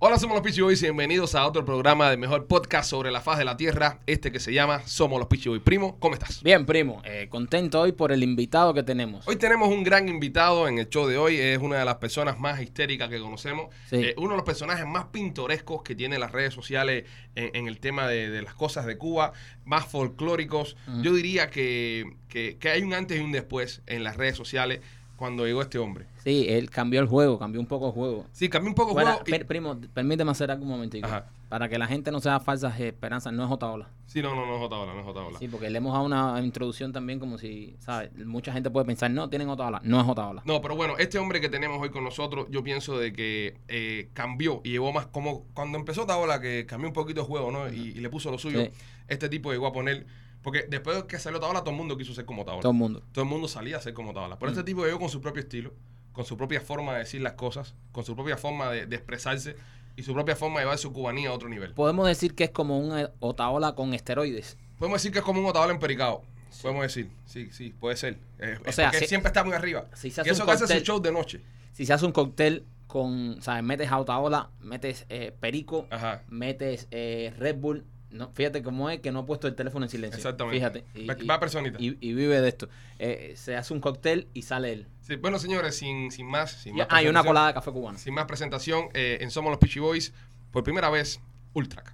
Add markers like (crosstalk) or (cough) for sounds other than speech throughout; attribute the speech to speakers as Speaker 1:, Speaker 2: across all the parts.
Speaker 1: Hola, somos los Peachy Boys y bienvenidos a otro programa del mejor podcast sobre la faz de la tierra, este que se llama Somos los Peachy Boys. Primo, ¿cómo estás?
Speaker 2: Bien, primo, eh, contento hoy por el invitado que tenemos.
Speaker 1: Hoy tenemos un gran invitado en el show de hoy, es una de las personas más histéricas que conocemos,
Speaker 2: Sí.
Speaker 1: Eh, uno de los personajes más pintorescos que tiene las redes sociales en, en el tema de, de las cosas de Cuba, más folclóricos. Yo diría que, que- que hay un antes y un después en las redes sociales cuando llegó este hombre.
Speaker 2: Sí, él cambió el juego, cambió un poco el juego.
Speaker 1: Sí, cambié un poco el
Speaker 2: Fuera-
Speaker 1: juego. y-
Speaker 2: per- primo, permíteme hacer algo un momentico.
Speaker 1: Ajá.
Speaker 2: Para que la gente no sea falsas esperanzas, no es Otaola.
Speaker 1: Sí, no, no, no es Otaola, no es Otaola.
Speaker 2: Sí, porque le hemos dado una introducción también como si, ¿sabes? Mucha gente puede pensar, no, tienen Otaola. No es Otaola.
Speaker 1: No, pero bueno, este hombre que tenemos hoy con nosotros, yo pienso de que eh, cambió y llevó más como cuando empezó Taola, que cambió un poquito el juego, ¿no? Y, y le puso lo suyo.
Speaker 2: Sí.
Speaker 1: Este tipo llegó a poner. Porque después que salió Taola, todo el mundo quiso ser como Taola.
Speaker 2: Todo el mundo.
Speaker 1: Todo el mundo salía a ser como Taola.
Speaker 2: Mm.
Speaker 1: Pero este tipo llegó con su propio estilo, con su propia forma de decir las cosas, con su propia forma de, de expresarse y su propia forma de llevar su cubanía a otro nivel.
Speaker 2: Podemos decir que es como un eh, Otaola con esteroides.
Speaker 1: Podemos decir que es como un Otaola empericado. Podemos decir, sí, sí, puede ser. Eh,
Speaker 2: O
Speaker 1: es
Speaker 2: sea,
Speaker 1: porque
Speaker 2: si-
Speaker 1: siempre está muy arriba.
Speaker 2: si
Speaker 1: y
Speaker 2: se hace
Speaker 1: eso
Speaker 2: un
Speaker 1: que hace su
Speaker 2: cóctel-
Speaker 1: show de noche.
Speaker 2: Si se hace un cóctel con, ¿sabes? Metes a Otaola, metes eh, Perico,
Speaker 1: Ajá.
Speaker 2: metes eh, Red Bull. No, fíjate cómo es que no ha puesto el teléfono en silencio.
Speaker 1: Exactamente.
Speaker 2: Fíjate.
Speaker 1: Va- va personita.
Speaker 2: Y, y vive de esto. Eh, se hace un cóctel y sale él.
Speaker 1: Sí, bueno, señores, sin, sin más. Sin
Speaker 2: Y-
Speaker 1: más
Speaker 2: ah, y una
Speaker 1: presentación-
Speaker 2: colada de café cubano.
Speaker 1: Sin más presentación, eh, en Somos los Peachy Boys, por primera vez, Ultrac.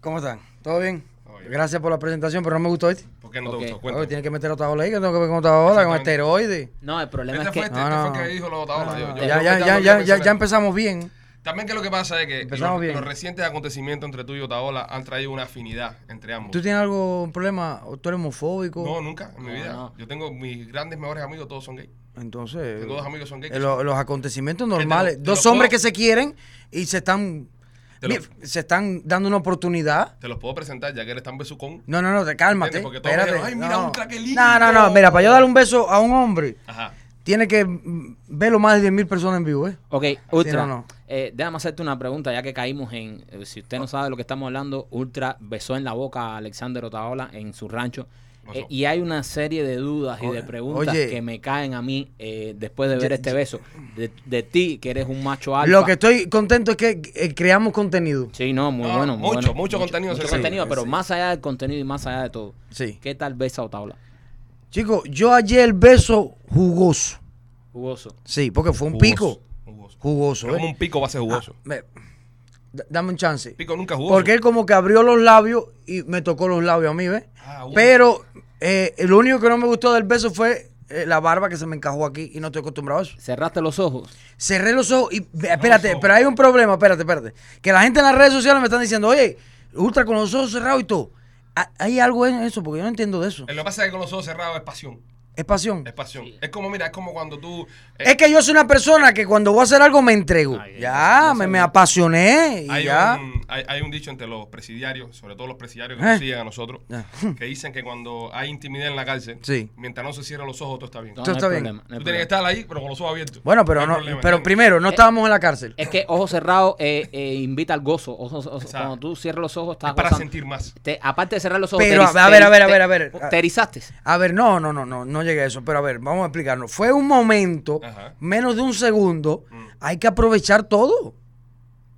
Speaker 3: ¿Cómo están? ¿Todo bien?
Speaker 1: Todo bien.
Speaker 3: Gracias por la presentación, pero no me gustó este.
Speaker 1: ¿Por qué no
Speaker 2: Ok.
Speaker 1: te gustó?
Speaker 3: Oye,
Speaker 1: Cuéntame.
Speaker 3: tienes que meter otra ola ahí, que tengo que ver con otra ola, con
Speaker 1: Exactamente.
Speaker 3: esteroides.
Speaker 2: No, el problema
Speaker 1: Este
Speaker 2: es que.
Speaker 1: fue, este,
Speaker 3: No,
Speaker 1: este
Speaker 3: no.
Speaker 1: fue que dijo los
Speaker 3: No,
Speaker 1: botaolas. yo-
Speaker 3: no,
Speaker 1: yo- yo
Speaker 3: ya, ya,
Speaker 1: me
Speaker 3: ya,
Speaker 1: tardo
Speaker 3: ya,
Speaker 1: en
Speaker 3: ya,
Speaker 1: mencionar.
Speaker 3: ya empezamos bien.
Speaker 1: También que lo que pasa es que
Speaker 3: Empezamos
Speaker 1: los,
Speaker 3: bien.
Speaker 1: los recientes acontecimientos entre tú y Otaola han traído una afinidad entre ambos.
Speaker 3: ¿Tú tienes algún problema? ¿O tú eres homofóbico?
Speaker 1: No, nunca en mi
Speaker 2: No,
Speaker 1: vida.
Speaker 2: no.
Speaker 1: Yo tengo mis grandes mejores amigos, todos son gay.
Speaker 3: Entonces,
Speaker 1: Tengo dos amigos que son gays.
Speaker 3: eh, lo- los acontecimientos
Speaker 1: te lo-
Speaker 3: normales.
Speaker 1: te
Speaker 3: dos
Speaker 1: lo
Speaker 3: hombres
Speaker 1: puedo-
Speaker 3: que se quieren y se están,
Speaker 1: Te lo-
Speaker 3: Mira, se están dando una oportunidad.
Speaker 1: Te los puedo presentar ya que eres tan besucón.
Speaker 3: No, no, no, te cálmate.
Speaker 1: ¿Entiendes? Porque todos
Speaker 3: espérate,
Speaker 1: dijeron, "Ay, mira,
Speaker 3: no.
Speaker 1: un crack, qué
Speaker 3: No, no,
Speaker 1: lindo".
Speaker 3: no, mira, para yo darle un beso a un hombre,
Speaker 1: Ajá.
Speaker 3: tiene que mm, verlo más de 10.000 personas en vivo, ¿eh?
Speaker 2: Ok, Ultra.
Speaker 3: no, no.
Speaker 2: eh, déjame hacerte una pregunta, ya que caímos en. eh, si usted no sabe de lo que estamos hablando, Ultra besó en la boca a Alexander Otaola en su rancho.
Speaker 1: Pasó.
Speaker 2: Eh, y hay una serie de dudas y de preguntas
Speaker 3: oye.
Speaker 2: que me caen a mí eh, después de ver este beso. De, de ti, que eres un macho alfa.
Speaker 3: Lo que estoy contento es que eh, creamos contenido.
Speaker 2: Sí, no, muy
Speaker 1: No,
Speaker 2: bueno. muy
Speaker 1: mucho,
Speaker 2: bueno.
Speaker 1: mucho contenido se
Speaker 2: Mucho
Speaker 1: recibe.
Speaker 2: contenido, pero
Speaker 3: Sí.
Speaker 2: más allá del contenido y más allá de todo.
Speaker 3: Sí.
Speaker 2: ¿Qué tal besa Otaola?
Speaker 3: Chicos, yo hallé el beso jugoso.
Speaker 2: Jugoso.
Speaker 3: Sí, porque fue un
Speaker 1: Jugoso,
Speaker 3: pico
Speaker 1: Jugoso.
Speaker 3: jugoso.
Speaker 1: Pero
Speaker 3: ¿eh?
Speaker 1: como un pico va a ser jugoso.
Speaker 3: Me- d- dame un chance.
Speaker 1: Pico nunca jugoso.
Speaker 3: Porque él como que abrió los labios y me tocó los labios a mí, ¿ves?
Speaker 1: Ah, bueno.
Speaker 3: Pero eh, lo único que no me gustó del beso fue eh, la barba que se me encajó aquí y no estoy acostumbrado a eso.
Speaker 2: Cerraste los ojos.
Speaker 3: Cerré los ojos y... Espérate,
Speaker 1: ojos.
Speaker 3: pero hay un problema, espérate, espérate. Que la gente en las redes sociales me están diciendo, oye, ultra con los ojos cerrados y todo. Ha- Hay algo en eso, porque yo no entiendo de eso.
Speaker 1: Lo que pasa es que con los ojos cerrados es pasión.
Speaker 3: Es pasión.
Speaker 1: Es pasión. Es como, mira, es como cuando tú. eh,
Speaker 3: Es que yo soy una persona que cuando voy a hacer algo me entrego.
Speaker 2: Ay,
Speaker 3: ya,
Speaker 2: ya
Speaker 3: me,
Speaker 2: sabía.
Speaker 3: me apasioné y
Speaker 1: hay,
Speaker 3: ya.
Speaker 1: un, hay, hay un dicho entre los presidiarios, sobre todo los presidiarios que
Speaker 3: ¿Eh?
Speaker 1: nos siguen a nosotros,
Speaker 3: Ya.
Speaker 1: que dicen que cuando hay intimidad en la cárcel,
Speaker 3: Sí.
Speaker 1: mientras no se cierran los ojos, todo está bien.
Speaker 2: No,
Speaker 3: Todo
Speaker 2: no hay
Speaker 3: está bien.
Speaker 2: problema, no hay
Speaker 1: tú tienes que
Speaker 2: problema.
Speaker 1: estar ahí, pero con los ojos abiertos.
Speaker 3: Bueno, pero
Speaker 1: hay Eh,
Speaker 3: no,
Speaker 1: problema,
Speaker 3: pero
Speaker 1: ¿entiendes?
Speaker 3: primero, no estábamos en la cárcel.
Speaker 2: Es que ojos cerrados eh, eh, invita al gozo. Ojos- ojos-
Speaker 1: Exacto.
Speaker 2: cuando tú cierras los ojos, estás
Speaker 1: Es para
Speaker 2: gozando.
Speaker 1: sentir más.
Speaker 2: Te- aparte de cerrar los ojos,
Speaker 3: Pero,
Speaker 2: eriz-
Speaker 3: a ver, a ver, a
Speaker 2: te-
Speaker 3: ver, a ver.
Speaker 2: Te erizaste.
Speaker 3: A ver, no, no, no, no, no llegué a eso. Pero a ver, vamos a explicarnos. Fue un momento,
Speaker 1: Ajá.
Speaker 3: menos de un segundo.
Speaker 1: Mm.
Speaker 3: Hay que aprovechar todo.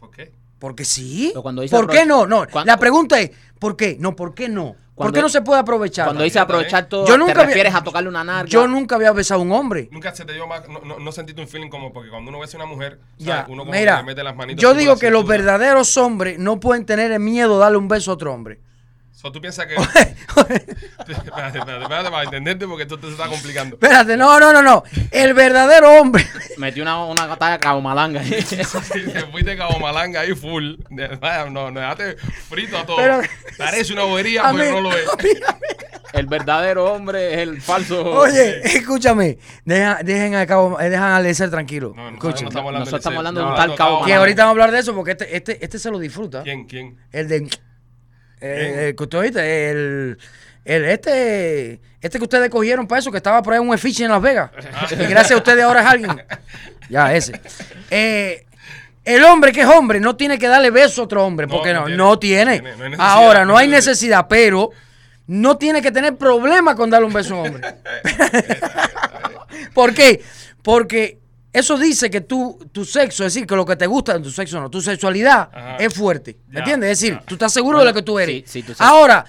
Speaker 1: ¿Por qué?
Speaker 3: Porque sí.
Speaker 2: Pero cuando dice
Speaker 3: ¿Por qué
Speaker 2: aprove-
Speaker 3: no? No,
Speaker 2: Cuando-
Speaker 3: la pregunta es, ¿por qué? No, ¿por qué no? ¿Por
Speaker 2: Cuando-
Speaker 3: qué no se puede aprovechar?
Speaker 2: Cuando dices
Speaker 1: yo también.
Speaker 2: aprovechar todo,
Speaker 3: Yo nunca
Speaker 2: te
Speaker 3: había-
Speaker 2: refieres a tocarle una narga.
Speaker 3: Yo nunca había besado a un hombre.
Speaker 1: Nunca se te dio más. No, no, no sentiste un feeling como porque cuando uno besa a una mujer, ¿sabes?
Speaker 3: Ya,
Speaker 1: uno como que
Speaker 3: mira,
Speaker 1: le mete las manitas.
Speaker 3: yo
Speaker 1: así por
Speaker 3: digo
Speaker 1: la
Speaker 3: que los
Speaker 1: cintura.
Speaker 3: verdaderos hombres no pueden tener el miedo de darle un beso a otro hombre. (laughs)
Speaker 1: So, tú piensas que. (laughs) espérate, espérate, espérate, para entenderte porque esto te está complicando.
Speaker 3: Espérate, no, no, no, no. El verdadero
Speaker 1: (laughs)
Speaker 3: hombre.
Speaker 2: Metí una, una batalla caumalanga.
Speaker 1: Sí, te fuiste cabo malanga ahí full. De- vaya, No, no, dejaste frito a todo.
Speaker 3: Pero-
Speaker 1: Parece una bobería,
Speaker 3: A
Speaker 1: pero
Speaker 3: mí-
Speaker 1: pues, no
Speaker 3: (laughs)
Speaker 1: lo es.
Speaker 3: a mí-
Speaker 2: (laughs)
Speaker 1: (laughs)
Speaker 2: el verdadero hombre es el falso.
Speaker 3: Oye, escúchame. Deja- dejen a cabo, eh, dejan a Lecer tranquilo.
Speaker 1: No, no,
Speaker 3: Escucha.
Speaker 1: no hablando
Speaker 2: Nosotros estamos
Speaker 1: Lecero.
Speaker 2: hablando de
Speaker 1: No,
Speaker 2: un tal
Speaker 1: no,
Speaker 2: Cabo
Speaker 1: no,
Speaker 3: que
Speaker 2: Malanga.
Speaker 3: ahorita vamos a hablar de eso porque este, este, este se lo disfruta.
Speaker 1: ¿Quién? ¿Quién?
Speaker 3: El de. eh, el que usted oíste, el, el- este, este que ustedes cogieron para eso, que estaba por ahí en un efiche en Las Vegas.
Speaker 1: Ah.
Speaker 3: Y gracias a ustedes ahora es alguien. Ya, ese. Eh, el hombre que es hombre no tiene que darle beso a otro hombre,
Speaker 1: No,
Speaker 3: porque
Speaker 1: no
Speaker 3: no,
Speaker 1: tiene,
Speaker 3: no
Speaker 1: no
Speaker 3: tiene.
Speaker 1: tiene, no hay necesidad,
Speaker 3: ahora, no
Speaker 1: no
Speaker 3: hay
Speaker 1: tiene.
Speaker 3: necesidad, pero no tiene que tener
Speaker 1: (laughs)
Speaker 3: problema con darle un beso a un hombre. ¿Por qué? Porque Eso dice que tú, tu sexo, es decir, que lo que te gusta de tu sexo, no, tu sexualidad
Speaker 1: Ajá.
Speaker 3: es fuerte. ¿Me
Speaker 1: Ya,
Speaker 3: entiendes? Es decir,
Speaker 1: ya.
Speaker 3: tú estás seguro
Speaker 2: Bueno,
Speaker 3: de lo que tú eres.
Speaker 2: sí, sí, tú sabes.
Speaker 3: Ahora,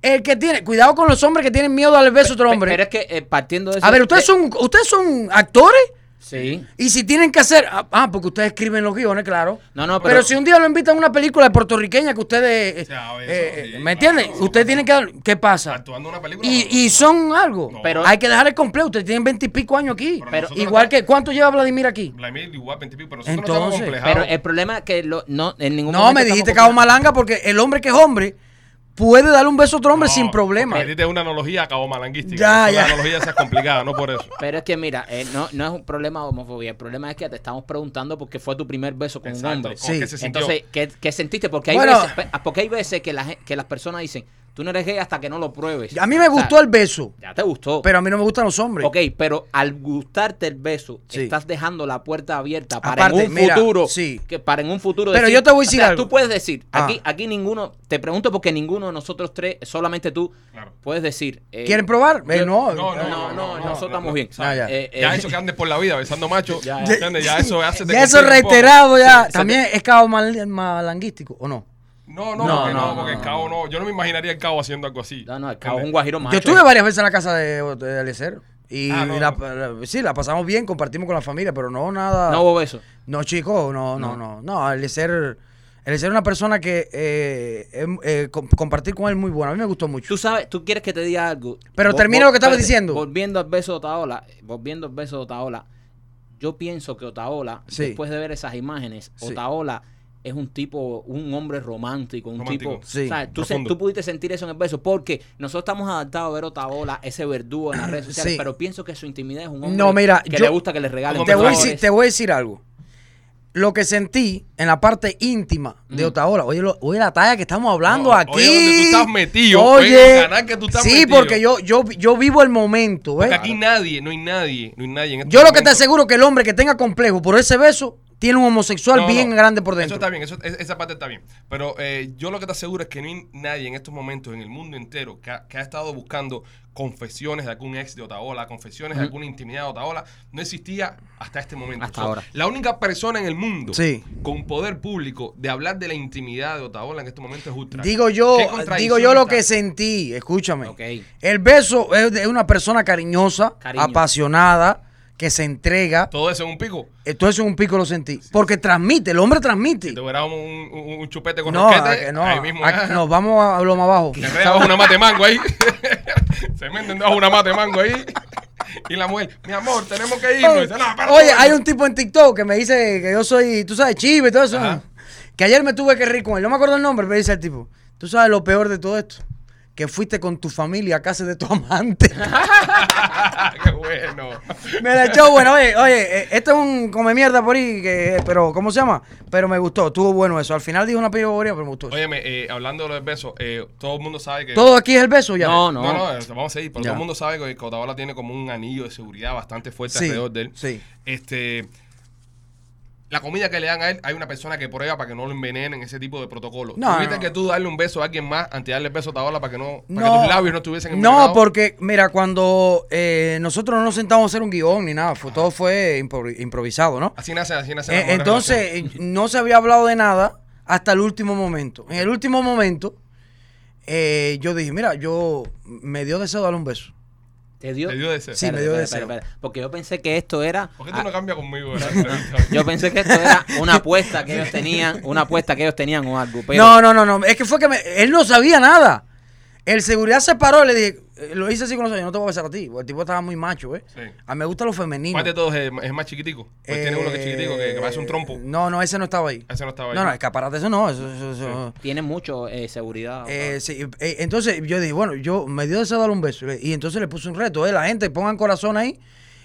Speaker 3: el que tiene, cuidado con los hombres que tienen miedo al beso de otro hombre.
Speaker 2: Pero es que eh, partiendo de eso.
Speaker 3: A ver, ustedes
Speaker 2: de-
Speaker 3: son, ustedes son actores
Speaker 2: Sí.
Speaker 3: y si tienen que hacer, ah, ah, porque ustedes escriben los guiones, claro.
Speaker 2: No, no,
Speaker 3: pero,
Speaker 2: pero-
Speaker 3: si un día lo invitan a una película de puertorriqueña que ustedes, eh,
Speaker 1: Ya, oye,
Speaker 3: eh,
Speaker 1: eso,
Speaker 3: eh,
Speaker 1: sí,
Speaker 3: ¿me entienden?
Speaker 1: claro,
Speaker 3: Ustedes tienen que, dar- ¿qué pasa?
Speaker 1: Actuando en una película.
Speaker 3: Y,
Speaker 1: no,
Speaker 3: y son algo.
Speaker 1: No.
Speaker 2: Pero-
Speaker 3: Hay que dejar el complejo. Ustedes tienen veintipico años aquí.
Speaker 1: Pero
Speaker 2: pero
Speaker 1: nosotros
Speaker 3: Igual
Speaker 1: no estamos-
Speaker 3: que, ¿cuánto lleva Vladimir aquí?
Speaker 1: Vladimir igual, 20 pico, pero nosotros no estamos
Speaker 3: Entonces,
Speaker 1: complejados.
Speaker 2: Pero el problema es que lo- no, en ningún
Speaker 3: No,
Speaker 2: momento
Speaker 3: me
Speaker 2: estamos
Speaker 3: dijiste
Speaker 2: completos.
Speaker 3: cabo malanga porque el hombre que es hombre puede darle un beso a otro hombre
Speaker 1: No,
Speaker 3: sin problema.
Speaker 1: porque metiste una analogía acabó malanguística.
Speaker 3: Ya,
Speaker 1: Eso,
Speaker 3: ya.
Speaker 1: La analogía esa es complicada, no por eso.
Speaker 2: Pero es que mira, eh, no, no es un problema de homofobia. El problema es que te estamos preguntando por qué fue tu primer beso con
Speaker 1: Exacto,
Speaker 2: (laughs) un hombre.
Speaker 1: ¿cómo
Speaker 3: Sí.
Speaker 1: que se sintió?
Speaker 2: Entonces, ¿qué, qué sentiste? Porque hay,
Speaker 3: Bueno.
Speaker 2: veces, pe- ah, porque hay veces que, la gen- que las personas dicen, tú no eres gay hasta que no lo pruebes.
Speaker 3: A mí me
Speaker 2: O sea,
Speaker 3: gustó el beso,
Speaker 2: Ya te gustó.
Speaker 3: pero a mí no me gustan los hombres.
Speaker 2: ok, pero al gustarte el beso,
Speaker 3: Sí.
Speaker 2: estás dejando la puerta abierta para
Speaker 3: Aparte,
Speaker 2: en un
Speaker 3: mira,
Speaker 2: futuro.
Speaker 3: sí.
Speaker 2: Que para en un futuro.
Speaker 3: Pero yo te voy a decir
Speaker 2: o sea,
Speaker 3: algo.
Speaker 2: Tú puedes decir,
Speaker 3: Ah.
Speaker 2: aquí, aquí ninguno, te pregunto porque ninguno de nosotros tres, solamente tú,
Speaker 1: Claro.
Speaker 2: puedes decir. eh,
Speaker 3: ¿Quieren probar? Eh,
Speaker 2: yo-
Speaker 3: no,
Speaker 1: No, no,
Speaker 2: No, no, nosotros estamos bien.
Speaker 3: no, ya.
Speaker 2: Eh, eh,
Speaker 1: Ya eso que andes por la vida besando macho.
Speaker 2: Ya,
Speaker 1: Ya,
Speaker 2: ya.
Speaker 1: ya eso hace te
Speaker 3: Ya eso
Speaker 1: confunde un poco.
Speaker 3: reiterado ya.
Speaker 2: se
Speaker 3: También es cabo mal- malanguístico, ¿o no?
Speaker 1: No, no,
Speaker 3: No,
Speaker 1: porque no,
Speaker 3: no,
Speaker 1: porque el
Speaker 3: no,
Speaker 1: cabo no. Yo no me imaginaría el cabo haciendo algo así.
Speaker 2: No, no, el cabo es un
Speaker 1: ¿Entiendes?
Speaker 2: guajiro macho. eh.
Speaker 3: Yo estuve varias veces en la casa de, de Eliezer Y,
Speaker 1: Ah, no,
Speaker 3: y la-
Speaker 1: no.
Speaker 3: la- sí, la pasamos bien, compartimos con la familia, pero no nada.
Speaker 2: No
Speaker 3: No,
Speaker 2: hubo eso.
Speaker 3: chico, no, no, no. No, Eliezer Eliezer es una persona que eh, em- eh, com- compartir con él muy bueno. A mí me gustó mucho.
Speaker 2: Tú sabes, tú quieres que te diga algo.
Speaker 3: Pero termina lo que estabas diciendo.
Speaker 2: Volviendo al beso de Otaola, eh, volviendo al beso de Otaola, yo pienso que Otaola,
Speaker 3: Sí.
Speaker 2: después de ver esas imágenes,
Speaker 3: Sí.
Speaker 2: Otaola es un tipo, un hombre romántico, un
Speaker 1: Romántico.
Speaker 2: tipo.
Speaker 3: Sí,
Speaker 2: ¿sabes? Tú, se-
Speaker 1: profundo.
Speaker 2: tú pudiste sentir eso en el beso, porque nosotros estamos adaptados a ver Otaola, ese verdugo en las redes sociales,
Speaker 3: Sí.
Speaker 2: pero pienso que su intimidad es un hombre
Speaker 3: No, mira,
Speaker 2: que
Speaker 3: yo-
Speaker 2: le gusta que le regalen.
Speaker 3: te, voy a
Speaker 2: flores.
Speaker 3: decir, te voy a decir algo. Lo que sentí en la parte íntima de
Speaker 2: Mm.
Speaker 3: Otaola, oye, lo- oye la talla que estamos hablando
Speaker 1: No, oye,
Speaker 3: aquí.
Speaker 1: donde tú estás metido, oye, el canal que tú estás
Speaker 3: sí,
Speaker 1: metido.
Speaker 3: porque yo, yo, yo vivo el momento, ¿ves?
Speaker 1: Porque aquí nadie, no hay nadie, no hay nadie en este
Speaker 3: Pues, Yo lo que te
Speaker 1: momento.
Speaker 3: aseguro que el hombre que tenga complejo por ese beso tiene un homosexual
Speaker 1: No,
Speaker 3: bien
Speaker 1: no,
Speaker 3: grande por
Speaker 1: Eso
Speaker 3: dentro.
Speaker 1: está bien, eso- es- esa parte está bien. Pero eh, yo lo que te aseguro es que no hay nadie en estos momentos en el mundo entero que ha, que ha estado buscando confesiones de algún ex de Otaola, confesiones de alguna intimidad de Otaola, no existía hasta este momento.
Speaker 2: Hasta ahora.
Speaker 1: La única persona en el mundo
Speaker 3: Sí.
Speaker 1: con poder público de hablar de la intimidad de Otaola en este momento es Ultra.
Speaker 3: Digo yo,
Speaker 1: Qué contradicción
Speaker 3: digo yo lo
Speaker 1: está.
Speaker 3: que sentí, escúchame.
Speaker 2: Ok.
Speaker 3: El beso es de una persona cariñosa,
Speaker 2: Cariño.
Speaker 3: apasionada, que se entrega.
Speaker 1: Todo eso en un pico.
Speaker 3: Entonces un pico lo sentí. Porque transmite, el hombre transmite.
Speaker 1: Si tuviéramos un, un- un chupete con
Speaker 3: No,
Speaker 1: rosquete,
Speaker 3: a que no,
Speaker 1: ahí mismo.
Speaker 3: a-
Speaker 1: ¿eh?
Speaker 3: nos vamos a lo más abajo.
Speaker 1: Te enredas bajo una mate de mango ahí. (laughs) Se me entendió una mate de mango ahí. Y la mujer, mi amor, tenemos que irnos. Y dice, "No, espérate
Speaker 3: Oye,
Speaker 1: momento".
Speaker 3: hay un tipo en TikTok que me dice que yo soy, tú sabes, chive y todo eso.
Speaker 1: Ajá.
Speaker 3: Que ayer me tuve que rir con él. No me acuerdo el nombre, pero dice el tipo, tú sabes lo peor de todo esto. Que fuiste con tu familia a casa de tu
Speaker 1: (laughs)
Speaker 3: (laughs) amante.
Speaker 1: (laughs) Qué bueno.
Speaker 3: me la echó bueno. Oye, oye, eh, este es un come mierda por ahí, que, pero ¿cómo se llama? Pero me gustó, estuvo bueno eso. Al final dijo una piboboría, pero me gustó. eso.
Speaker 1: Óyeme, eh, hablando de los besos, eh, todo el mundo sabe que.
Speaker 3: Todo aquí es el beso ya.
Speaker 2: No, no.
Speaker 1: No, no, eh, vamos a seguir, pero
Speaker 3: Ya.
Speaker 1: todo el mundo sabe que Cotabola tiene como un anillo de seguridad bastante fuerte
Speaker 3: Sí,
Speaker 1: alrededor de él.
Speaker 3: sí.
Speaker 1: Este. La comida que le dan a él, hay una persona que prueba para que no lo envenenen, ese tipo de protocolo.
Speaker 3: No,
Speaker 1: ¿Tuviste
Speaker 3: no.
Speaker 1: que tú darle un beso a alguien más antes de darle el beso a Taola para que no, para que
Speaker 3: No.
Speaker 1: tus labios no estuviesen
Speaker 3: No,
Speaker 1: envenenados?
Speaker 3: porque, mira, cuando eh, nosotros no nos sentamos a hacer un guión ni nada, fue, todo fue impro- improvisado, ¿no?
Speaker 1: Así nace, así nace.
Speaker 3: Eh, entonces, eh, no se había hablado de nada hasta el último momento. En el último momento, eh, yo dije, mira, yo me dio deseo darle un beso.
Speaker 2: ¿Te dio?
Speaker 1: Te dio deseo.
Speaker 3: Sí, me dio
Speaker 2: Espérate,
Speaker 3: deseo.
Speaker 2: espérate, espérate, Porque yo pensé que esto era.
Speaker 1: ¿Por qué tú no cambias conmigo? de la entrevista?
Speaker 2: Yo pensé que esto era una apuesta que ellos tenían, una apuesta que ellos tenían o algo. Pero
Speaker 3: no, no, no, no. Es que fue que me- él no sabía nada. El seguridad se paró, le dije, eh, lo hice así con los ojos, yo no te voy a besar a ti. porque El tipo estaba muy macho, ¿eh?
Speaker 1: Sí.
Speaker 3: A mí me gusta lo femenino.
Speaker 1: ¿Cuál de todos es, es más chiquitico? Pues tiene uno que es chiquitico, que, que parece un trompo.
Speaker 3: Eh, No, no, ese no estaba ahí.
Speaker 1: Ese no estaba ahí.
Speaker 3: No, no, escaparate, eso no. Eso, eso- eso-
Speaker 2: tienen mucho eh,
Speaker 1: Ah,
Speaker 2: seguridad.
Speaker 3: Eh, sí, eh, entonces yo dije, bueno, yo me dio deseo darle un beso. le- Y entonces le puse un reto, eh, la gente pongan corazón ahí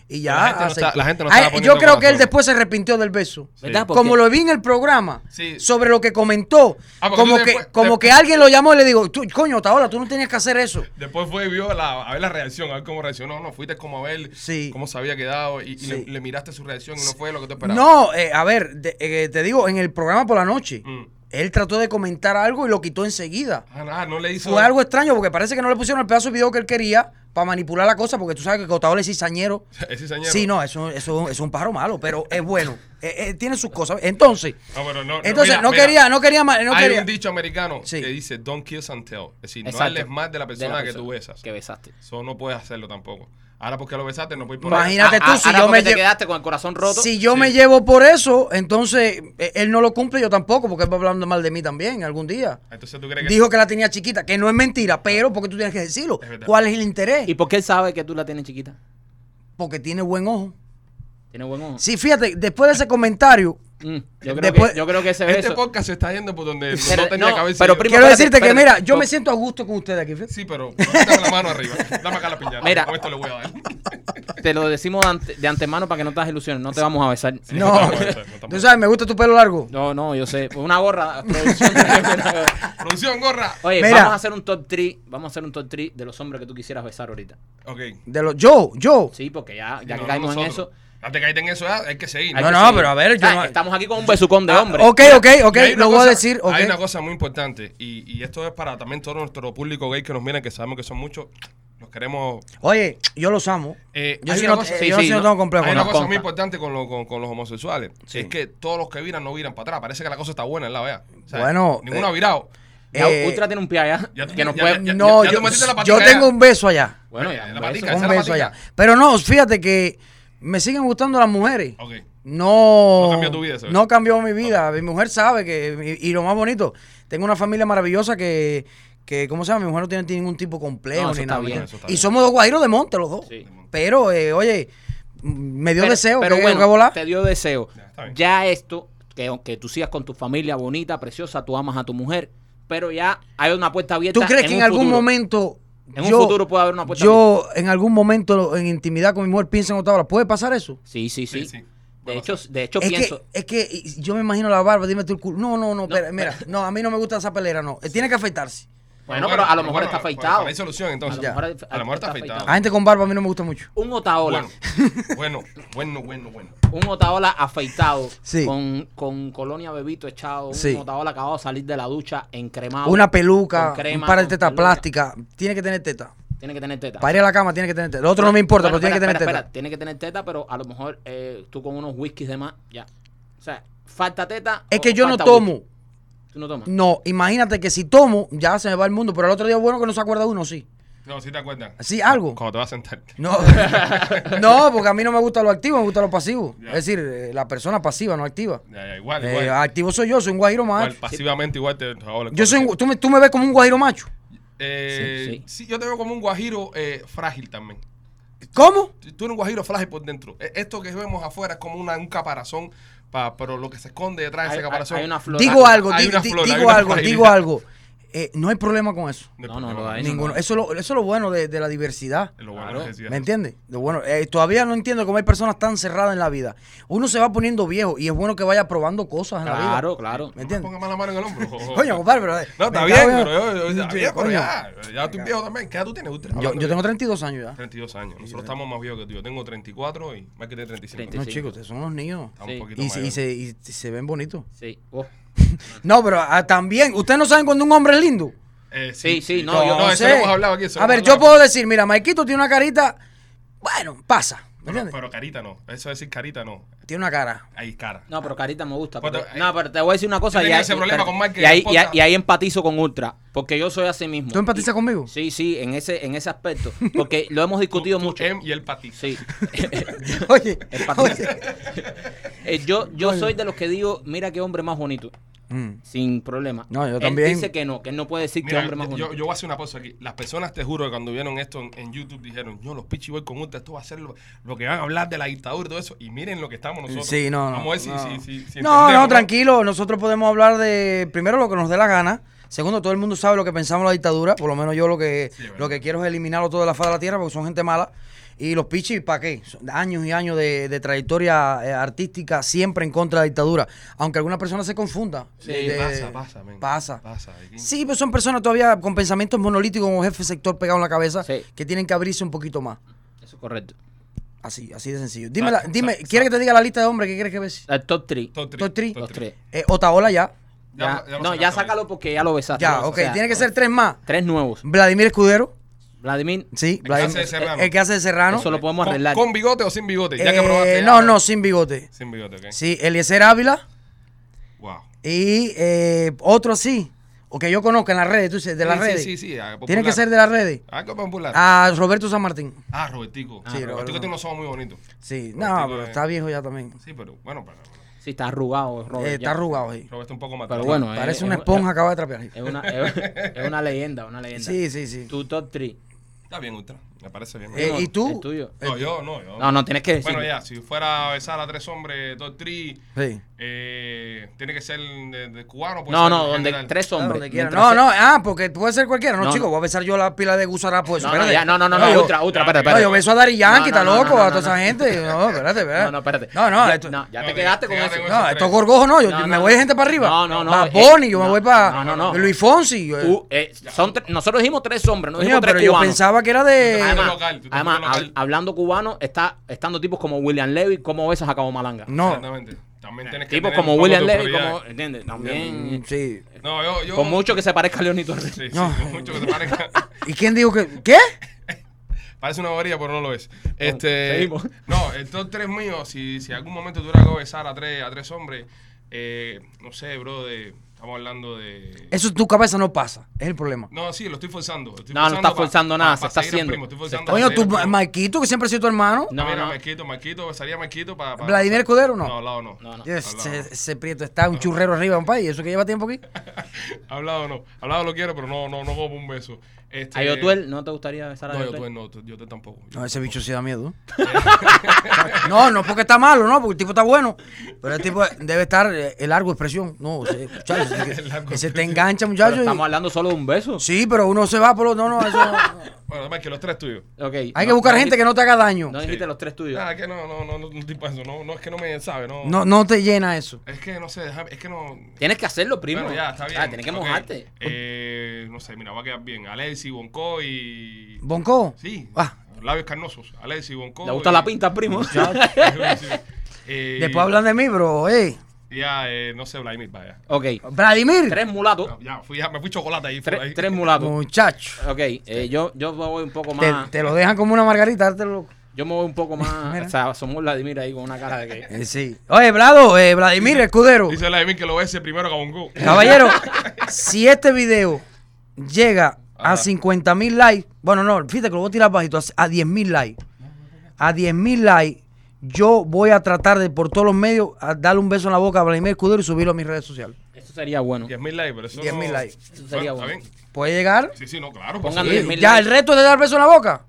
Speaker 3: y ya.
Speaker 1: La gente no
Speaker 3: acepta.
Speaker 1: está- la gente no
Speaker 3: Ay,
Speaker 1: estaba
Speaker 3: yo
Speaker 1: poniendo
Speaker 3: creo que él
Speaker 1: corazón.
Speaker 3: después se arrepintió del beso.
Speaker 2: ¿Verdad? Porque-
Speaker 3: Como lo vi en el programa,
Speaker 1: Sí.
Speaker 3: sobre lo que comentó,
Speaker 1: Ah, porque
Speaker 3: como,
Speaker 1: tú
Speaker 3: que,
Speaker 1: después-
Speaker 3: como
Speaker 1: después-
Speaker 3: que alguien lo llamó y le digo, tú, coño, Taola, tú no tenías que hacer eso.
Speaker 1: Después fue y vio la, a ver la reacción, a ver cómo reaccionó. No, fuiste como a ver
Speaker 3: Sí.
Speaker 1: cómo se había quedado y, y
Speaker 3: Sí.
Speaker 1: le, le miraste su reacción y no fue lo que tú esperabas.
Speaker 3: No, eh, a ver, de- eh, te digo, en el programa por la noche,
Speaker 1: Mm.
Speaker 3: él trató de comentar algo y lo quitó enseguida.
Speaker 1: Ah, nada, no le hizo.
Speaker 3: Fue algo extraño porque parece que no le pusieron el pedazo de video que él quería, para manipular la cosa, porque tú sabes que Cotaola es cizañero.
Speaker 1: (laughs) Es cizañero.
Speaker 3: Sí, no, eso, eso es un pájaro malo, pero es bueno. Eh, eh, tiene sus cosas. Entonces,
Speaker 1: No, Ah, pero no, no,
Speaker 3: entonces
Speaker 1: mira,
Speaker 3: no
Speaker 1: mira.
Speaker 3: quería, no quería, ma- no
Speaker 1: Hay
Speaker 3: quería.
Speaker 1: un dicho americano
Speaker 3: Sí.
Speaker 1: que dice don't kiss and tell. Es decir, no
Speaker 2: Exacto.
Speaker 1: hables más de la persona que tú besas.
Speaker 2: Que besaste.
Speaker 1: Eso no puedes hacerlo tampoco. Ahora porque lo besaste no puedes por ahí.
Speaker 3: Imagínate
Speaker 2: Ah,
Speaker 3: tú
Speaker 2: ah,
Speaker 3: si
Speaker 2: ahora
Speaker 3: yo
Speaker 2: porque
Speaker 3: me
Speaker 2: te
Speaker 3: lle-
Speaker 2: quedaste con el corazón roto.
Speaker 3: Si yo
Speaker 1: Sí.
Speaker 3: me llevo por eso, entonces eh, él no lo cumple, yo tampoco, porque él va hablando mal de mí también algún día.
Speaker 1: Entonces tú crees que
Speaker 3: Dijo que la tenía chiquita, que no es mentira, pero porque tú tienes que decirlo.
Speaker 1: Es verdad.
Speaker 3: ¿Cuál es el interés?
Speaker 2: ¿Y por qué él sabe que tú la tienes chiquita?
Speaker 3: Porque tiene buen ojo.
Speaker 2: Tiene buen ojo.
Speaker 3: Sí, fíjate, después de ese comentario,
Speaker 2: Mm, yo, creo
Speaker 3: Después-
Speaker 2: que, yo creo que ese
Speaker 1: este
Speaker 2: beso.
Speaker 1: podcast se está yendo por donde
Speaker 2: Pero,
Speaker 1: no tenía
Speaker 2: no,
Speaker 1: que haberse
Speaker 2: pero
Speaker 1: ido.
Speaker 2: primo-
Speaker 3: quiero
Speaker 2: espérate,
Speaker 3: decirte que,
Speaker 2: espérate.
Speaker 3: mira, yo
Speaker 2: No.
Speaker 3: me siento a gusto con ustedes aquí. fíjate.
Speaker 1: Sí, pero dame la mano arriba. Dame acá la piñata.
Speaker 2: Mira.
Speaker 1: Con esto le voy a dar.
Speaker 2: Te lo decimos de, ante- de antemano para que no te hagas ilusiones. No te vamos a besar.
Speaker 3: No,
Speaker 1: (laughs) No está mal, no está
Speaker 3: tú
Speaker 1: mal.
Speaker 3: sabes, me gusta tu pelo largo.
Speaker 2: No, no, yo sé. Pues Una gorra. (laughs) producción.
Speaker 1: Producción, gorra.
Speaker 2: Oye,
Speaker 3: Mira.
Speaker 2: vamos a hacer un top 3. Vamos a hacer un top 3 de los hombres que tú quisieras besar ahorita.
Speaker 1: Ok.
Speaker 3: De los yo, yo.
Speaker 2: Sí, porque ya, ya
Speaker 1: No,
Speaker 2: que
Speaker 1: no
Speaker 2: caímos en eso.
Speaker 1: nosotros. Ya te caíste en eso, ya, hay que seguir.
Speaker 2: hay
Speaker 3: No,
Speaker 2: que
Speaker 3: no,
Speaker 2: seguir.
Speaker 3: pero a ver, yo
Speaker 2: Ah,
Speaker 3: no- Ah,
Speaker 2: Estamos aquí con un besucón de hombre.
Speaker 3: Ok, ok, ok,
Speaker 1: Y hay una
Speaker 3: lo voy a
Speaker 1: cosa-
Speaker 3: decir. ok.
Speaker 1: Hay una cosa muy importante y, y esto es para también todo nuestro público gay que nos miran, que sabemos que son muchos, los queremos.
Speaker 3: Oye, yo los amo.
Speaker 1: Eh,
Speaker 3: Yo
Speaker 1: hay
Speaker 3: sí
Speaker 1: una
Speaker 3: no,
Speaker 1: cosa-
Speaker 3: eh,
Speaker 2: sí,
Speaker 3: yo sí
Speaker 2: sí,
Speaker 3: no
Speaker 2: no.
Speaker 3: tengo complejo.
Speaker 1: Hay
Speaker 2: Bueno,
Speaker 1: una
Speaker 3: no.
Speaker 1: cosa
Speaker 2: compa.
Speaker 1: muy importante con, lo- con, con los homosexuales.
Speaker 3: Sí.
Speaker 1: Es que todos los que viran no viran para atrás. Parece que la cosa está buena en la vea. O sea,
Speaker 3: Bueno,
Speaker 1: Ninguno
Speaker 3: eh,
Speaker 1: ha virado.
Speaker 2: Ya,
Speaker 3: Eh,
Speaker 2: Ultra tiene un pie allá.
Speaker 1: ya tú-
Speaker 2: que nos
Speaker 1: ya-
Speaker 2: puede.
Speaker 1: ya-
Speaker 3: No,
Speaker 1: ya
Speaker 3: yo,
Speaker 1: te metiste la
Speaker 3: yo
Speaker 1: patica
Speaker 3: tengo
Speaker 1: ya.
Speaker 3: un beso allá.
Speaker 2: Bueno, ya.
Speaker 1: La
Speaker 2: un
Speaker 1: patica, esa
Speaker 2: beso.
Speaker 3: Un
Speaker 1: la
Speaker 3: beso
Speaker 1: patica.
Speaker 3: allá. Pero no, fíjate que me siguen gustando las mujeres.
Speaker 1: Ok.
Speaker 3: No,
Speaker 1: No cambió tu vida, ¿sabes?
Speaker 3: no cambió mi vida. Mi mujer sabe que, y y lo más bonito, tengo una familia maravillosa que, que ¿cómo se llama? Mi mujer no tiene ningún tipo de complejo
Speaker 2: No, eso
Speaker 3: ni
Speaker 2: está
Speaker 3: nada.
Speaker 2: bien,
Speaker 3: ¿no?
Speaker 1: eso está
Speaker 3: Y
Speaker 1: bien.
Speaker 3: somos dos guajiros de monte los dos.
Speaker 2: Sí.
Speaker 3: Pero, eh, oye, me dio
Speaker 2: Pero-
Speaker 3: deseo
Speaker 2: pero
Speaker 3: que,
Speaker 2: bueno,
Speaker 3: que volar.
Speaker 2: Te dio deseo.
Speaker 1: Ya, está bien.
Speaker 2: Ya esto, que aunque tú sigas con tu familia bonita, preciosa, tú amas a tu mujer, pero ya hay una puerta abierta.
Speaker 3: ¿Tú crees que
Speaker 2: un
Speaker 3: en algún
Speaker 2: futuro.
Speaker 3: momento...
Speaker 2: En un futuro puede haber una puerta
Speaker 3: Yo, en algún momento, en intimidad con mi mujer, pienso en otra hora. ¿Puede pasar eso?
Speaker 2: Sí, sí, sí.
Speaker 1: Sí, sí.
Speaker 2: De
Speaker 1: Bueno,
Speaker 2: hecho, de hecho
Speaker 3: es
Speaker 2: pienso.
Speaker 3: que, es que y- yo me imagino la barba, dime tú el culo. No, no, no, espera, mira, no, a mí no me gusta esa pelera, no. Él tiene que afeitarse.
Speaker 2: Bueno, pero a lo mejor
Speaker 1: bueno, pues,
Speaker 2: está
Speaker 1: pero-
Speaker 2: afeitado.
Speaker 1: pero hay solución, entonces.
Speaker 2: A lo mejor-
Speaker 1: A lo mejor está afeitado.
Speaker 3: A gente con barba a mí no me gusta mucho.
Speaker 2: Un otaola.
Speaker 1: Bueno, bueno, bueno, bueno, bueno.
Speaker 2: Un otaola afeitado.
Speaker 3: Sí.
Speaker 2: Con, con colonia bebito echado. Un
Speaker 3: Sí.
Speaker 2: otaola acabado de salir de la ducha encremado.
Speaker 3: Una peluca,
Speaker 2: Ah, con crema,
Speaker 3: un par de
Speaker 2: con
Speaker 3: tetas
Speaker 2: peluca.
Speaker 3: plásticas, tiene que tener teta.
Speaker 2: Tiene que tener teta.
Speaker 3: Para ir a la cama tiene que tener teta. Lo otro no me importa,
Speaker 2: Bueno,
Speaker 3: pero tiene
Speaker 2: espera,
Speaker 3: que tener
Speaker 2: espera,
Speaker 3: teta.
Speaker 2: espera. Tiene que tener teta, pero a lo mejor eh, tú con unos whiskies de más, ya. O sea, falta teta.
Speaker 3: Es
Speaker 2: o
Speaker 3: que yo no
Speaker 2: Oh, falta
Speaker 3: tomo.
Speaker 2: whisky. ¿Tú no tomas?
Speaker 3: No, imagínate que si tomo, ya se me va el mundo, pero el otro día bueno que no se acuerda uno, sí.
Speaker 1: No, si te acuerdas.
Speaker 3: Sí, algo.
Speaker 1: Cuando te vas a sentar.
Speaker 2: Mm.
Speaker 3: No, (laughs) no, porque a mí no me gusta lo activo, me gusta lo pasivo.
Speaker 1: Ya.
Speaker 3: Es decir, eh, la persona pasiva, no activa.
Speaker 1: Ya, ya, igual,
Speaker 3: Eh,
Speaker 1: igual.
Speaker 3: activo soy yo, soy un guajiro
Speaker 1: Igual,
Speaker 3: macho.
Speaker 1: pasivamente igual te ahora-
Speaker 3: Yo soy un- tú, me, tú me ves como un guajiro macho.
Speaker 1: Eh,
Speaker 2: Sí,
Speaker 1: sí, yo te veo como un guajiro eh, frágil también.
Speaker 3: ¿Cómo?
Speaker 1: Tú tú eres un guajiro frágil por dentro. E- Esto que vemos afuera es como una, un caparazón, pa- pero lo que se esconde detrás de
Speaker 2: Hay,
Speaker 1: ese
Speaker 2: hay-
Speaker 1: caparazón.
Speaker 2: hay una flor.
Speaker 3: Digo algo,
Speaker 1: Hay
Speaker 3: di-
Speaker 1: una
Speaker 3: di-
Speaker 1: flor, hay
Speaker 3: digo
Speaker 1: una
Speaker 3: algo,
Speaker 1: flor.
Speaker 3: digo algo. Eh, no hay problema con eso.
Speaker 1: De-
Speaker 2: No, no, no, ahí
Speaker 3: Ninguno. Eso es lo, eso es lo bueno de, de la diversidad.
Speaker 1: Lo bueno
Speaker 2: Claro.
Speaker 1: es que sí,
Speaker 3: ¿Me entiendes? Lo bueno, eh, todavía no entiendo cómo hay personas tan cerradas en la vida. Uno se va poniendo viejo y es bueno que vaya probando cosas en la vida.
Speaker 2: Claro, claro.
Speaker 3: ¿Me
Speaker 1: No me
Speaker 3: entiendes?
Speaker 1: pongas mala mano en el hombro.
Speaker 3: Coño, compadre, pero. eh,
Speaker 1: No, está
Speaker 3: me
Speaker 1: bien,
Speaker 3: cago en-
Speaker 1: pero yo, yo- está
Speaker 3: Sí,
Speaker 1: bien, pero
Speaker 3: coño.
Speaker 1: ya, ya tú viejo también. ¿Qué edad tú tienes? Usted?
Speaker 3: Yo,
Speaker 1: Hablando
Speaker 3: yo tengo
Speaker 1: bien.
Speaker 3: 32 años ya.
Speaker 1: 32 años. Nosotros estamos más viejos que tú. Yo tengo 34 y más que tiene 35.
Speaker 2: Treinta
Speaker 3: No,
Speaker 2: Sí.
Speaker 3: chicos, ustedes son unos niños.
Speaker 1: Estamos
Speaker 2: Sí.
Speaker 1: un poquito
Speaker 3: Y, se- y
Speaker 1: mayores.
Speaker 3: se, y se ven bonitos.
Speaker 2: Sí. Oh.
Speaker 3: No, pero ah, también, ustedes no saben cuando un hombre es lindo.
Speaker 1: Eh,
Speaker 2: Sí, sí, no,
Speaker 1: No,
Speaker 2: yo-
Speaker 1: eso lo
Speaker 3: Entonces,
Speaker 1: hemos hablado aquí. eso lo
Speaker 3: A ver,
Speaker 1: hemos
Speaker 3: yo
Speaker 1: hablado.
Speaker 3: puedo decir, mira, Maikito tiene una carita. Bueno, pasa. ¿Me
Speaker 1: Pero,
Speaker 3: entiendes?
Speaker 1: pero carita no. Eso es decir carita no.
Speaker 3: Tiene una cara.
Speaker 1: Hay cara.
Speaker 2: No, pero Carita me gusta.
Speaker 1: Bueno,
Speaker 2: porque-
Speaker 1: eh,
Speaker 2: no, pero te voy a decir una cosa.
Speaker 1: yo
Speaker 2: Y
Speaker 1: tenía
Speaker 2: ahí,
Speaker 1: ese problema con Mike que
Speaker 2: y, ahí,
Speaker 1: el
Speaker 2: y ahí-
Speaker 1: podcast-
Speaker 2: y ahí empatizo con Ultra. Porque yo soy así mismo.
Speaker 3: ¿Tú empatizas
Speaker 2: Y-
Speaker 3: conmigo?
Speaker 2: Sí, sí, en ese, en ese aspecto. Porque lo hemos discutido
Speaker 1: Tú,
Speaker 2: mucho.
Speaker 1: Em y el patito.
Speaker 2: Sí. (laughs)
Speaker 3: (laughs) Oye,
Speaker 2: Empatizo.
Speaker 3: oye.
Speaker 2: Eh, yo yo soy de los que digo, mira qué hombre más bonito.
Speaker 3: Mm.
Speaker 2: Sin problema.
Speaker 3: No, yo
Speaker 2: Él
Speaker 3: también.
Speaker 2: dice que no, que él no puede decir que
Speaker 1: Mira,
Speaker 2: hombre más bonito.
Speaker 1: yo, yo voy a hacer una pausa aquí. Las personas, te juro, que cuando vieron esto en, en YouTube dijeron, yo los Pichi Boy con Ultra, esto va a ser lo, lo que van a hablar de la dictadura y todo eso. Y miren lo que estamos nosotros.
Speaker 3: Sí, no, no.
Speaker 1: Vamos a ver si,
Speaker 3: no.
Speaker 1: si- si- si
Speaker 3: no,
Speaker 1: entendemos,
Speaker 3: no, tranquilo. Nosotros podemos hablar de, primero, lo que nos dé la gana. Segundo, todo el mundo sabe lo que pensamos de la dictadura. Por lo menos yo lo que,
Speaker 1: Sí, verdad.
Speaker 3: lo que quiero es eliminarlo todo de la faz de la tierra porque son gente mala. Y los pichis, ¿para qué? Son años y años de, de trayectoria eh, artística siempre en contra de la dictadura. Aunque alguna persona se confunda.
Speaker 1: Sí,
Speaker 3: de- de-
Speaker 1: pasa, pasa, men.
Speaker 3: Pasa.
Speaker 1: Pasa, aquí.
Speaker 3: Sí, pero son personas todavía con pensamientos monolíticos, con jefe sector pegado en la cabeza,
Speaker 2: Sí.
Speaker 3: que tienen que abrirse un poquito más.
Speaker 2: Eso es correcto.
Speaker 3: Así, así de sencillo. Dime,
Speaker 1: Exacto,
Speaker 3: la- dime
Speaker 1: exacto,
Speaker 3: ¿quieres que te diga la lista de hombres que quieres que ves?
Speaker 2: El top 3.
Speaker 1: Top three,
Speaker 3: Top three.
Speaker 1: top
Speaker 2: Los
Speaker 1: three.
Speaker 2: tres.
Speaker 3: Eh, Otaola ya.
Speaker 1: Ya,
Speaker 2: Ya,
Speaker 1: ya lo
Speaker 2: no,
Speaker 1: sacaste,
Speaker 2: ya sácalo porque ya lo besaste.
Speaker 3: Ya,
Speaker 2: O
Speaker 3: ok.
Speaker 2: sea,
Speaker 3: Tiene que ser tres más.
Speaker 2: Tres nuevos.
Speaker 3: Vladimir Escudero.
Speaker 2: Vladimir.
Speaker 3: Sí,
Speaker 1: El que hace de
Speaker 3: Vladimir-
Speaker 1: Serrano.
Speaker 3: El que hace de Serrano.
Speaker 2: Eso lo podemos
Speaker 1: ¿Con,
Speaker 2: arreglar.
Speaker 1: con bigote o sin bigote? Ya que
Speaker 3: Eh,
Speaker 1: probaste ya-
Speaker 3: no, no, sin bigote.
Speaker 1: Sin bigote, ok.
Speaker 3: Sí, Eliezer Ávila
Speaker 1: Wow.
Speaker 3: y eh, otro así, o que yo conozco en las redes, tú dices, de las
Speaker 1: Sí, sí,
Speaker 3: redes.
Speaker 1: sí, sí, ah,
Speaker 3: Tiene
Speaker 1: popular.
Speaker 3: que ser de las redes.
Speaker 1: Algo popular. Ah,
Speaker 3: A Roberto San Martín.
Speaker 1: Robertico. Ah,
Speaker 3: Sí,
Speaker 1: Robertico
Speaker 3: Roberto.
Speaker 1: tiene unos ojos muy bonitos.
Speaker 3: Sí,
Speaker 1: Robertico
Speaker 3: no, pero
Speaker 1: es-
Speaker 3: está viejo ya también.
Speaker 1: Sí, pero bueno, para,
Speaker 2: Sí, está arrugado, Robert,
Speaker 3: Eh,
Speaker 2: ya.
Speaker 3: está arrugado ahí.
Speaker 1: Roberto un poco más.
Speaker 2: Pero bueno,
Speaker 3: Parece
Speaker 2: eh,
Speaker 3: una
Speaker 2: eh,
Speaker 3: esponja acaba de trapear.
Speaker 2: Es una, es, es una leyenda, una leyenda.
Speaker 3: Sí, sí, sí.
Speaker 2: Tu top 3.
Speaker 1: Está bien, Ultra. Me parece bien.
Speaker 3: Eh,
Speaker 2: no,
Speaker 3: ¿Y eh, tú?
Speaker 2: el tuyo.
Speaker 1: no, yo, no, yo.
Speaker 2: No, no, tienes que decir.
Speaker 1: bueno, ya, si fuera a besar a tres hombres, dos, tres,
Speaker 3: Sí.
Speaker 1: eh, tiene que ser de, de cubano. puede
Speaker 2: No,
Speaker 1: ser
Speaker 2: no,
Speaker 1: pues, en
Speaker 2: donde
Speaker 1: general.
Speaker 2: tres
Speaker 3: Ah,
Speaker 2: hombres.
Speaker 3: donde quiera.
Speaker 2: mientras
Speaker 3: No,
Speaker 2: se-
Speaker 3: no, ah, porque puede ser cualquiera. No,
Speaker 2: No,
Speaker 3: chico,
Speaker 2: no.
Speaker 3: voy a besar yo la pila de gusarapo. eso.
Speaker 2: No, no,
Speaker 3: espérate.
Speaker 2: ya, no, no, no, no,
Speaker 3: yo-
Speaker 2: ultra, ultra, espérate,
Speaker 3: No,
Speaker 2: espérate.
Speaker 3: yo beso a Dari Yankee,
Speaker 2: No,
Speaker 3: está
Speaker 2: no, no,
Speaker 3: loco,
Speaker 2: no,
Speaker 3: a
Speaker 2: no,
Speaker 3: toda esa
Speaker 2: no.
Speaker 3: gente. No, espérate, espérate.
Speaker 2: No, no, espérate.
Speaker 3: No, no,
Speaker 2: ya,
Speaker 3: esto-
Speaker 2: no, ya
Speaker 1: No,
Speaker 2: te
Speaker 1: te-
Speaker 2: quedaste
Speaker 1: te
Speaker 2: con
Speaker 1: quedaste
Speaker 2: eso.
Speaker 1: con
Speaker 3: No,
Speaker 1: esos
Speaker 3: estos
Speaker 1: tres.
Speaker 3: gorgojos no, yo
Speaker 2: No,
Speaker 3: me
Speaker 2: no.
Speaker 3: voy de gente para arriba.
Speaker 2: No, no, no,
Speaker 3: Bad
Speaker 2: eh,
Speaker 3: Bunny, yo me
Speaker 2: no,
Speaker 3: voy para
Speaker 2: no, no, no.
Speaker 3: Luis Fonsi. yo-
Speaker 2: Uh, eh, son tres- nosotros dijimos tres hombres, no
Speaker 3: Coño,
Speaker 2: dijimos
Speaker 3: pero
Speaker 2: tres
Speaker 3: yo
Speaker 2: cubanos.
Speaker 3: pensaba que era de.
Speaker 2: además,
Speaker 1: Eh, local, tú te
Speaker 2: además,
Speaker 1: fuiste local.
Speaker 2: hab- hablando cubano, está estando tipos como William Levy, como besas a Cabo Malanga.
Speaker 1: Mm.
Speaker 3: No.
Speaker 1: Exactamente. También tienes que
Speaker 2: tipos
Speaker 1: tener
Speaker 2: como
Speaker 1: un poco
Speaker 2: William
Speaker 1: tus
Speaker 2: Levy,
Speaker 1: prioridades.
Speaker 2: como, ¿entiendes? También,
Speaker 3: mm,
Speaker 2: eh,
Speaker 3: Sí.
Speaker 1: No, yo, yo.
Speaker 2: con mucho que se parezca a Leonito Torres.
Speaker 1: Mm. Sí, sí,
Speaker 3: No.
Speaker 1: con mucho que te
Speaker 2: (laughs)
Speaker 1: parezca.
Speaker 3: ¿Y quién dijo que.? ¿Qué?
Speaker 1: Parece una bobería, pero no lo es. Este,
Speaker 2: seguimos.
Speaker 1: No, el top 3 mío, si, si algún momento tuviera que besar a tres, a tres hombres, eh, no sé, bro, de, estamos hablando de...
Speaker 3: Eso en tu cabeza no pasa. Es el problema.
Speaker 1: No, sí, lo estoy forzando. lo estoy
Speaker 2: No, no
Speaker 1: forzando
Speaker 2: estás forzando nada, se está
Speaker 1: seguir al
Speaker 2: haciendo.
Speaker 1: primo, estoy
Speaker 2: Se
Speaker 1: forzando
Speaker 2: está-
Speaker 1: para
Speaker 3: Oye, tú,
Speaker 1: seguir al primo.
Speaker 3: Marquito, que siempre ha sido tu hermano.
Speaker 2: No,
Speaker 1: Mira,
Speaker 2: no.
Speaker 1: Marquito, Marquito, besaría a Marquito para... para-
Speaker 3: Vladimir Escudero, no.
Speaker 1: No, hablado no.
Speaker 2: No, no.
Speaker 3: Dios,
Speaker 1: Hablado, (laughs)
Speaker 3: ese, ese prieto está un churrero arriba, un país. Eso que lleva tiempo aquí.
Speaker 1: no. Hablado no. Hablado lo quiero, pero no, no, no como un beso. Este,
Speaker 2: A Yotuel, ¿no te gustaría besar a
Speaker 1: No, yo
Speaker 2: Yotuel?
Speaker 1: no, yo te tampoco.
Speaker 3: No, ese bicho sí da miedo. (laughs) no, no porque está malo, no, porque el tipo está bueno. Pero el tipo debe estar eh, el largo de expresión. No, ese, muchacho,
Speaker 2: (laughs)
Speaker 3: ese, que- ese te engancha,
Speaker 2: Pero
Speaker 3: muchacho. y-
Speaker 2: estamos hablando solo de un beso.
Speaker 3: Sí, pero uno se va por los. No, no, eso.
Speaker 2: (laughs)
Speaker 3: no.
Speaker 1: Bueno, además que los tres tuyos.
Speaker 2: Ok,
Speaker 3: Hay
Speaker 2: no-
Speaker 3: que buscar
Speaker 2: no
Speaker 3: gente
Speaker 2: dijiste-
Speaker 3: que no te haga daño.
Speaker 2: No dijiste los tres tuyos.
Speaker 1: Ah, que no, no, no, no, no, tipo eso, no, no, es que no me sabe, no.
Speaker 3: No, no te llena eso.
Speaker 1: Es que no sé, déjame- es que no.
Speaker 2: Tienes que hacerlo, primo.
Speaker 1: Bueno, ya, está bien.
Speaker 2: Ah, tienes que
Speaker 1: ok.
Speaker 2: mojarte.
Speaker 1: Eh, no sé, mira, va a quedar bien. Alexi, Bonco y.
Speaker 3: ¿Bonco?
Speaker 1: Sí.
Speaker 3: Ah.
Speaker 1: Labios carnosos. Alexi, Bonco.
Speaker 2: ¿Te gusta
Speaker 1: y-
Speaker 2: la pinta,
Speaker 1: (laughs)
Speaker 2: primo?
Speaker 1: Sí. Eh,
Speaker 3: (laughs) Después hablan de mí, bro. Ey.
Speaker 1: Ya, eh, no sé, Vladimir, vaya.
Speaker 2: (laughs) ok.
Speaker 3: Vladimir.
Speaker 2: Tres mulatos.
Speaker 1: Ya, fui, ya, me fui chocolate ahí. por ahí. (laughs)
Speaker 2: Tres, tres mulatos.
Speaker 3: Muchacho.
Speaker 2: Ok, eh, yo, yo me voy un poco
Speaker 3: Te,
Speaker 2: más.
Speaker 3: te lo dejan como una margarita, dártelo loco.
Speaker 2: Yo me voy un poco más.
Speaker 3: (laughs) Mira.
Speaker 2: o sea, somos Vladimir ahí con una cara de que.
Speaker 3: Eh, sí. Oye, Vlado, eh, Vladimir Escudero.
Speaker 1: Dice Vladimir que lo ves primero que a Bonco.
Speaker 3: Caballero, si este video llega a
Speaker 1: Ajá.
Speaker 3: 50 mil likes, bueno, no, fíjate que lo voy a tirar bajito, a- a 10 mil likes. A 10 mil likes, yo voy a tratar de por todos los medios a darle un beso en la boca a Vladimir Escudero y subirlo a mis redes sociales.
Speaker 2: Eso sería bueno.
Speaker 1: 10.000 likes, pero eso.
Speaker 3: 10.000
Speaker 1: no-
Speaker 3: likes.
Speaker 2: Eso sería bueno.
Speaker 1: está bien.
Speaker 3: ¿Puede llegar?
Speaker 1: Sí, sí, no, claro. por
Speaker 2: Pongan
Speaker 1: supuesto.
Speaker 3: Sí,
Speaker 2: 10.000
Speaker 3: ya,
Speaker 2: likes.
Speaker 3: el resto es de dar beso en la boca.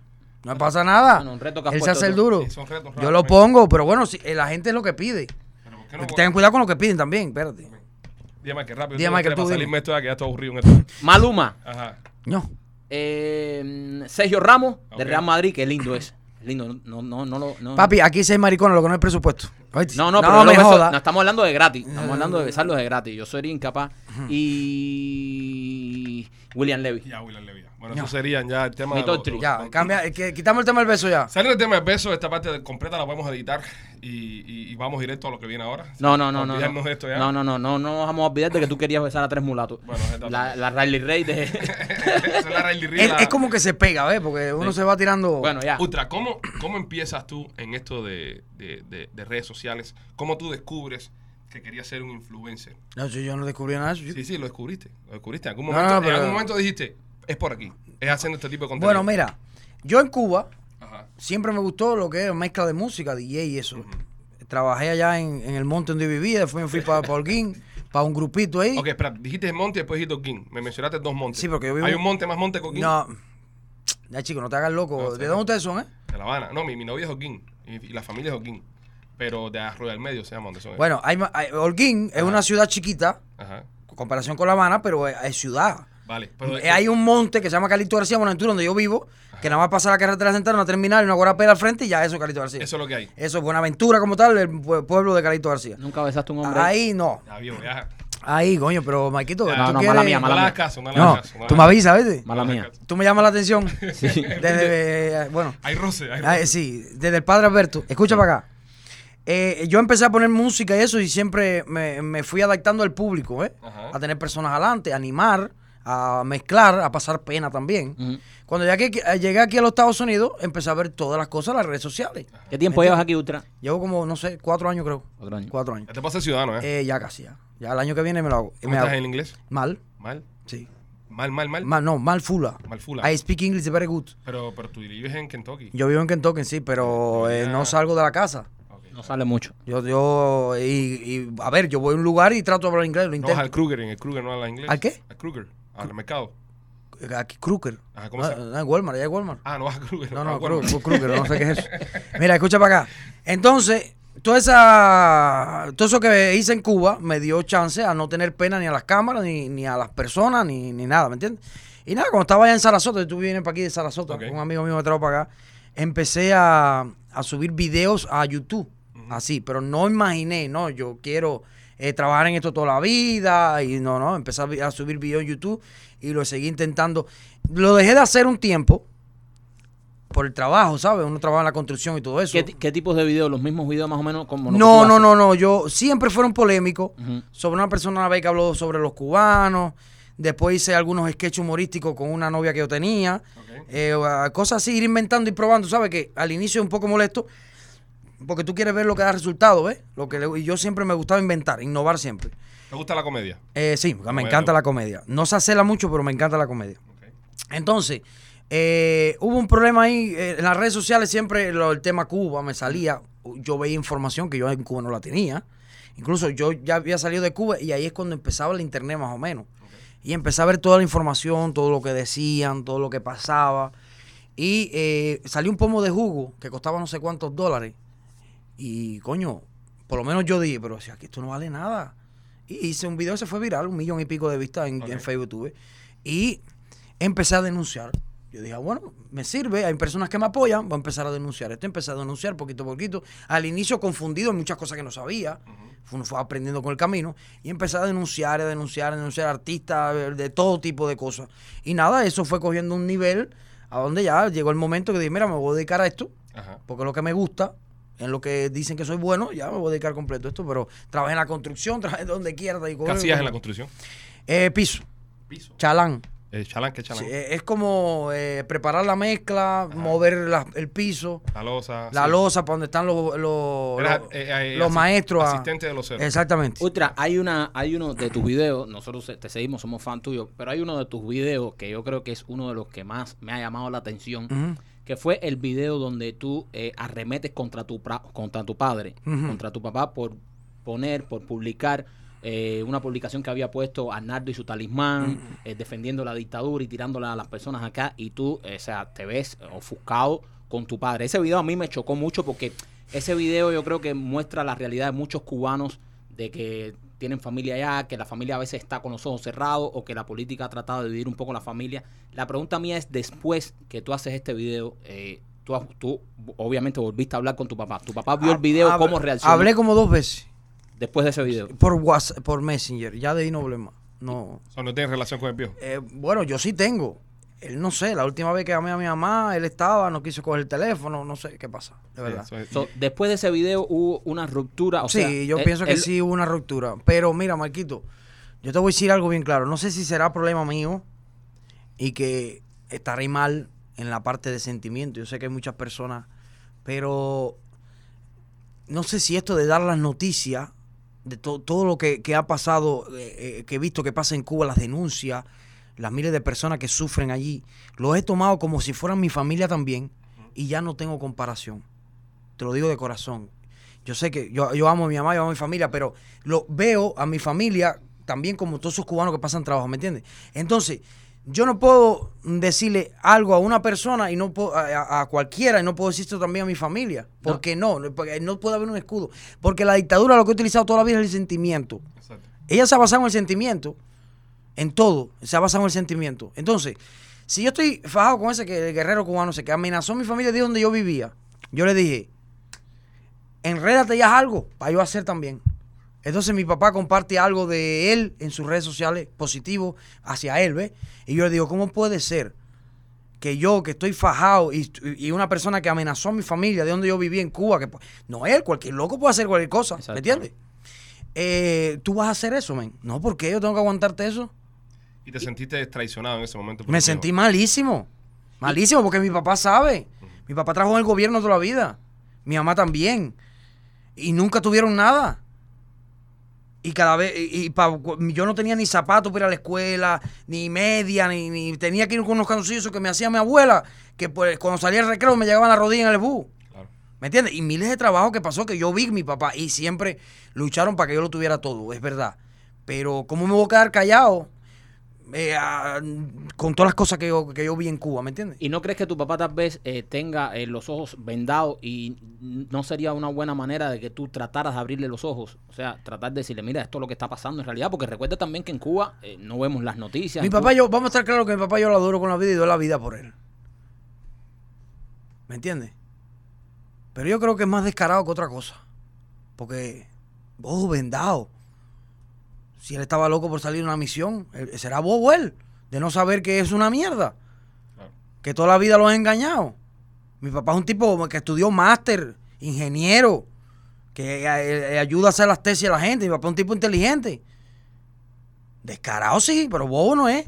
Speaker 3: No pasa nada.
Speaker 2: Bueno, un reto que has
Speaker 3: Él se
Speaker 2: puesto
Speaker 3: hace el
Speaker 2: tú.
Speaker 3: duro.
Speaker 1: Sí, son retos
Speaker 3: yo
Speaker 1: raros,
Speaker 3: lo
Speaker 1: men.
Speaker 3: pongo, pero bueno, si, eh, la gente es lo que pide.
Speaker 1: Pero ¿por qué no?
Speaker 3: Tengan cuidado con lo que piden también, espérate.
Speaker 1: Día Michael, rápido.
Speaker 3: Día,
Speaker 1: tú, tres,
Speaker 3: Michael, tú
Speaker 1: para
Speaker 3: dime.
Speaker 1: salirme esto de aquí, ya estoy aburrido en esto.
Speaker 2: Maluma.
Speaker 1: Ajá.
Speaker 3: No.
Speaker 2: eh, Sergio Ramos, de
Speaker 1: Ok.
Speaker 2: Real Madrid, que lindo es. Lindo, no, no, no lo. No,
Speaker 3: Papi, aquí seis maricones, lo que no hay presupuesto. Oíste.
Speaker 2: No, no, pero yo
Speaker 3: me
Speaker 2: lo beso-
Speaker 3: joda.
Speaker 2: no estamos hablando de gratis. Estamos hablando de besarlos de gratis. Yo sería incapaz. Y. William Levy.
Speaker 1: Ya, William Levy. ya. Bueno, eso serían ya el tema.
Speaker 2: Mi
Speaker 1: de lo-
Speaker 2: top three.
Speaker 1: lo-
Speaker 3: Ya,
Speaker 1: lo-
Speaker 3: cambia, eh, que- quitamos el tema del beso ya.
Speaker 1: Saliendo el tema del beso, esta parte completa la podemos editar y, y- y vamos directo a lo que viene ahora.
Speaker 2: No, no, no,
Speaker 1: Para
Speaker 2: no.
Speaker 1: olvidarnos
Speaker 2: No,
Speaker 1: de esto ya.
Speaker 2: no, no, no, no, no nos vamos a olvidar de que tú querías besar a tres mulatos.
Speaker 1: Bueno, es verdad.
Speaker 2: la, la Riley
Speaker 1: (laughs)
Speaker 2: Rey
Speaker 1: (laughs)
Speaker 2: de.
Speaker 1: Esa es la Riley Reid,
Speaker 3: Es,
Speaker 1: la-
Speaker 3: es como que se pega, ¿ves? Porque uno se va tirando.
Speaker 2: bueno, ya.
Speaker 1: Ultra, ¿cómo, ¿cómo empiezas tú en esto de, de- de- de redes sociales? ¿Cómo tú descubres que querías ser un influencer?
Speaker 3: No, yo, yo no descubrí nada de eso. yo-
Speaker 1: Sí, sí, lo descubriste. Lo descubriste. En algún
Speaker 3: No,
Speaker 1: momento,
Speaker 3: no,
Speaker 1: en
Speaker 3: pero-
Speaker 1: algún momento dijiste, es por aquí. Es haciendo este tipo de contenido.
Speaker 3: bueno, mira, yo en Cuba
Speaker 1: Ajá.
Speaker 3: siempre me gustó lo que es mezcla de música, DJ y eso. Trabajé allá en, en el monte donde vivía, después me fui para Holguín, para un grupito ahí.
Speaker 1: Ok, espera, dijiste monte y después dijiste King. Me mencionaste dos montes.
Speaker 3: Sí, porque yo vivo-
Speaker 1: ¿Hay un monte más monte que King?
Speaker 3: No, ya chico, no te hagas loco.
Speaker 1: No, sí.
Speaker 3: ¿De dónde ustedes son, eh?
Speaker 1: De La Habana. No, mi, mi novia es Joaquín. Y, y la familia es Joaquín. Pero de Arroyo del Medio se llama donde son.
Speaker 3: Bueno, hay, ma- hay- Holguín es una ciudad chiquita,
Speaker 1: Ajá.
Speaker 3: en comparación con La Habana, pero es, es ciudad.
Speaker 1: Vale. Pero,
Speaker 3: Eh, hay un monte que se llama Calito García Buenaventura, donde yo vivo, que nada más pasa la carretera central, una terminal y una guarapera al frente y ya eso es Calito García.
Speaker 1: Eso es lo que hay.
Speaker 3: Eso es Buenaventura como tal, el pue- pueblo de Calito García.
Speaker 2: Nunca besaste a un hombre.
Speaker 3: Ahí no,
Speaker 1: Ya vio, ya.
Speaker 3: ahí, coño, pero Maquito,
Speaker 1: No,
Speaker 3: tú
Speaker 2: no,
Speaker 3: quieres-
Speaker 2: mala mía,
Speaker 1: Ah, No
Speaker 2: mala
Speaker 1: le hagas
Speaker 2: mía.
Speaker 1: caso, no le
Speaker 3: No,
Speaker 1: hagas caso. no le
Speaker 3: tú me
Speaker 1: hagas
Speaker 3: avisas, ¿viste?
Speaker 2: Mala mía.
Speaker 3: Tú me llamas la atención.
Speaker 2: (laughs) Sí.
Speaker 3: Desde, eh, bueno,
Speaker 1: (laughs) caso. Hay roce, hay
Speaker 3: ah, eh,
Speaker 1: roce.
Speaker 3: sí, desde el padre Alberto. Escucha para acá. Eh, yo empecé a poner música y eso y siempre me, me fui adaptando al público, ¿eh?
Speaker 1: Ajá.
Speaker 3: A tener personas adelante, a animar, a mezclar, a pasar pena también.
Speaker 2: Ujú.
Speaker 3: Cuando ya que eh, llegué aquí a los Estados Unidos, empecé a ver todas las cosas en las redes sociales.
Speaker 2: ¿Qué tiempo llevas aquí, Ultra?
Speaker 3: Llevo como, no sé, cuatro años creo.
Speaker 2: Cuatro años.
Speaker 3: Este- Cuatro años.
Speaker 1: Ya te pasa el ciudadano, ¿eh?
Speaker 3: Eh, ya casi, ya. Ya el año que viene me lo hago.
Speaker 1: ¿Cómo
Speaker 3: Me
Speaker 1: estás
Speaker 3: hago.
Speaker 1: en inglés?
Speaker 3: Mal,
Speaker 1: Mal.
Speaker 3: sí.
Speaker 1: Mal, mal, mal.
Speaker 3: Mal, no, mal fula.
Speaker 1: Mal fula.
Speaker 3: I speak English very good.
Speaker 1: Pero, pero tú vives en Kentucky.
Speaker 3: Yo vivo en Kentucky, sí, pero eh,
Speaker 1: Ah.
Speaker 3: no salgo de la casa.
Speaker 1: Ok.
Speaker 2: No sale mucho.
Speaker 3: Yo, yo, y, y, a ver, yo voy a un lugar y trato de hablar inglés,
Speaker 1: No
Speaker 3: lo
Speaker 1: vas
Speaker 3: intento.
Speaker 1: al Kruger, en el Kruger no hablas inglés.
Speaker 3: ¿Al qué?
Speaker 1: Al Kruger, al mercado.
Speaker 3: Aquí, Kruger.
Speaker 1: Ajá, ¿cómo
Speaker 3: Ah,
Speaker 1: se-
Speaker 3: no, en Walmart, ya en Walmart.
Speaker 1: Ah, no vas al Kruger.
Speaker 3: No,
Speaker 1: vas
Speaker 3: no,
Speaker 1: a Walmart.
Speaker 3: Kru- Kruger, no sé qué es eso. Mira, escucha para acá. Entonces, toda esa, todo eso que hice en Cuba me dio chance a no tener pena ni a las cámaras, ni, ni a las personas, ni, ni nada, ¿me entiendes? Y nada, cuando estaba allá en Sarasota, tú vienes para aquí de Sarasota,
Speaker 1: Ok.
Speaker 3: un amigo mío me trajo para acá, empecé a, a subir videos a YouTube, así, pero no imaginé, no, yo quiero eh, trabajar en esto toda la vida, y no, no, empecé a vi- a subir videos en YouTube y lo seguí intentando. Lo dejé de hacer un tiempo, por el trabajo, ¿sabes? Uno trabaja en la construcción y todo eso.
Speaker 2: ¿Qué, ti- qué tipos de videos? ¿Los mismos videos más o menos? Como los que
Speaker 3: no,
Speaker 2: tú
Speaker 3: no,
Speaker 2: haces?
Speaker 3: no, no. Yo siempre fueron polémicos.
Speaker 2: Ujú.
Speaker 3: Sobre una persona una vez que habló sobre los cubanos. Después hice algunos sketches humorísticos con una novia que yo tenía.
Speaker 1: Ok.
Speaker 3: Eh, ah, cosas así, ir inventando y probando, ¿sabes? Que al inicio es un poco molesto. Porque tú quieres ver lo que da resultado, ¿ves? Lo que le- y yo siempre me gustaba inventar, innovar siempre.
Speaker 1: ¿Te gusta la comedia?
Speaker 3: Eh, sí, me
Speaker 1: Comedia.
Speaker 3: encanta la comedia. No se acela mucho, pero me encanta la comedia.
Speaker 1: Ok.
Speaker 3: Entonces, eh, hubo un problema ahí. eh, en las redes sociales siempre lo- el tema Cuba me salía. Yo veía información que yo en Cuba no la tenía. Incluso yo ya había salido de Cuba y ahí es cuando empezaba el internet más o menos. Y empecé a ver toda la información, todo lo que decían, todo lo que pasaba. Y eh, salió un pomo de jugo que costaba no sé cuántos dólares. Y coño, por lo menos yo dije, pero si aquí esto no vale nada. Y hice un video, se fue viral, un millón y pico de vistas en,
Speaker 1: Ok.
Speaker 3: en Facebook tuve. Y empecé a denunciar. Yo dije, ah, bueno, me sirve, hay personas que me apoyan, voy a empezar a denunciar. Esto empecé a denunciar poquito a poquito. Al inicio confundido en muchas cosas que no sabía. Uno fue aprendiendo con el camino y empecé a denunciar, a denunciar, a denunciar artistas eh, de todo tipo de cosas. Y nada, eso fue cogiendo un nivel a donde ya llegó el momento que dije, mira, me voy a dedicar a esto
Speaker 1: Ajá.
Speaker 3: porque es lo que me gusta, en lo que dicen que soy bueno, ya me voy a dedicar completo a esto, pero trabajé en la construcción, (laughs) trabajé donde quiera. te digo,
Speaker 1: ¿Qué hacías en la
Speaker 3: eh,
Speaker 1: construcción?
Speaker 3: eh, piso,
Speaker 1: Piso.
Speaker 3: chalán.
Speaker 1: Eh, chalán, ¿qué chalán?
Speaker 3: Sí, eh, es como eh, preparar la mezcla, mover la- el piso,
Speaker 1: La losa.
Speaker 3: la
Speaker 1: Ah, sí.
Speaker 3: losa para donde están los, los,
Speaker 1: Era,
Speaker 3: los-
Speaker 1: eh, eh,
Speaker 3: los
Speaker 1: asi-
Speaker 3: maestros. a-
Speaker 1: Asistente de los ceros.
Speaker 3: Exactamente.
Speaker 2: Ultra, hay una, hay uno de tus videos, nosotros se- te seguimos, somos fan tuyo, pero hay uno de tus videos que yo creo que es uno de los que más me ha llamado la atención,
Speaker 3: Ujú.
Speaker 2: que fue el video donde tú eh, arremetes contra tu pra- contra tu padre,
Speaker 3: Ujú.
Speaker 2: contra tu papá por poner, por publicar eh, una publicación que había puesto Arnaldo y su talismán, eh, defendiendo la dictadura y tirándola a las personas acá, y tú, eh, o sea, te ves ofuscado con tu padre. Ese video a mí me chocó mucho porque ese video yo creo que muestra la realidad de muchos cubanos de que tienen familia allá, que la familia a veces está con los ojos cerrados o que la política ha tratado de dividir un poco la familia. La pregunta mía es, después que tú haces este video, eh, tú, has- tú obviamente volviste a hablar con tu papá. Tu papá vio el video,
Speaker 3: Hab-
Speaker 2: ¿cómo reaccionó
Speaker 3: Hablé como dos veces
Speaker 2: después de ese video?
Speaker 3: por WhatsApp, por Messenger, ya de ahí no hablé más. No.
Speaker 1: O sea, no tienes relación con el viejo.
Speaker 3: Eh, bueno, yo sí tengo. Él no sé, la última vez que llamé a mi mamá, él estaba, no quiso coger el teléfono, no sé qué pasa, de verdad.
Speaker 1: Sí, eso es-
Speaker 2: So, después de ese video hubo una ruptura. O
Speaker 3: sí,
Speaker 2: sea,
Speaker 3: yo
Speaker 2: eh,
Speaker 3: pienso que
Speaker 2: él-
Speaker 3: sí hubo una ruptura. Pero mira, Marquito, yo te voy a decir algo bien claro. No sé si será problema mío y que estaré mal en la parte de sentimiento. Yo sé que hay muchas personas, pero no sé si esto de dar las noticias de to- todo lo que, que ha pasado, eh, eh, que he visto que pasa en Cuba, las denuncias, las miles de personas que sufren allí, los he tomado como si fueran mi familia también y ya no tengo comparación. Te lo digo de corazón. Yo sé que yo, yo amo a mi mamá, yo amo a mi familia, pero lo veo a mi familia también como todos esos cubanos que pasan trabajo, ¿me entiendes? Entonces, yo no puedo decirle algo a una persona y no puedo, a, a- a cualquiera y no puedo decir esto también a mi familia.
Speaker 2: No.
Speaker 3: porque no? No, porque no puede haber un escudo. Porque la dictadura lo que ha utilizado toda la vida es el sentimiento.
Speaker 1: Exacto.
Speaker 3: Ella se ha basado en el sentimiento. En todo. Se ha basado en el sentimiento. Entonces, si yo estoy fajado con ese que el guerrero cubano se que amenazó a mi familia de donde yo vivía, yo le dije, enrédate ya algo para yo hacer también. Entonces mi papá comparte algo de él en sus redes sociales positivo hacia él, ¿ves? Y yo le digo, ¿cómo puede ser que yo, que estoy fajado y, y una persona que amenazó a mi familia de donde yo vivía en Cuba, que po- no él, cualquier loco puede hacer cualquier cosa, ¿me
Speaker 2: Exacto.
Speaker 3: entiendes? Eh, ¿Tú vas a hacer eso, men? No, ¿por qué yo tengo que aguantarte eso?
Speaker 1: Y te sentiste traicionado en ese momento. por
Speaker 3: Me
Speaker 1: tu
Speaker 3: sentí
Speaker 1: hijo.
Speaker 3: malísimo. Malísimo, porque mi papá sabe. Mi papá trabajó en el gobierno toda la vida. Mi mamá también. Y nunca tuvieron nada. Y cada vez, y, y pa- yo no tenía ni zapatos para ir a la escuela, ni media, ni, ni- tenía que ir con unos calzoncillos que me hacía mi abuela, que pues, cuando salía el recreo me llegaban la rodilla en el bus.
Speaker 1: Claro.
Speaker 3: ¿Me entiendes? Y miles de trabajo que pasó que yo vi mi papá y siempre lucharon para que yo lo tuviera todo, es verdad. Pero ¿cómo me voy a quedar callado eh, ah, con todas las cosas que yo, que yo vi en Cuba, ¿me entiendes?
Speaker 2: ¿Y no crees que tu papá tal vez eh, tenga eh, los ojos vendados y no sería una buena manera de que tú trataras de abrirle los ojos? O sea, tratar de decirle, mira, esto es lo que está pasando en realidad, porque recuerda también que en Cuba eh, no vemos las noticias.
Speaker 3: Mi
Speaker 2: en
Speaker 3: papá,
Speaker 2: Cuba-
Speaker 3: yo, vamos a estar claros que mi papá yo lo adoro con la vida y doy la vida por él. ¿Me entiendes? Pero yo creo que es más descarado que otra cosa. Porque, ojo, vendado. Si él estaba loco por salir a una misión, él- será bobo él, de no saber que es una mierda.
Speaker 1: Claro.
Speaker 3: que toda la vida lo han engañado. Mi papá es un tipo que estudió máster, ingeniero, que eh, eh, ayuda a hacer las tesis a la gente. Mi papá es un tipo inteligente. Descarado sí, pero bobo no es.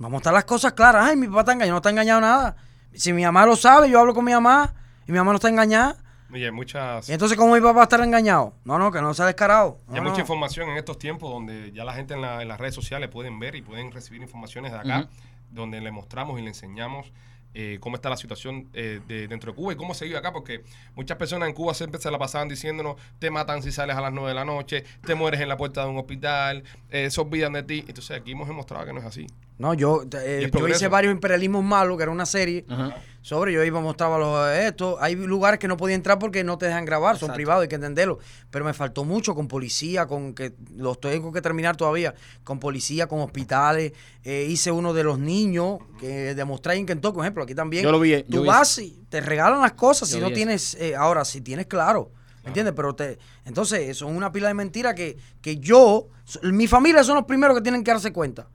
Speaker 3: Vamos a estar las cosas claras. Ay, mi papá está engañado, no está engañado nada. Si mi mamá lo sabe, yo hablo con mi mamá y mi mamá no está engañada.
Speaker 1: Y hay muchas,
Speaker 3: Y entonces, ¿cómo mi papá va a estar engañado? No, no, que no sea descarado. No,
Speaker 1: ya
Speaker 3: no.
Speaker 1: mucha información en estos tiempos donde ya la gente en, la- en las redes sociales pueden ver y pueden recibir informaciones de acá, donde le mostramos y le enseñamos eh, cómo está la situación eh, de, dentro de Cuba y cómo se vive acá, porque muchas personas en Cuba siempre se la pasaban diciéndonos, te matan si sales a las 9 de la noche, te mueres en la puerta de un hospital, eh, se olvidan de ti. Entonces aquí hemos demostrado que no es así.
Speaker 3: No, yo, eh,
Speaker 1: Y es
Speaker 3: yo hice
Speaker 1: progreso.
Speaker 3: varios imperialismos malos, que era una serie.
Speaker 2: Ajá.
Speaker 3: sobre yo iba mostraba los eh, esto hay lugares que no podía entrar porque no te dejan grabar son
Speaker 2: Exacto.
Speaker 3: privados hay que entenderlo pero me faltó mucho con policía con que los tengo que terminar todavía con policía con hospitales eh, hice uno de los niños que demostré en Kentucky por ejemplo aquí también
Speaker 2: Yo lo vi, eh, yo
Speaker 3: tú
Speaker 2: vi
Speaker 3: vas y te regalan las cosas
Speaker 2: Yo
Speaker 3: si
Speaker 2: vi
Speaker 3: no
Speaker 2: eso.
Speaker 3: tienes eh, ahora si tienes claro ¿me ¿Entiendes? Pero te, entonces son una pila de mentiras que, que yo, mi familia son los primeros que tienen que darse cuenta.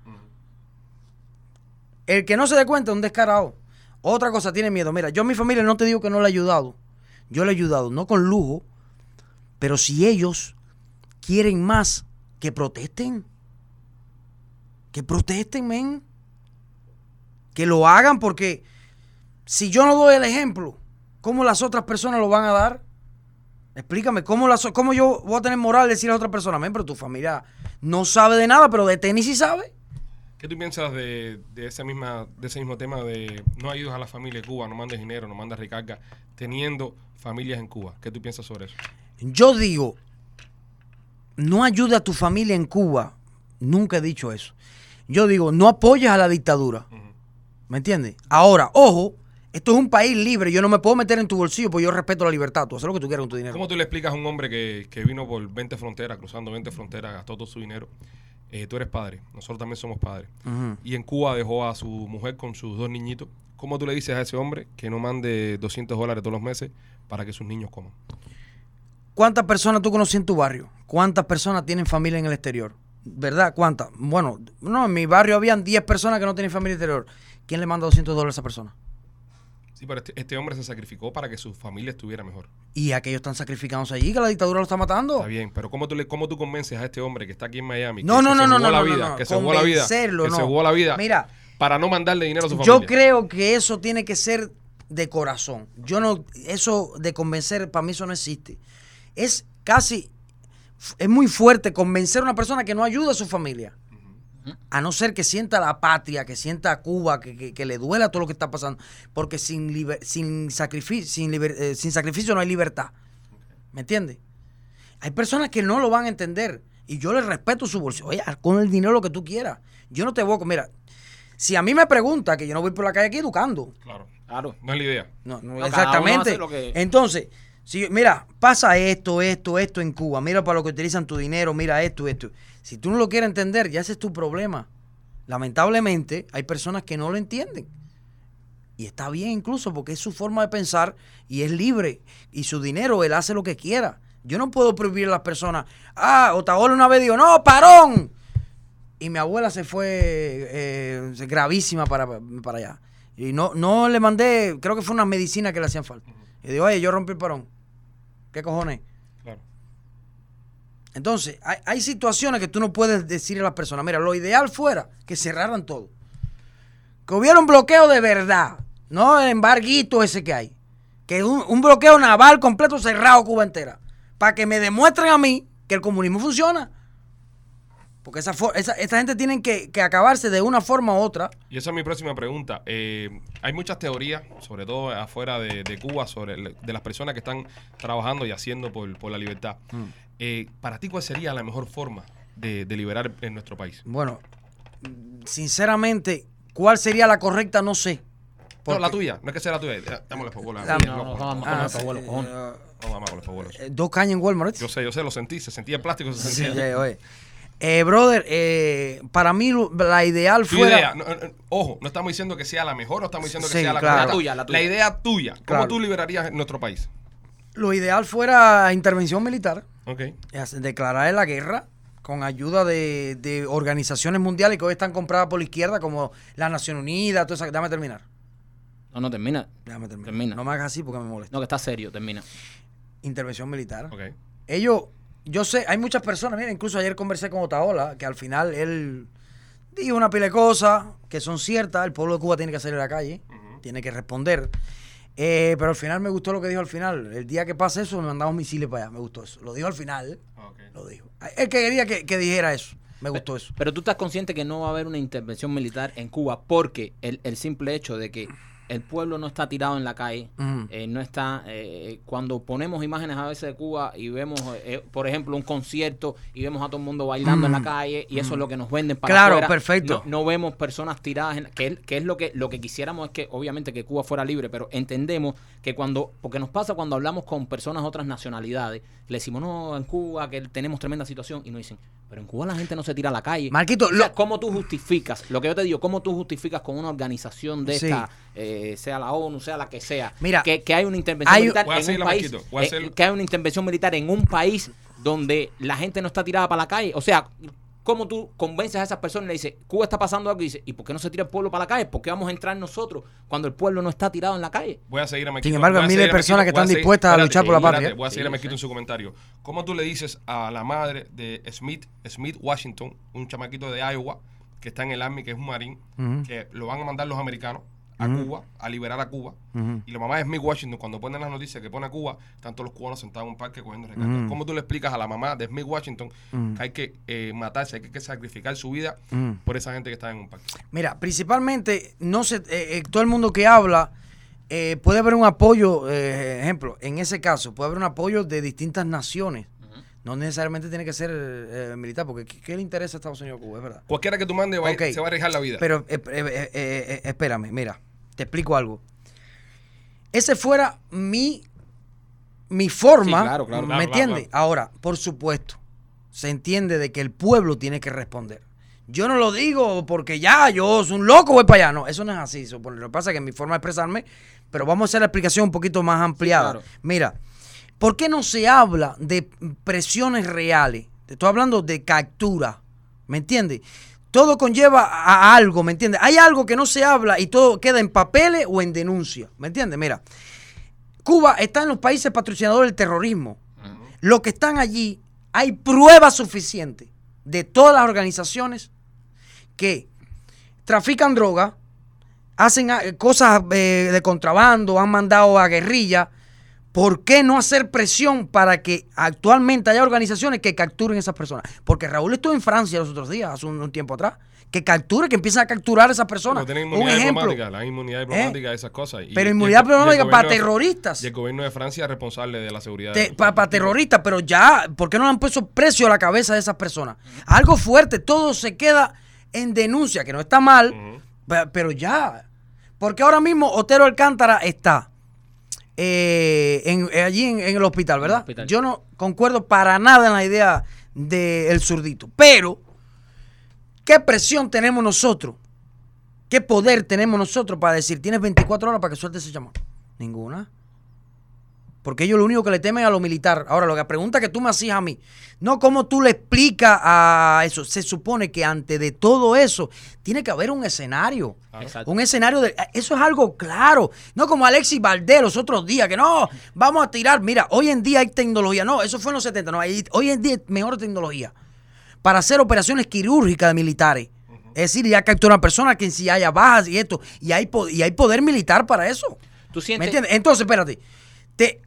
Speaker 3: El que no se dé cuenta es un descarado. Otra cosa, tiene miedo. Mira, yo a mi familia no te digo que no le he ayudado. Yo le he ayudado, no con lujo, pero si ellos quieren más, que protesten. Que protesten, men. Que lo hagan porque si yo no doy el ejemplo, ¿cómo las otras personas lo van a dar? Explícame, ¿cómo, las, cómo yo voy a tener moral de decir a otra persona, men, pero tu familia no sabe de nada, pero de tenis sí sabe?
Speaker 1: ¿Qué tú piensas de, de esa misma, de ese mismo tema de no ayudas a la familia de Cuba, no mandes dinero, no mandas recarga, teniendo familias en Cuba? ¿Qué tú piensas sobre eso?
Speaker 3: Yo digo, no ayuda a tu familia en Cuba. Nunca he dicho eso. Yo digo, no apoyes a la dictadura. ¿Me entiendes? Ahora, ojo, esto es un país libre. Yo no me puedo meter en tu bolsillo porque yo respeto la libertad. Tú haces lo que tú quieras con tu dinero.
Speaker 1: ¿Cómo tú le explicas a un hombre que, que vino por 20 fronteras, cruzando 20 fronteras, gastó todo su dinero? eh, tú eres padre, nosotros también somos padres.
Speaker 3: Ujú.
Speaker 1: Y en Cuba dejó a su mujer con sus dos niñitos. ¿Cómo tú le dices a ese hombre que no mande 200 dólares todos los meses para que sus niños coman?
Speaker 3: ¿Cuántas personas tú conoces en tu barrio? ¿Cuántas personas tienen familia en el exterior? ¿Verdad? ¿Cuántas? Bueno, no, en mi barrio habían 10 personas que no tienen familia exterior. ¿Quién le manda 200 dólares a esa persona?
Speaker 1: Sí, pero este, este hombre se sacrificó para que su familia estuviera mejor.
Speaker 3: Y aquellos están sacrificándose allí, que la dictadura los está matando.
Speaker 1: Está bien, pero ¿cómo tú, le, ¿cómo tú convences a este hombre que está aquí en Miami?
Speaker 3: Oh. No,
Speaker 1: que
Speaker 3: no,
Speaker 1: se
Speaker 3: no, no,
Speaker 1: jugó
Speaker 3: no,
Speaker 1: la
Speaker 3: no,
Speaker 1: vida,
Speaker 3: no,
Speaker 1: Que se jugó la vida.
Speaker 3: convencerlo,
Speaker 1: que se
Speaker 3: no.
Speaker 1: jugó la vida.
Speaker 3: Mira.
Speaker 1: Para no mandarle dinero a su familia.
Speaker 3: Yo creo que eso tiene que ser de corazón. Yo no, eso de convencer, para mí eso no existe. Es casi, es muy fuerte convencer a una persona que no ayuda a su familia. A no ser que sienta la patria, que sienta a Cuba, que, que- que le duela todo lo que está pasando. Porque sin, liber- sin, sacrificio, sin, liber- eh, sin sacrificio no hay libertad. ¿Me entiendes? Hay personas que no lo van a entender. Y yo les respeto su bolsillo. Oye, haz con el dinero lo que tú quieras. Yo no te voy a... Mira, si a mí me pregunta que yo no voy por la calle aquí educando.
Speaker 1: Claro.
Speaker 2: Claro.
Speaker 1: No es la idea.
Speaker 3: No, no,
Speaker 2: No, cada uno
Speaker 3: exactamente.
Speaker 2: hace lo que-
Speaker 3: Entonces, si yo- mira, pasa esto, esto, esto en Cuba. Mira para lo que utilizan tu dinero, mira esto, esto. Si tú no lo quieres entender, ya ese es tu problema. Lamentablemente, hay personas que no lo entienden. Y está bien incluso porque es su forma de pensar y es libre. Y su dinero, él hace lo que quiera. Yo no puedo prohibir a las personas. Ah, Otaola una vez dijo, no, parón. Y mi abuela se fue eh, gravísima para, para allá. Y no, no le mandé, creo que fue unas medicinas que le hacían falta. Y digo, oye, yo rompí el parón. ¿Qué cojones?
Speaker 1: Claro.
Speaker 3: Entonces, hay, hay situaciones que tú no puedes decir a las personas, mira, lo ideal fuera que cerraran todo. Que hubiera un bloqueo de verdad, no el embarguito ese que hay. Que un, un bloqueo naval completo cerrado Cuba entera. Para que me demuestren a mí que el comunismo funciona. Porque esa, for- esa- esta gente tienen que, que acabarse de una forma u otra.
Speaker 1: Y esa es mi próxima pregunta. Eh, hay muchas teorías, sobre todo afuera de, de Cuba, sobre el- de las personas que están trabajando y haciendo por, por la libertad.
Speaker 3: Mm.
Speaker 1: Eh, Para ti, ¿cuál sería la mejor forma de, de liberar en nuestro país?
Speaker 3: Bueno, sinceramente, ¿cuál sería la correcta? No sé.
Speaker 1: No,
Speaker 3: Porque-
Speaker 1: la tuya, no es que sea la tuya. Eh, Dámosle por bola.
Speaker 3: Dame.
Speaker 2: No, no,
Speaker 1: No,
Speaker 2: vamos,
Speaker 3: Ah,
Speaker 2: vamos,
Speaker 3: sí,
Speaker 2: abuelo, cojones.
Speaker 3: eh,
Speaker 1: vamos con los bolos.
Speaker 3: eh, dos cañas en Walmart. ¿oíste?
Speaker 1: Yo sé, yo sé, lo sentí. Se sentía el plástico, se
Speaker 3: (laughs) Sí,
Speaker 1: sentía.
Speaker 3: oye, oye. Eh, brother, eh, para mí lo- la ideal
Speaker 1: Tu
Speaker 3: fuera...
Speaker 1: idea, no, no, no, ojo, no estamos diciendo que sea la mejor, no estamos diciendo que
Speaker 3: Sí,
Speaker 1: sea la
Speaker 3: claro.
Speaker 1: correcta.
Speaker 2: La tuya, la tuya.
Speaker 1: idea tuya. ¿Cómo
Speaker 3: Claro.
Speaker 1: tú liberarías nuestro país?
Speaker 3: Lo ideal fuera intervención militar,
Speaker 1: Ok.
Speaker 3: es declarar la guerra con ayuda de, de organizaciones mundiales que hoy están compradas por la izquierda, como la Nación Unida, todo eso. Déjame terminar.
Speaker 2: No, no, termina.
Speaker 3: Déjame terminar.
Speaker 2: Termina.
Speaker 3: No me hagas así porque me molesta.
Speaker 2: No, que está serio, termina.
Speaker 3: Intervención militar.
Speaker 1: Ok.
Speaker 3: ellos, yo sé, hay muchas personas, mira, incluso ayer conversé con Otaola, que al final él dijo una pile de cosas que son ciertas, el pueblo de Cuba tiene que salir a la calle, tiene que responder. Eh, pero al final me gustó lo que dijo al final. El día que pase eso, me mandamos misiles para allá. Me gustó eso. Lo dijo al final.
Speaker 1: Ok.
Speaker 3: Lo dijo. Él que quería que, que dijera eso. Me gustó eso.
Speaker 2: Pero tú estás consciente que no va a haber una intervención militar en Cuba porque el, el simple hecho de que el pueblo no está tirado en la calle,
Speaker 3: Ujú.
Speaker 2: eh, no está. eh, cuando ponemos imágenes a veces de Cuba y vemos, eh, eh, por ejemplo, un concierto y vemos a todo el mundo bailando en la calle y eso es lo que nos venden para
Speaker 3: Mm. Claro,
Speaker 2: afuera,
Speaker 3: perfecto.
Speaker 2: No, no vemos personas tiradas, en, que, que es lo que lo que quisiéramos es que obviamente que Cuba fuera libre, pero entendemos que cuando, porque nos pasa cuando hablamos con personas de otras nacionalidades, le decimos no en Cuba que tenemos tremenda situación y nos dicen, pero en Cuba la gente no se tira a la calle.
Speaker 3: Marquito,
Speaker 2: O sea,
Speaker 3: lo-
Speaker 2: ¿Cómo tú justificas? Lo que yo te digo, ¿cómo tú justificas con una organización de
Speaker 3: Sí.
Speaker 2: esta, eh, sea la ONU, sea la que sea,
Speaker 3: Mira,
Speaker 2: que, que hay una intervención
Speaker 3: hay-
Speaker 2: militar
Speaker 1: Voy a
Speaker 2: en
Speaker 1: hacerle,
Speaker 2: un país,
Speaker 1: Marquito, voy a
Speaker 2: eh,
Speaker 1: hacerle-
Speaker 2: que hay una intervención militar en un país donde la gente no está tirada para la calle? O sea, ¿cómo tú convences a esas personas y le dices, Cuba está pasando algo? Y dice, ¿y por qué no se tira el pueblo para la calle? ¿Por qué vamos a entrar nosotros cuando el pueblo no está tirado en la calle?
Speaker 1: Voy a seguir a Mequito.
Speaker 3: embargo, hay
Speaker 1: hay
Speaker 3: miles de personas que están dispuestas a luchar por la patria.
Speaker 1: Voy a seguir a
Speaker 2: Sí,
Speaker 1: Mequito
Speaker 2: sí.
Speaker 1: en su comentario. ¿Cómo tú le dices a la madre de Smith, Smith Washington, un chamaquito de Iowa, que está en el Army, que es un marín,
Speaker 3: Ujú.
Speaker 1: que lo van a mandar los americanos a Cuba, a liberar a Cuba?
Speaker 3: Ujú.
Speaker 1: Y la mamá de Smith Washington, cuando ponen las noticias que pone a Cuba, están todos los cubanos sentados en un parque cogiendo recargas.
Speaker 3: Ujú.
Speaker 1: ¿Cómo tú le explicas a la mamá de Smith Washington
Speaker 3: Ujú.
Speaker 1: que hay que eh, matarse, que hay que sacrificar su vida
Speaker 3: Ujú.
Speaker 1: por esa gente que está en un parque?
Speaker 3: Mira, principalmente, no se, eh, eh, todo el mundo que habla eh, puede haber un apoyo, eh, ejemplo, en ese caso, puede haber un apoyo de distintas naciones. No necesariamente tiene que ser eh, militar, porque ¿qué, qué le interesa a Estados Unidos a Cuba? Es verdad.
Speaker 1: Cualquiera que tú mandes va a ir-
Speaker 3: Ok.
Speaker 1: se va a arriesgar la vida.
Speaker 3: Pero eh, eh, eh, eh, espérame, mira, te explico algo. Ese fuera mi, mi forma,
Speaker 2: Sí, claro, claro.
Speaker 1: Claro,
Speaker 3: ¿me
Speaker 1: claro,
Speaker 3: entiendes? Ahora, por supuesto, se entiende de que el pueblo tiene que responder. Yo no lo digo porque ya, yo soy un loco, voy para allá. No, eso no es así. supone. Lo que pasa es que mi forma de expresarme, pero vamos a hacer la explicación un poquito más ampliada.
Speaker 2: claro.
Speaker 3: Mira, ¿por qué no se habla de presiones reales? Te estoy hablando de captura, ¿me entiendes? Todo conlleva a a algo, ¿me entiendes? Hay algo que no se habla y todo queda en papeles o en denuncia, ¿me entiendes? Mira, Cuba está en los países patrocinadores del terrorismo. Los que están allí, hay pruebas suficientes de todas las organizaciones que trafican droga, hacen eh, cosas eh, de contrabando, han mandado a guerrilla. ¿Por qué no hacer presión para que actualmente haya organizaciones que capturen esas personas? Porque Raúl estuvo en Francia los otros días, hace un, un tiempo atrás, que capture, que empiezan a capturar a esas personas.
Speaker 1: Pero tienen
Speaker 3: un
Speaker 1: inmunidad
Speaker 3: ejemplo. Eh,
Speaker 1: diplomática, la inmunidad diplomática, esas cosas. Y- y
Speaker 3: Pero
Speaker 1: el-
Speaker 3: inmunidad
Speaker 1: y el
Speaker 3: diplomática para
Speaker 1: gobierno de-
Speaker 3: terroristas.
Speaker 1: Y el gobierno de Francia es responsable de la seguridad. de los-
Speaker 3: para terroristas, pero ya, ¿por qué no le han puesto precio a la cabeza de esas personas? Algo fuerte, todo se queda en denuncia, que no está mal,
Speaker 1: Ujú.
Speaker 3: pe- pero ya. Porque ahora mismo Otero Alcántara está eh, en- eh, allí en, en el hospital, ¿verdad?
Speaker 2: hospital.
Speaker 3: Yo no concuerdo para nada en la idea del zurdito, pero ¿qué presión tenemos nosotros? ¿Qué poder tenemos nosotros para decir, tienes 24 horas para que suelte ese llamado? Ninguna. Porque ellos lo único que le temen a lo militar. Ahora, lo que pregunta que tú me hacías a mí, no, ¿cómo tú le explicas a eso? Se supone que antes de todo eso, tiene que haber un escenario.
Speaker 2: Exacto.
Speaker 3: Un escenario de. Eso es algo claro. No como Alexis Valdés los otros días, que no, vamos a tirar. Mira, hoy en día hay tecnología. No, eso fue en los 70. No, hay- hoy en día hay mejor tecnología para hacer operaciones quirúrgicas de militares. Es decir, ya capturan personas que si haya bajas y esto. Y hay, po- y hay poder militar para eso.
Speaker 2: ¿Tú
Speaker 3: ¿Me
Speaker 2: sientes?
Speaker 3: entiendes? Entonces, espérate. Te-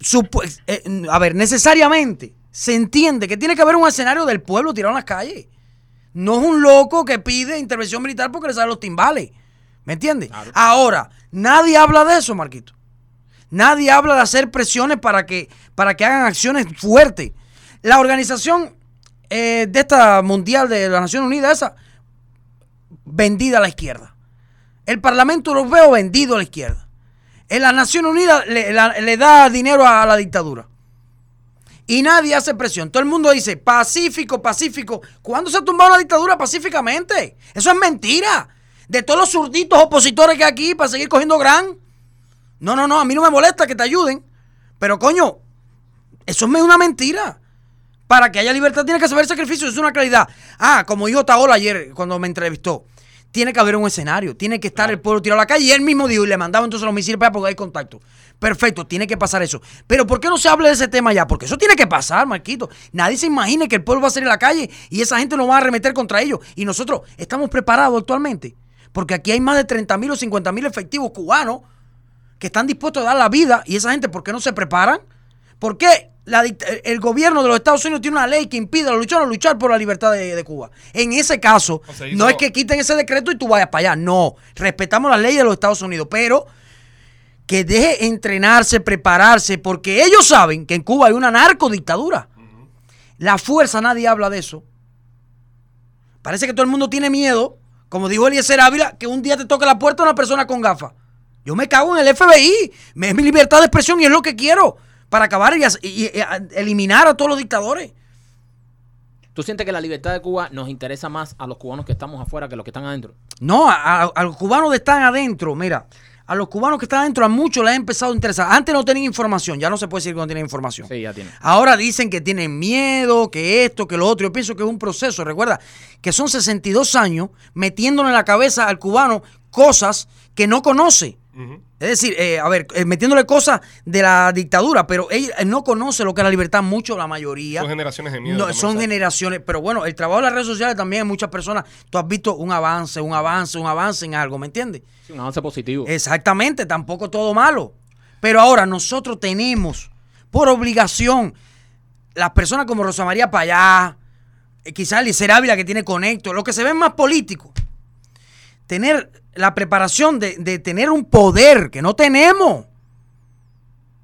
Speaker 3: supo- eh, a ver, necesariamente se entiende que tiene que haber un escenario del pueblo tirado en las calles. No es un loco que pide intervención militar porque le salen los timbales. ¿Me entiendes?
Speaker 2: Claro.
Speaker 3: Ahora, nadie habla de eso, Marquito. Nadie habla de hacer presiones para que, para que hagan acciones fuertes. La organización eh, de esta mundial de las Naciones Unidas, esa, vendida a la izquierda. El Parlamento Europeo vendido a la izquierda. En las Naciones Unidas le, la- le da dinero a la dictadura. Y nadie hace presión. Todo el mundo dice, pacífico, pacífico. ¿Cuándo se ha tumbado la dictadura pacíficamente? Eso es mentira. De todos los zurditos opositores que hay aquí para seguir cogiendo gran. No, no, no, a mí no me molesta que te ayuden. Pero coño, eso es una mentira. Para que haya libertad tiene que haber sacrificio, es una claridad. Ah, como dijo Taola ayer cuando me entrevistó, tiene que haber un escenario, tiene que estar el pueblo tirado a la calle. Y él mismo dijo, y le mandaba entonces los misiles para allá porque hay contacto. Perfecto, tiene que pasar eso. Pero ¿por qué no se habla de ese tema ya? Porque eso tiene que pasar, Marquito. Nadie se imagine que el pueblo va a salir a la calle y esa gente no va a arremeter contra ellos. Y nosotros estamos preparados actualmente. Porque aquí hay más de 30 mil o 50 mil efectivos cubanos que están dispuestos a dar la vida y esa gente, ¿por qué no se preparan? ¿Por qué la dict- el- el gobierno de los Estados Unidos tiene una ley que impide a los luchadores luchar por la libertad de, de Cuba? En ese caso,
Speaker 1: O sea, hizo-
Speaker 3: no es que quiten ese decreto y tú vayas para allá, no, respetamos las leyes de los Estados Unidos, pero que deje entrenarse, prepararse, porque ellos saben que en Cuba hay una narcodictadura. La fuerza, nadie habla de eso. Parece que todo el mundo tiene miedo, como dijo Eliezer Ávila, que un día te toque la puerta una persona con gafas. Yo me cago en el FBI, Me- es mi libertad de expresión y es lo que quiero para acabar y, as- y- y- a- eliminar a todos los dictadores.
Speaker 2: ¿Tú sientes que la libertad de Cuba nos interesa más a los cubanos que estamos afuera que los que están adentro?
Speaker 3: No, a, a- a los cubanos que están adentro, mira, a los cubanos que están adentro a muchos les ha empezado a interesar. Antes no tenían información, ya no se puede decir que no tienen información.
Speaker 2: Sí, ya tiene.
Speaker 3: Ahora dicen que tienen miedo, que esto, que lo otro. Yo pienso que es un proceso. Recuerda que son 62 años metiéndole en la cabeza al cubano cosas que no conoce.
Speaker 1: Ujú.
Speaker 3: Es decir, eh, a ver, eh, metiéndole cosas de la dictadura, pero él eh, no conoce lo que es la libertad, mucho la mayoría.
Speaker 1: Son generaciones de miedo.
Speaker 3: No,
Speaker 1: también,
Speaker 3: son
Speaker 1: ¿sabes?
Speaker 3: generaciones, pero bueno, el trabajo de las redes sociales también, muchas personas, tú has visto un avance, un avance, un avance en algo, ¿me entiendes?
Speaker 2: Sí, un avance positivo.
Speaker 3: Exactamente, tampoco todo malo. Pero ahora nosotros tenemos, por obligación, las personas como Rosa María Payá, eh, quizás Licer Ávila que tiene conecto, los que se ven más políticos, tener la preparación de, de tener un poder que no tenemos.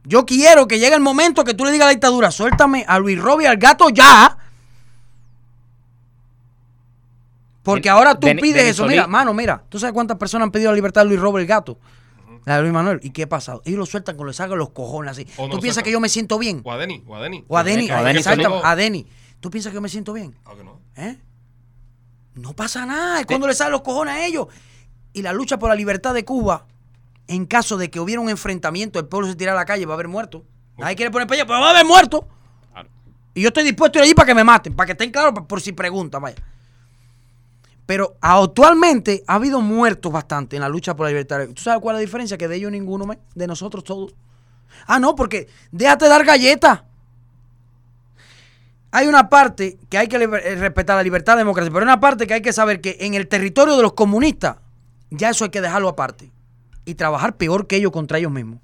Speaker 3: Yo quiero que llegue el momento que tú le digas a la dictadura, suéltame a Luis Robbie al gato ya. Porque
Speaker 2: Den-
Speaker 3: ahora tú
Speaker 2: Deni-
Speaker 3: pides
Speaker 2: Denis
Speaker 3: eso. Mira,
Speaker 2: Solís.
Speaker 3: mano, mira, ¿tú sabes cuántas personas han pedido la libertad de Luis Robbie el gato? La de Luis Manuel. ¿Y qué ha pasado? Ellos lo sueltan cuando le sacan los cojones así.
Speaker 1: O no
Speaker 3: ¿Tú
Speaker 1: lo
Speaker 3: piensas
Speaker 1: sueltan.
Speaker 3: que yo me siento bien?
Speaker 1: O a Denny, o a Denny.
Speaker 3: O a Denny.
Speaker 1: Que hay que
Speaker 2: Denis
Speaker 1: hacerlo-
Speaker 3: exacto,
Speaker 2: Solís.
Speaker 3: a Denny. ¿Tú piensas que yo me siento bien?
Speaker 1: Aunque no.
Speaker 3: ¿Eh? No pasa nada. Es cuando le salen los cojones a ellos. Y la lucha por la libertad de Cuba, en caso de que hubiera un enfrentamiento, el pueblo se tira a la calle, va a haber muertos. Nadie quiere poner pelea, pero va a haber muertos.
Speaker 2: Claro.
Speaker 3: Y yo estoy dispuesto a ir allí para que me maten, para que estén claros, pa- por si preguntan, vaya. Pero actualmente ha habido muertos bastante en la lucha por la libertad. ¿Tú sabes cuál es la diferencia? Que de ellos ninguno, men, de nosotros todos. Ah, no, porque déjate dar galletas. Hay una parte que hay que liber- eh, respetar la libertad, la democracia, pero hay una parte que hay que saber que en el territorio de los comunistas, ya eso hay que dejarlo aparte y trabajar peor que ellos contra ellos mismos.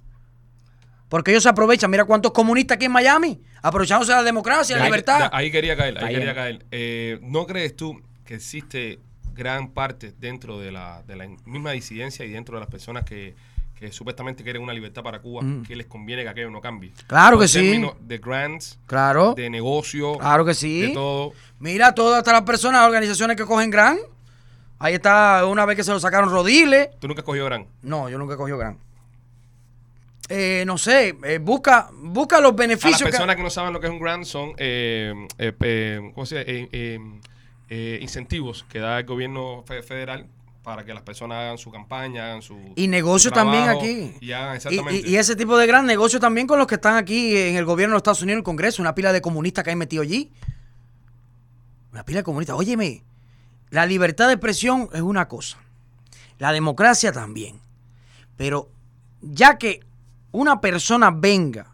Speaker 3: Porque ellos se aprovechan, mira cuántos comunistas aquí en Miami, aprovechándose de la democracia, de la
Speaker 1: Ahí-
Speaker 3: libertad.
Speaker 1: Ahí quería caer, ahí
Speaker 2: Ahí
Speaker 1: quería
Speaker 2: es.
Speaker 1: caer. Eh, ¿No crees tú que existe gran parte dentro de la, de la misma disidencia y dentro de las personas que, que supuestamente quieren una libertad para Cuba,
Speaker 3: Mm.
Speaker 1: que les conviene que aquello no cambie?
Speaker 3: Claro
Speaker 1: Por
Speaker 3: que sí.
Speaker 1: términos de grants,
Speaker 3: Claro,
Speaker 1: de negocio,
Speaker 3: claro que
Speaker 1: de
Speaker 3: sí.
Speaker 1: todo.
Speaker 3: Mira, todas hasta las personas, las organizaciones que cogen gran. Ahí está, una vez que se lo sacaron Rodiles.
Speaker 1: ¿Tú nunca has cogido gran?
Speaker 3: No, yo nunca he cogido gran. Eh, no sé, eh, busca, busca los
Speaker 1: A las
Speaker 3: beneficios que-
Speaker 1: personas que no saben lo que es un grant son eh, eh, eh, ¿cómo se dice? Eh, eh, eh, incentivos que da el gobierno fe- federal para que las personas hagan su campaña, hagan su.
Speaker 3: Y negocio
Speaker 1: su trabajo
Speaker 3: también aquí.
Speaker 1: Y hagan
Speaker 3: Y,
Speaker 1: exactamente.
Speaker 3: y- y ese tipo de gran negocio también con los que están aquí en el gobierno de los Estados Unidos, en el Congreso, una pila de comunistas que hay metido allí. Una pila de comunistas. Óyeme, la libertad de expresión es una cosa, la democracia también. Pero ya que una persona venga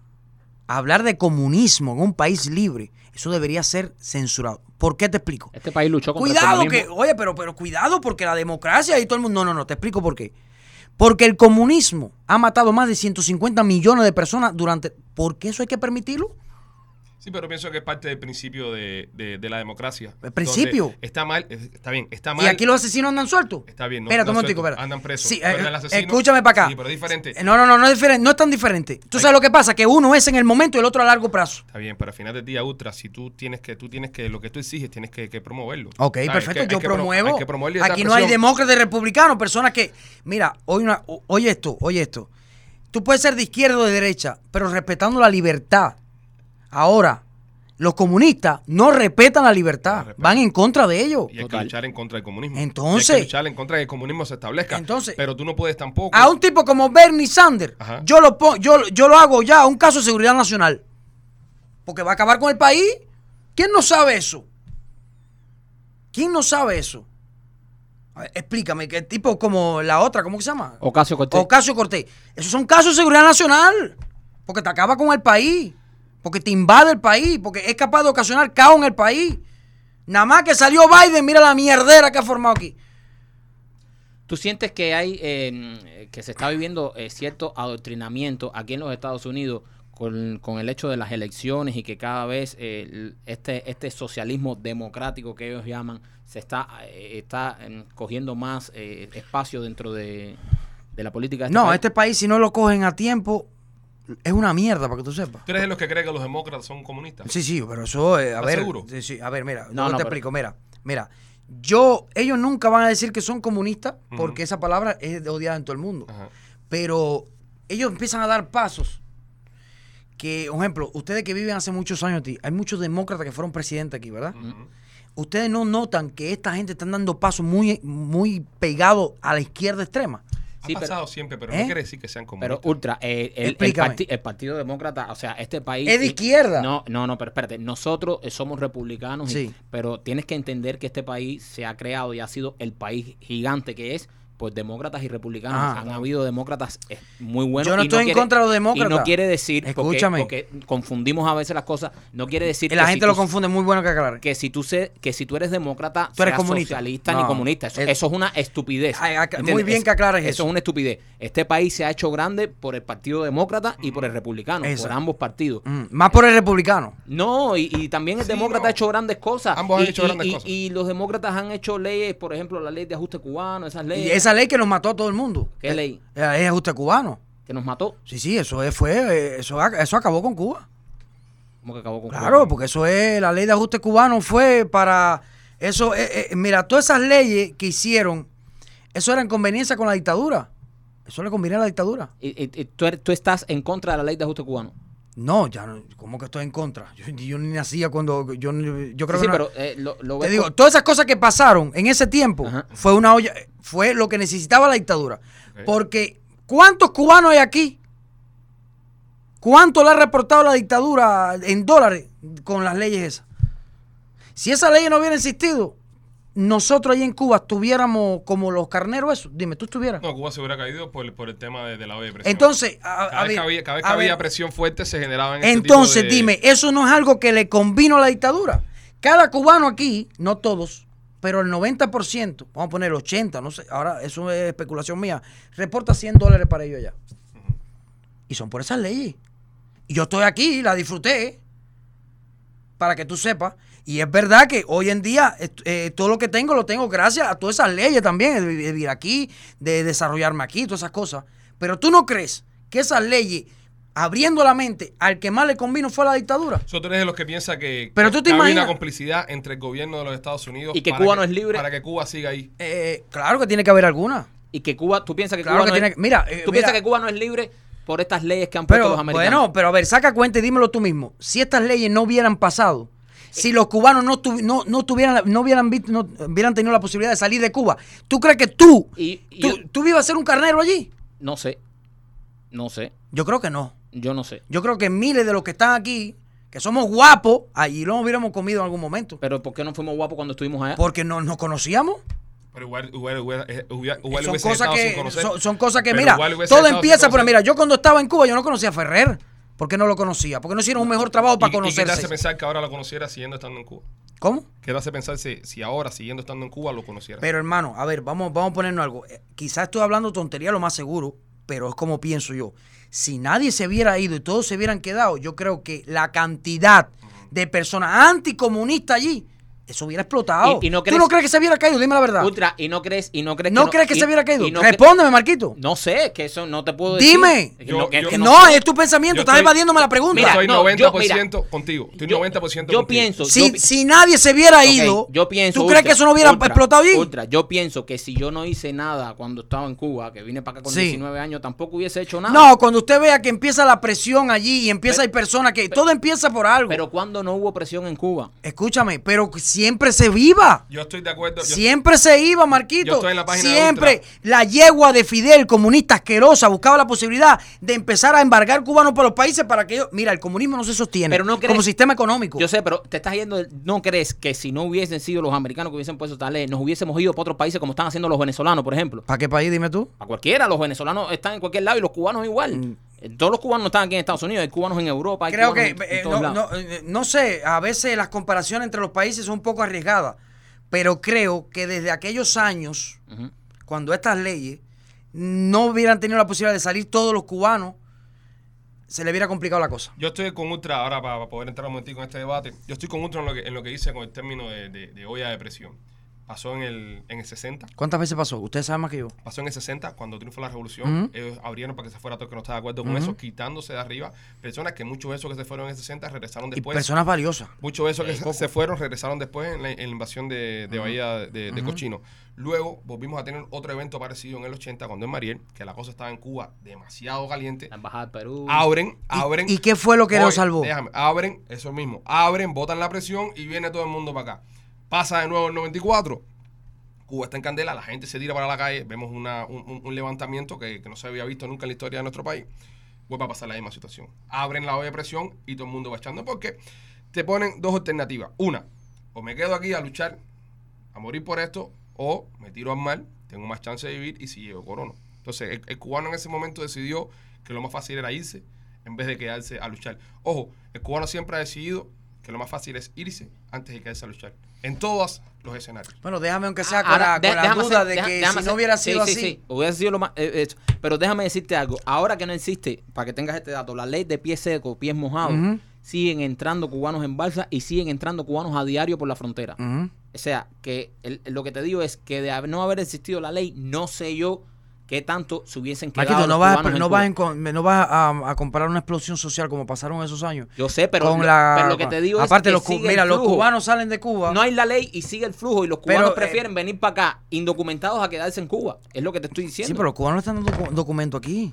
Speaker 3: a hablar de comunismo en un país libre, eso debería ser censurado. ¿Por qué te explico?
Speaker 2: Este país luchó contra
Speaker 3: Cuidado
Speaker 2: el
Speaker 3: que,
Speaker 2: comunismo.
Speaker 3: oye, pero, pero cuidado porque la democracia y todo el mundo... No, no, no, te explico por qué. Porque el comunismo ha matado más de 150 millones de personas durante... ¿Por qué eso hay que permitirlo?
Speaker 1: Sí, pero pienso que es parte del principio de, de- de la democracia.
Speaker 3: ¿El principio?
Speaker 1: Donde Está mal, eh, está bien, está mal.
Speaker 3: Y aquí los asesinos andan sueltos.
Speaker 1: Está bien, no
Speaker 3: Espera,
Speaker 1: andan
Speaker 3: un momentico,
Speaker 1: sueltos,
Speaker 3: espera.
Speaker 1: andan presos,
Speaker 3: Sí,
Speaker 1: pero
Speaker 3: eh,
Speaker 1: el asesino-
Speaker 3: escúchame para acá.
Speaker 1: Sí, pero es diferente.
Speaker 3: Eh, No, no, no, no es diferente, no es tan diferente. Tú sabes lo que pasa, que uno es en el momento y el otro a largo plazo.
Speaker 1: Está bien, pero al final del día, Ultra, si tú tienes que, tú tienes que, lo que tú exiges, tienes que, que promoverlo.
Speaker 3: Ok,
Speaker 1: ¿Sabes?
Speaker 3: perfecto.
Speaker 1: Que- hay
Speaker 3: yo
Speaker 1: que pro-
Speaker 3: promuevo.
Speaker 1: hay que promover libertad de
Speaker 3: Aquí no hay
Speaker 1: expresión.
Speaker 3: demócratas y republicanos, personas que. Mira, hoy una- o- oye esto, oye esto. Tú puedes ser de izquierda o de derecha, pero respetando la libertad. Ahora, los comunistas no respetan la
Speaker 1: No
Speaker 3: libertad,
Speaker 1: respetan.
Speaker 3: van en contra de ellos.
Speaker 1: Y hay que
Speaker 2: Total.
Speaker 1: luchar en contra del comunismo.
Speaker 3: Entonces-
Speaker 1: Y hay que luchar en contra de que el comunismo se establezca.
Speaker 3: Entonces-
Speaker 1: Pero tú no puedes tampoco.
Speaker 3: A un tipo como Bernie Sanders,
Speaker 1: Ajá.
Speaker 3: yo lo, pon- yo, yo lo hago ya un caso de seguridad nacional. Porque va a acabar con el país. ¿Quién no sabe eso? ¿Quién no sabe eso? A ver, explícame, que tipo como la otra, ¿cómo que se llama?
Speaker 2: Ocasio Cortés.
Speaker 3: Ocasio Cortés. Esos son casos de seguridad nacional. Porque te acaba con el país. Porque te invade el país. Porque es capaz de ocasionar caos en el país. Nada más que salió Biden, mira la mierdera que ha formado aquí.
Speaker 2: ¿Tú sientes que hay eh, que se está viviendo eh, cierto adoctrinamiento aquí en los Estados Unidos con, con el hecho de las elecciones y que cada vez eh, el- este este socialismo democrático que ellos llaman se está eh, está em, cogiendo más eh, espacio dentro de, de la política? de
Speaker 3: No,
Speaker 2: país?
Speaker 3: este país, si no lo cogen a tiempo, es una mierda, para que tú sepas.
Speaker 1: Tú eres de los que cree que los demócratas son comunistas.
Speaker 3: Sí, sí, pero eso, eh, a
Speaker 1: ¿Estás
Speaker 3: ver.
Speaker 1: seguro?
Speaker 3: sí, sí, a ver, mira,
Speaker 2: No,
Speaker 3: no, te
Speaker 2: no, pero-
Speaker 3: explico, mira, mira. Yo, ellos nunca van a decir que son comunistas, porque esa palabra es odiada en todo el mundo.
Speaker 1: Ajá.
Speaker 3: Pero ellos empiezan a dar pasos que, por ejemplo, ustedes que viven hace muchos años aquí, hay muchos demócratas que fueron presidentes aquí, ¿verdad?
Speaker 1: Ujú.
Speaker 3: Ustedes no notan que esta gente están dando pasos muy, muy pegados a la izquierda extrema.
Speaker 1: Ha
Speaker 2: Sí, pero-
Speaker 1: pasado siempre, pero
Speaker 3: ¿Eh?
Speaker 1: no quiere decir que sean comunistas.
Speaker 2: Pero ultra, eh, el, el
Speaker 3: Explícame.
Speaker 2: parti- el Partido Demócrata, o sea, este país...
Speaker 3: Es de izquierda.
Speaker 2: No, no, no, pero espérate, nosotros eh, somos republicanos, y-
Speaker 3: Sí.
Speaker 2: pero tienes que entender que este país se ha creado y ha sido el país gigante que es. Pues demócratas y republicanos.
Speaker 3: Ajá.
Speaker 2: Han habido demócratas eh, muy buenos.
Speaker 3: Ah. Yo no
Speaker 2: y
Speaker 3: estoy en contra de los demócratas.
Speaker 2: Y no quiere decir, porque-
Speaker 3: Escúchame.
Speaker 2: Porque, confundimos a veces las cosas, no quiere decir
Speaker 3: la
Speaker 2: si
Speaker 3: gente
Speaker 2: tú-
Speaker 3: lo confunde, muy bueno que aclarar.
Speaker 2: que si tú se, que si tú eres demócrata
Speaker 3: Tú eres
Speaker 2: seas
Speaker 3: comunista.
Speaker 2: socialista
Speaker 3: No.
Speaker 2: ni comunista eso,
Speaker 3: Es-
Speaker 2: eso es una estupidez
Speaker 3: Ay, acá- muy
Speaker 2: ¿entiendes?
Speaker 3: bien que aclares eso.
Speaker 2: eso es una estupidez este país se ha hecho grande por el partido demócrata y por el republicano por
Speaker 3: Exacto.
Speaker 2: ambos partidos
Speaker 3: Mm, más por el republicano.
Speaker 2: no y, y también el
Speaker 1: Sí,
Speaker 2: demócrata
Speaker 1: no.
Speaker 2: ha hecho grandes cosas
Speaker 1: Ambos han
Speaker 2: Y-
Speaker 1: hecho
Speaker 2: y-
Speaker 1: grandes
Speaker 2: y-
Speaker 1: cosas.
Speaker 2: y los demócratas han hecho leyes por ejemplo la ley de ajuste cubano esas leyes
Speaker 3: Y esa ley que nos mató a todo el mundo.
Speaker 2: ¿Qué
Speaker 3: Eh,
Speaker 2: ley?
Speaker 3: eh, Es ajuste cubano.
Speaker 2: que nos mató
Speaker 3: Sí, sí, eso es- fue, eh, eso, ac- eso acabó con Cuba.
Speaker 2: como que acabó con
Speaker 3: Claro,
Speaker 2: Cuba.
Speaker 3: porque eso es, la ley de ajuste cubano fue para, eso, eh, eh, mira, todas esas leyes que hicieron, eso era en conveniencia con la dictadura. Eso le convenía a la dictadura.
Speaker 2: Y- y- y tú, eres- tú estás en contra de la ley de ajuste cubano
Speaker 3: No, ya, no, ¿cómo que estoy en contra? Yo, yo ni nacía cuando, yo, yo creo
Speaker 2: sí, sí,
Speaker 3: que... no-
Speaker 2: pero eh, lo, lo
Speaker 1: Pues,
Speaker 3: Te
Speaker 2: ves
Speaker 3: digo,
Speaker 2: con-
Speaker 3: todas esas cosas que pasaron en ese tiempo
Speaker 2: Ajá.
Speaker 3: fue una olla, fue lo que necesitaba la dictadura.
Speaker 1: Ok.
Speaker 3: Porque ¿cuántos cubanos hay aquí? ¿Cuánto le ha reportado la dictadura en dólares con las leyes esas? Si esas leyes no hubieran existido, nosotros ahí en Cuba estuviéramos como los carneros esos. Dime, tú estuvieras.
Speaker 1: No, Cuba se hubiera caído por, por el tema de, de la olla de presión.
Speaker 3: Entonces, a- a
Speaker 1: cada vez
Speaker 3: ver,
Speaker 1: que había, cada vez que
Speaker 3: a
Speaker 1: había
Speaker 3: ver,
Speaker 1: presión fuerte se generaban. este tipo
Speaker 3: entonces,
Speaker 1: de-
Speaker 3: dime, eso no es algo que le convino a la dictadura. Cada cubano aquí, no todos, pero el 90%, vamos a poner el 80, no sé, ahora eso es especulación mía, reporta 100 dólares para ellos allá. Y son por esas leyes. Y yo estoy aquí, la disfruté, para que tú sepas. Y es verdad que hoy en día est- eh, todo lo que tengo lo tengo gracias a todas esas leyes también, de vi- de vivir aquí, de desarrollarme aquí, todas esas cosas. Pero tú no crees que esas leyes, abriendo la mente al que más le convino fue a la dictadura.
Speaker 1: So, tú eres de los que piensa que,
Speaker 3: Pero tú te
Speaker 1: que había
Speaker 3: imaginas-
Speaker 1: una complicidad entre el gobierno de los Estados Unidos
Speaker 2: Y que Cuba no es libre.
Speaker 1: para que Cuba siga ahí.
Speaker 3: Eh, claro que tiene que haber alguna.
Speaker 2: y que Cuba tú piensas que
Speaker 3: Claro
Speaker 2: Cuba
Speaker 3: que
Speaker 2: no
Speaker 3: tiene
Speaker 2: es,
Speaker 3: que- mira, eh,
Speaker 2: tú
Speaker 3: mira.
Speaker 2: piensas que Cuba no es libre por estas leyes que han puesto
Speaker 3: Pero
Speaker 2: los americanos
Speaker 3: bueno, pero a ver, saca cuenta y dímelo tú mismo. Si estas leyes no hubieran pasado, si los cubanos no, tuvi- no, no tuvieran, la- no hubieran, vi- no hubieran tenido la posibilidad de salir de Cuba, ¿tú crees que tú,
Speaker 2: Y, y
Speaker 3: tú,
Speaker 2: yo-
Speaker 3: tú ibas a ser un carnero allí?
Speaker 2: no sé, no sé,
Speaker 3: Yo creo que no.
Speaker 2: yo no sé.
Speaker 3: Yo creo que miles de los que están aquí, que somos guapos, allí lo hubiéramos comido en algún momento.
Speaker 2: Pero ¿por qué no fuimos guapos cuando estuvimos allá?
Speaker 3: Porque no, nos conocíamos.
Speaker 1: Pero igual, igual, igual, eh, igual, igual
Speaker 3: son,
Speaker 1: hubiese
Speaker 3: cosas
Speaker 1: estado sin
Speaker 3: que,
Speaker 1: conocer.
Speaker 3: son, son cosas que,
Speaker 1: Pero
Speaker 3: mira,
Speaker 1: igual hubiese
Speaker 3: todo
Speaker 1: estado sin
Speaker 3: empieza por,
Speaker 1: conocer.
Speaker 3: mira, yo cuando estaba en Cuba yo no conocía a Ferrer. ¿Por qué no lo conocía? Porque no hicieron un mejor trabajo
Speaker 1: ¿Y-
Speaker 3: para
Speaker 1: ¿Y, qué te hace
Speaker 3: conocerse.
Speaker 1: pensar que ahora lo conociera siguiendo estando en Cuba?
Speaker 3: ¿Cómo?
Speaker 1: ¿Qué te hace pensar si, si ahora siguiendo estando en Cuba lo conociera?
Speaker 3: Pero hermano, a ver, vamos, vamos a ponernos algo. Eh, Quizás estoy hablando tontería lo más seguro, pero es como pienso yo. Si nadie se hubiera ido y todos se hubieran quedado, yo creo que la cantidad de personas anticomunistas allí, eso hubiera explotado.
Speaker 2: Y- y no
Speaker 3: ¿Tú
Speaker 2: crees-
Speaker 3: no crees que se hubiera caído? Dime la verdad.
Speaker 2: Ultra, y no crees, y no crees
Speaker 3: ¿No crees que
Speaker 2: y-
Speaker 3: se hubiera caído?
Speaker 2: y no cre-
Speaker 3: Respóndeme, Marquito.
Speaker 2: No sé, es que eso no te puedo decir.
Speaker 3: Dime.
Speaker 2: Es que no- es
Speaker 1: Yo-
Speaker 3: Que
Speaker 2: que
Speaker 1: yo-
Speaker 3: No,
Speaker 2: no sé.
Speaker 3: es tu pensamiento,
Speaker 1: Yo
Speaker 3: estás
Speaker 1: estoy-
Speaker 3: evadiéndome la pregunta.
Speaker 2: Mira,
Speaker 1: yo estoy
Speaker 2: no, yo-
Speaker 1: 90% contigo. Estoy
Speaker 2: Yo-
Speaker 1: 90% contigo.
Speaker 2: yo pienso,
Speaker 3: si,
Speaker 2: yo-
Speaker 3: si nadie se hubiera ido,
Speaker 2: Ok, yo pienso,
Speaker 3: ¿tú crees
Speaker 2: Ultra,
Speaker 3: que eso no hubiera
Speaker 2: Ultra,
Speaker 3: explotado allí?
Speaker 2: Ultra, yo pienso que si yo no hice nada cuando estaba en Cuba, que vine para acá con
Speaker 3: Sí.
Speaker 2: 19 años, tampoco hubiese hecho nada.
Speaker 3: No, cuando usted vea que empieza la presión allí y empieza, hay personas que todo empieza por algo.
Speaker 2: Pero cuando no hubo presión en Cuba.
Speaker 3: Escúchame, pero siempre se viva.
Speaker 1: Yo estoy de acuerdo. yo-
Speaker 3: Siempre se iba, Marquito.
Speaker 1: Yo estoy en la página de
Speaker 3: Siempre
Speaker 1: Ultra.
Speaker 3: la yegua de Fidel, comunista asquerosa, buscaba la posibilidad de empezar a embargar cubanos para los países para que ellos. Mira, el comunismo no se sostiene
Speaker 2: Pero no crees-
Speaker 3: como sistema económico.
Speaker 2: Yo sé, pero te estás yendo. del- ¿No crees que si no hubiesen sido los americanos que hubiesen puesto esta ley, nos hubiésemos ido para otros países como están haciendo los venezolanos, por ejemplo?
Speaker 3: ¿Para qué país, dime tú?
Speaker 2: A cualquiera, los venezolanos están en cualquier lado y los cubanos igual. Eh, Todos los cubanos están aquí en Estados Unidos, hay cubanos en Europa, hay
Speaker 3: Mm. Creo que,
Speaker 2: cubanos en- en
Speaker 3: eh,
Speaker 2: todos
Speaker 3: no,
Speaker 2: lados.
Speaker 3: no, eh, no sé, a veces las comparaciones entre los países son un poco arriesgadas, pero creo que desde aquellos años,
Speaker 2: Ujú.
Speaker 3: cuando estas leyes no hubieran tenido la posibilidad de salir todos los cubanos, se le hubiera complicado la cosa.
Speaker 1: Yo estoy con Ultra ahora para, para poder entrar un momentico en este debate. Yo estoy con Ultra en lo que, en lo que dice con el término de, de, de olla de presión. Pasó en el, en el 60.
Speaker 3: ¿Cuántas veces pasó? Ustedes saben más que yo.
Speaker 1: Pasó en el 60, cuando triunfó la revolución,
Speaker 3: Ujú.
Speaker 1: ellos abrieron para que se fuera todo el que no estaba de acuerdo con eso, quitándose de arriba personas que muchos de esos que se fueron en el 60 regresaron
Speaker 3: Y
Speaker 1: después.
Speaker 3: personas valiosas.
Speaker 1: Muchos de esos que se- se fueron regresaron después en la, en la invasión de, de Bahía de, de Cochino. Luego volvimos a tener otro evento parecido en el 80, cuando en Mariel, que la cosa estaba en Cuba demasiado caliente.
Speaker 2: La embajada de Perú.
Speaker 3: Ah,
Speaker 1: Abren, abren.
Speaker 3: ¿Y qué fue lo que
Speaker 1: Oye,
Speaker 3: lo salvó?
Speaker 1: Déjame, abren, eso mismo. Abren, botan la presión y viene todo el mundo para acá. Pasa de nuevo el 94. Cuba está en candela, la gente se tira para la calle. Vemos una- un, un- un levantamiento que, que no se había visto nunca en la historia de nuestro país. Vuelve a pasar la misma situación. Abren la olla de presión y todo el mundo va echando. Porque te ponen dos alternativas. Una, o me quedo aquí a luchar, a morir por esto, o me tiro al mar, tengo más chance de vivir y si llego corona. Entonces, el, el cubano en ese momento decidió que lo más fácil era irse en vez de quedarse a luchar. Ojo, el cubano siempre ha decidido que lo más fácil es irse antes de quedarse a luchar. En todos los escenarios.
Speaker 3: Bueno, déjame aunque sea con
Speaker 2: Ahora,
Speaker 3: la,
Speaker 2: Ah, de-
Speaker 3: con la
Speaker 2: déjame
Speaker 3: duda
Speaker 2: hacer-
Speaker 3: de
Speaker 2: deja-
Speaker 3: que si
Speaker 2: déjame
Speaker 3: no
Speaker 2: hacer-
Speaker 3: hubiera
Speaker 2: sí,
Speaker 3: sido
Speaker 2: sí,
Speaker 3: así.
Speaker 2: sí, hubiera sido lo más. eh, eh, pero déjame decirte algo. Ahora que no existe, para que tengas este dato, la ley de pies secos, pies mojados,
Speaker 3: Ujú.
Speaker 2: siguen entrando cubanos en balsa y siguen entrando cubanos a diario por la frontera.
Speaker 3: Ujú.
Speaker 2: O sea, que el- lo que te digo es que de hab- no haber existido la ley, no sé yo qué tanto se hubiesen quedado.
Speaker 3: Maquito, no
Speaker 2: los
Speaker 3: vas, a-
Speaker 2: cubanos en
Speaker 3: no
Speaker 2: Cuba.
Speaker 3: vas, en con- no vas a, a comparar una explosión social como pasaron esos años.
Speaker 2: Yo sé, pero,
Speaker 3: con
Speaker 2: lo,
Speaker 3: la,
Speaker 2: pero lo que te digo
Speaker 3: aparte
Speaker 2: es que
Speaker 3: los, cu-
Speaker 2: sigue el
Speaker 3: mira, los
Speaker 2: flujo.
Speaker 3: cubanos salen de Cuba.
Speaker 2: No hay la ley y sigue el flujo y los
Speaker 3: Pero,
Speaker 2: cubanos
Speaker 3: eh,
Speaker 2: prefieren venir para acá indocumentados a quedarse en Cuba. Es lo que te estoy diciendo.
Speaker 3: sí, pero los cubanos están dando docu- documento aquí.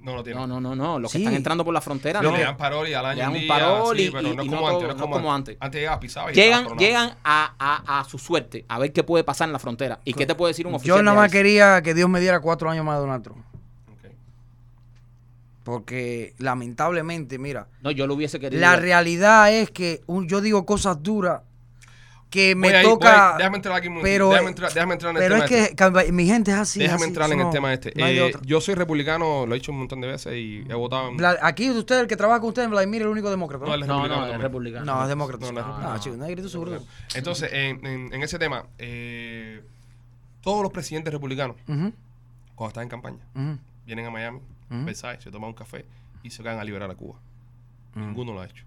Speaker 1: No lo tienen.
Speaker 2: No, no, no, no. Los
Speaker 3: Sí.
Speaker 2: que están entrando por la frontera
Speaker 1: Le
Speaker 2: no.
Speaker 1: dan parol y al año
Speaker 2: Le dan
Speaker 1: un
Speaker 2: un
Speaker 1: día,
Speaker 2: parol
Speaker 1: sí,
Speaker 2: y-
Speaker 1: pero
Speaker 2: y-
Speaker 1: no es
Speaker 2: y
Speaker 1: como
Speaker 2: no
Speaker 1: antes,
Speaker 2: todo-
Speaker 1: no es
Speaker 2: no
Speaker 1: como
Speaker 2: como
Speaker 1: antes.
Speaker 2: antes.
Speaker 1: Antes llegaba pisaba y
Speaker 2: Llegan,
Speaker 1: estabas coronado.
Speaker 2: llegan a, a- a su suerte a ver qué puede pasar en la frontera. ¿Y qué te puede decir un oficial?
Speaker 3: Yo
Speaker 2: de
Speaker 3: nada más
Speaker 2: ICE?
Speaker 3: quería que Dios me diera cuatro años más de Donald Trump.
Speaker 1: Ok.
Speaker 3: Porque lamentablemente, mira,
Speaker 2: No, yo lo hubiese querido.
Speaker 3: la realidad es que un- yo digo cosas duras que me
Speaker 1: Voy ahí, voy
Speaker 3: toca.
Speaker 1: ahí. Déjame entrar aquí un momento.
Speaker 3: pero
Speaker 1: Déjame entrar- déjame entrar en el
Speaker 3: pero
Speaker 1: tema
Speaker 3: es que
Speaker 1: este.
Speaker 3: camba- mi gente es así.
Speaker 1: Déjame
Speaker 3: así,
Speaker 1: entrar en
Speaker 3: no-
Speaker 1: el tema este.
Speaker 3: no hay de
Speaker 1: Eh,
Speaker 3: otra.
Speaker 1: yo soy republicano, lo he dicho un montón de veces y he votado. en-
Speaker 3: Bla- aquí usted, el que trabaja con usted, Vladimir, el único demócrata.
Speaker 1: No,
Speaker 3: No,
Speaker 1: él es
Speaker 2: No,
Speaker 1: republicano
Speaker 2: no, es
Speaker 1: también.
Speaker 2: republicano.
Speaker 3: No, es demócrata.
Speaker 1: No,
Speaker 3: No,
Speaker 1: no es republicano.
Speaker 3: chico, nadie grita su burla.
Speaker 1: Entonces, en, en- en ese tema, eh, todos los presidentes republicanos,
Speaker 3: Ujú,
Speaker 1: cuando están en campaña,
Speaker 3: ujú.
Speaker 1: vienen a Miami,
Speaker 3: Ujú.
Speaker 1: Versailles, se toman un café y se van a liberar a Cuba. Ninguno lo ha hecho.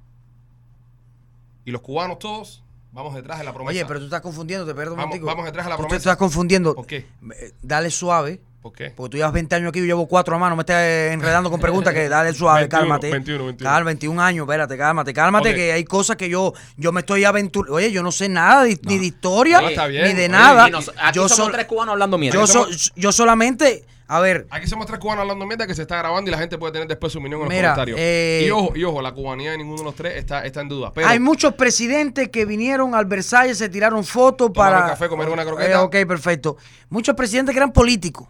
Speaker 1: Y los cubanos todos vamos detrás de la promesa.
Speaker 3: Oye, pero tú estás confundiéndote, perdón.
Speaker 1: Vamos-
Speaker 3: momentico.
Speaker 1: vamos detrás de la
Speaker 3: Tú te
Speaker 1: promesa.
Speaker 3: estás confundiendo.
Speaker 1: ¿Por qué?
Speaker 3: Eh, Dale suave.
Speaker 1: ¿Por qué?
Speaker 3: Porque tú llevas 20 años aquí, yo llevo 4 a mano, me estás eh, enredando con preguntas que dale
Speaker 1: (laughs)
Speaker 3: suave,
Speaker 1: 21,
Speaker 3: cálmate.
Speaker 1: 21, 21.
Speaker 3: Cal- 21 años, espérate, cálmate, cálmate,
Speaker 1: Ok.
Speaker 3: que hay cosas que yo yo me estoy aventurando. Oye, yo no sé nada de- ni de historia,
Speaker 1: No, está bien.
Speaker 3: ni de
Speaker 1: Oye,
Speaker 3: nada.
Speaker 2: Y nos- aquí
Speaker 3: yo,
Speaker 2: somos
Speaker 3: sol-
Speaker 2: tres cubanos hablando mierda.
Speaker 3: yo,
Speaker 1: somos-
Speaker 3: so- yo solamente A ver,
Speaker 1: Aquí somos tres cubanos hablando mierda que se está grabando y la gente puede tener después su opinión en
Speaker 3: Mira,
Speaker 1: los comentarios.
Speaker 3: eh,
Speaker 1: y ojo, y ojo, la cubanía de ninguno de los tres está, está en duda. Pero
Speaker 3: hay muchos presidentes que vinieron al Versalles, se tiraron fotos para.
Speaker 1: café, comer una croqueta.
Speaker 3: Eh, ok, perfecto. Muchos presidentes que eran políticos.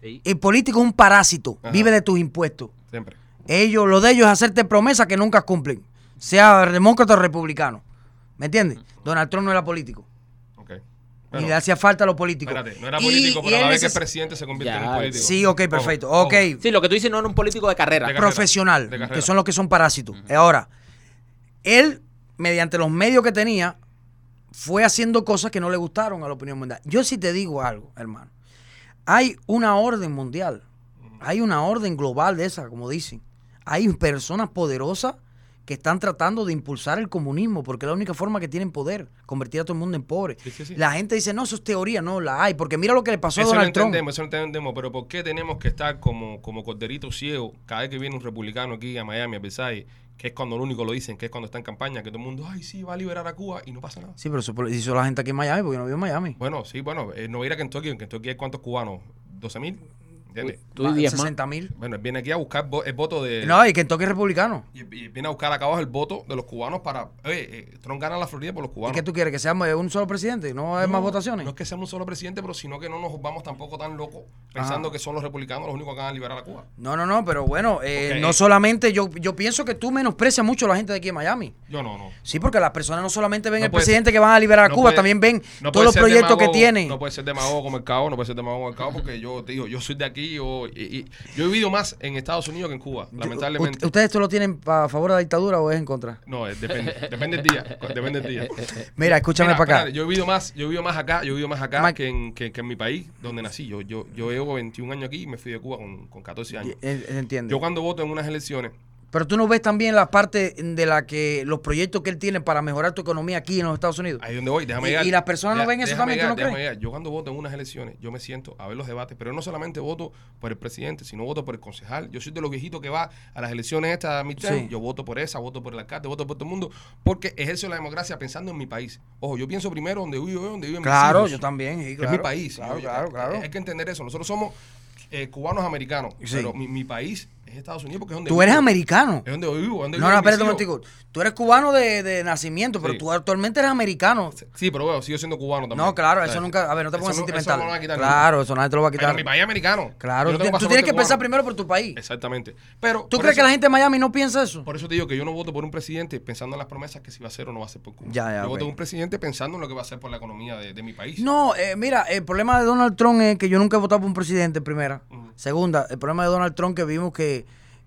Speaker 2: Sí.
Speaker 3: El político es un parásito,
Speaker 1: Ajá.
Speaker 3: vive de tus impuestos.
Speaker 1: siempre.
Speaker 3: Ellos, lo de ellos es hacerte promesas que nunca cumplen, sea demócrata o republicano. ¿Me entiendes? Donald Trump no era político.
Speaker 1: Ok.
Speaker 3: ni
Speaker 1: Bueno,
Speaker 3: le hacía falta a los políticos.
Speaker 1: espérate, no era
Speaker 3: Y-
Speaker 1: político,
Speaker 3: y
Speaker 1: pero a
Speaker 3: él
Speaker 1: la vez que es
Speaker 3: neces-
Speaker 1: presidente se convierte en
Speaker 2: Ya.
Speaker 1: un político.
Speaker 3: Sí, ok,
Speaker 1: Ojo,
Speaker 3: perfecto.
Speaker 1: ojo.
Speaker 3: ok,
Speaker 2: Sí, lo que tú dices no era un político de carrera.
Speaker 1: De carrera.
Speaker 3: profesional,
Speaker 1: de carrera.
Speaker 3: que son los que son parásitos. Ahora, él, mediante los medios que tenía, fue haciendo cosas que no le gustaron a la opinión mundial. Yo sí te digo algo, hermano. Hay una orden mundial, hay una orden global de esa, como dicen. Hay personas poderosas que están tratando de impulsar el comunismo, porque es la única forma que tienen poder, convertir a todo el mundo en pobre.
Speaker 1: Sí, sí, sí.
Speaker 3: La gente dice, no, eso es teoría, no la hay, porque mira lo que le pasó a
Speaker 1: Eso no
Speaker 3: Donald Trump.
Speaker 1: entendemos, eso no entendemos, pero ¿por qué tenemos que estar como, como corderito ciego cada vez que viene un republicano aquí a Miami, a Versailles, que es cuando lo único lo dicen, que es cuando está en campaña, que todo el mundo, ay, sí, va a liberar a Cuba y no pasa nada?
Speaker 3: Sí, pero eso hizo la gente aquí en Miami, porque yo no vivo en Miami.
Speaker 1: Bueno, sí, bueno, eh, no va a ir a Kentucky, en Kentucky hay cuántos cubanos, 12 mil, ¿entiendes?
Speaker 2: Tú y diez más.
Speaker 3: 60 mil.
Speaker 1: Bueno, él viene aquí a buscar vo- el voto de...
Speaker 3: No, y Kentucky es republicano.
Speaker 1: Y, y viene a buscar acá abajo el voto de los cubanos para... Oye, eh, Trump gana la Florida por los
Speaker 3: ¿Y
Speaker 1: cubanos.
Speaker 3: qué tú quieres? ¿Que sea un solo presidente? y ¿No va a haber
Speaker 1: No,
Speaker 3: más votaciones?
Speaker 1: No es que seamos un solo presidente, pero sino que no nos vamos tampoco tan locos pensando que son los republicanos los únicos que van a liberar a Cuba.
Speaker 3: No, no, no, pero bueno, eh,
Speaker 1: Ok.
Speaker 3: no solamente yo, yo pienso que tú menosprecias mucho a la gente de aquí en Miami.
Speaker 1: Yo no, no.
Speaker 3: Sí, porque las personas no solamente ven
Speaker 1: No
Speaker 3: el
Speaker 1: puede
Speaker 3: presidente que van a liberar a
Speaker 1: No
Speaker 3: Cuba,
Speaker 1: puede-
Speaker 3: también ven
Speaker 1: no
Speaker 3: todos
Speaker 1: puede
Speaker 3: los
Speaker 1: ser
Speaker 3: proyectos que
Speaker 1: demagogo,
Speaker 3: tiene.
Speaker 1: No puede ser demagogo como el cabo, no puede ser demagogo como el cabo, porque yo te digo, yo soy de aquí, yo, y- y- yo he vivido más en Estados Unidos que en Cuba,
Speaker 3: Yo-
Speaker 1: lamentablemente.
Speaker 3: ¿ust- ¿Ustedes esto lo tienen a favor de la dictadura o es en contra?
Speaker 1: no, eh, depende, depende del día, depende del
Speaker 3: (laughs)
Speaker 1: día.
Speaker 3: Mira, escúchame
Speaker 1: Eh, Mira,
Speaker 3: para acá.
Speaker 1: espérate, yo he vivido más, yo he vivido más acá, yo he vivido más acá
Speaker 3: Mike.
Speaker 1: que en, que, que en mi país, donde nací. Yo, yo, yo llevo 21 años aquí y me fui de Cuba con, con 14 años.
Speaker 3: Eh, eh, Entiendo.
Speaker 1: Yo cuando voto en unas elecciones,
Speaker 3: Pero tú no ves también la parte de la que los proyectos que él tiene para mejorar tu economía aquí en los Estados Unidos.
Speaker 1: Ahí es donde voy, déjame
Speaker 3: Y-
Speaker 1: llegar.
Speaker 3: y las personas no
Speaker 1: Deja-
Speaker 3: ven eso
Speaker 1: déjame
Speaker 3: también, ¿tú
Speaker 1: llegar,
Speaker 3: no crees?
Speaker 1: déjame llegar. Yo cuando voto en unas elecciones, yo me siento a ver los debates, pero no solamente voto por el presidente, sino voto por el concejal. Yo soy de los viejitos que va a las elecciones estas a
Speaker 3: Sí.
Speaker 1: Yo voto por esa, voto por el alcalde, voto por todo el mundo, porque ejerzo la democracia pensando en mi país. Ojo, yo pienso primero donde vivo yo, donde viven mis
Speaker 3: Claro,
Speaker 1: hijos.
Speaker 3: yo también. sí,
Speaker 1: Es
Speaker 3: claro.
Speaker 1: mi país. eh,
Speaker 3: Claro,
Speaker 1: Yo-
Speaker 3: claro, claro.
Speaker 1: Hay que entender eso. Nosotros somos eh, cubanos americanos,
Speaker 3: Sí.
Speaker 1: pero mi, mi país es Estados Unidos porque es donde
Speaker 3: Tú eres
Speaker 1: vivo.
Speaker 3: americano.
Speaker 1: Es donde yo vivo. Donde
Speaker 3: No,
Speaker 1: viven
Speaker 3: no,
Speaker 1: mis
Speaker 3: espérate un
Speaker 1: hijos.
Speaker 3: momentico. Tú eres cubano de, de nacimiento, pero
Speaker 1: Sí.
Speaker 3: tú actualmente eres americano.
Speaker 1: Sí, pero bueno, sigo siendo cubano también.
Speaker 3: No, claro,
Speaker 1: O
Speaker 3: eso
Speaker 1: sea,
Speaker 3: nunca. A ver, no te
Speaker 1: eso
Speaker 3: pongas
Speaker 1: no- eso
Speaker 3: sentimental.
Speaker 1: no lo van a quitar nunca.
Speaker 3: claro, eso nadie te lo va a
Speaker 1: Pero
Speaker 3: quitar.
Speaker 1: mi país es americano.
Speaker 3: Claro,
Speaker 1: Yo no
Speaker 3: tú,
Speaker 1: tengo
Speaker 3: tú
Speaker 1: pasaporte
Speaker 3: tienes que
Speaker 1: cubano.
Speaker 3: pensar primero por tu país.
Speaker 1: Exactamente. Pero.
Speaker 3: ¿Tú
Speaker 1: por
Speaker 3: crees
Speaker 1: eso-
Speaker 3: que la gente de Miami no piensa eso?
Speaker 1: Por eso te digo que yo no voto por un presidente pensando en las promesas que si va a hacer o no va a hacer por Cuba.
Speaker 3: Ya, ya,
Speaker 1: yo
Speaker 3: ok.
Speaker 1: voto por un presidente pensando en lo que va a hacer por la economía de, de mi país.
Speaker 3: No, eh, mira, el problema de Donald Trump es que yo nunca he votado por un presidente, primera.
Speaker 1: Ujú.
Speaker 3: Segunda, el problema de Donald Trump que vimos que,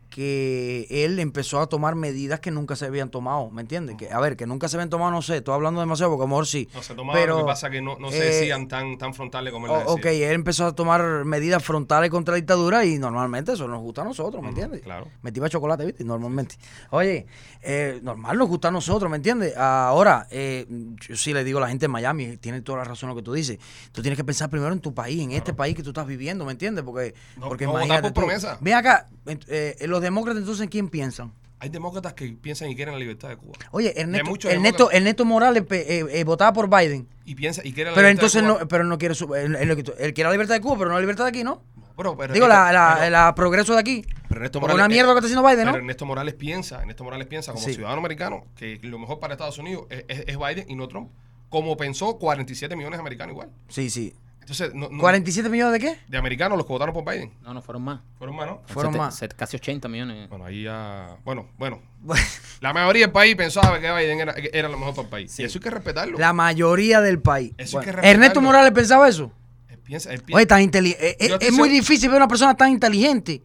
Speaker 3: que él empezó a tomar medidas que nunca se habían tomado, ¿me entiendes? Que, a ver, que nunca se habían tomado, no sé, estoy hablando demasiado porque a lo mejor sí.
Speaker 1: No se tomaba,
Speaker 3: pero,
Speaker 1: lo que pasa que no, no se
Speaker 3: eh,
Speaker 1: decían tan, tan frontales como él
Speaker 3: O-
Speaker 1: la decía.
Speaker 3: ok, él empezó a tomar medidas frontales contra la dictadura y normalmente eso nos gusta a nosotros, ¿me entiendes?
Speaker 1: claro.
Speaker 3: Metimos chocolate, ¿viste? Normalmente. Oye, eh, normal nos gusta a nosotros, ¿me entiendes? Ahora, eh, yo sí le digo a la gente de Miami, tiene toda la razón lo que tú dices. Tú tienes que pensar primero en tu país, en este país que tú estás viviendo, ¿me entiendes? Porque,
Speaker 1: No-
Speaker 3: porque
Speaker 1: no votar
Speaker 3: imagínate
Speaker 1: por
Speaker 3: tú.
Speaker 1: promesa.
Speaker 3: Ven acá, ent- eh, los demócratas entonces, ¿en quién piensan?
Speaker 1: Hay demócratas que piensan y quieren la libertad de Cuba.
Speaker 3: Oye, Ernesto,
Speaker 1: muchos
Speaker 3: Ernesto,
Speaker 1: demócratas.
Speaker 3: Ernesto Morales pe- eh, eh, votaba por Biden.
Speaker 1: Y piensan y quieren la
Speaker 3: Pero
Speaker 1: libertad
Speaker 3: entonces
Speaker 1: de
Speaker 3: no,
Speaker 1: Cuba.
Speaker 3: pero él no quiere su- él, él lo quitó. Él quiere la libertad de Cuba, pero no la libertad de aquí, ¿no?
Speaker 1: Pero- pero-
Speaker 3: Digo, la, la,
Speaker 1: pero-
Speaker 3: la progreso de aquí.
Speaker 1: pero Ernesto
Speaker 3: Por
Speaker 1: Morales- eh,
Speaker 3: una mierda lo que está haciendo Biden,
Speaker 1: Pero
Speaker 3: ¿no?
Speaker 1: Ernesto Morales piensa, Ernesto Morales piensa como
Speaker 3: Sí.
Speaker 1: ciudadano americano que lo mejor para Estados Unidos es, es- es Biden y no Trump, como pensó 47 millones de americanos igual.
Speaker 3: Sí, sí.
Speaker 1: Entonces, no- no-
Speaker 3: ¿47 millones de qué? (laughs)
Speaker 1: de americanos los que votaron por Biden
Speaker 2: No, no, fueron más.
Speaker 1: fueron más, ¿no?
Speaker 3: Fueron
Speaker 2: Sete-
Speaker 3: más.
Speaker 2: set- Casi 80 millones.
Speaker 1: Bueno, ahí ya. Bueno, bueno.
Speaker 3: Bueno,
Speaker 1: La mayoría del país pensaba que Biden era, era lo mejor para el país. Y eso hay que respetarlo.
Speaker 3: La mayoría del país.
Speaker 1: Eso hay que
Speaker 3: Bueno,
Speaker 1: respetarlo.
Speaker 3: Ernesto Morales pensaba eso.
Speaker 1: Él piensa, él piensa-
Speaker 3: Oye, tan inteligente. Es,
Speaker 1: Yo estoy
Speaker 3: muy
Speaker 1: seguro-
Speaker 3: difícil ver una persona tan inteligente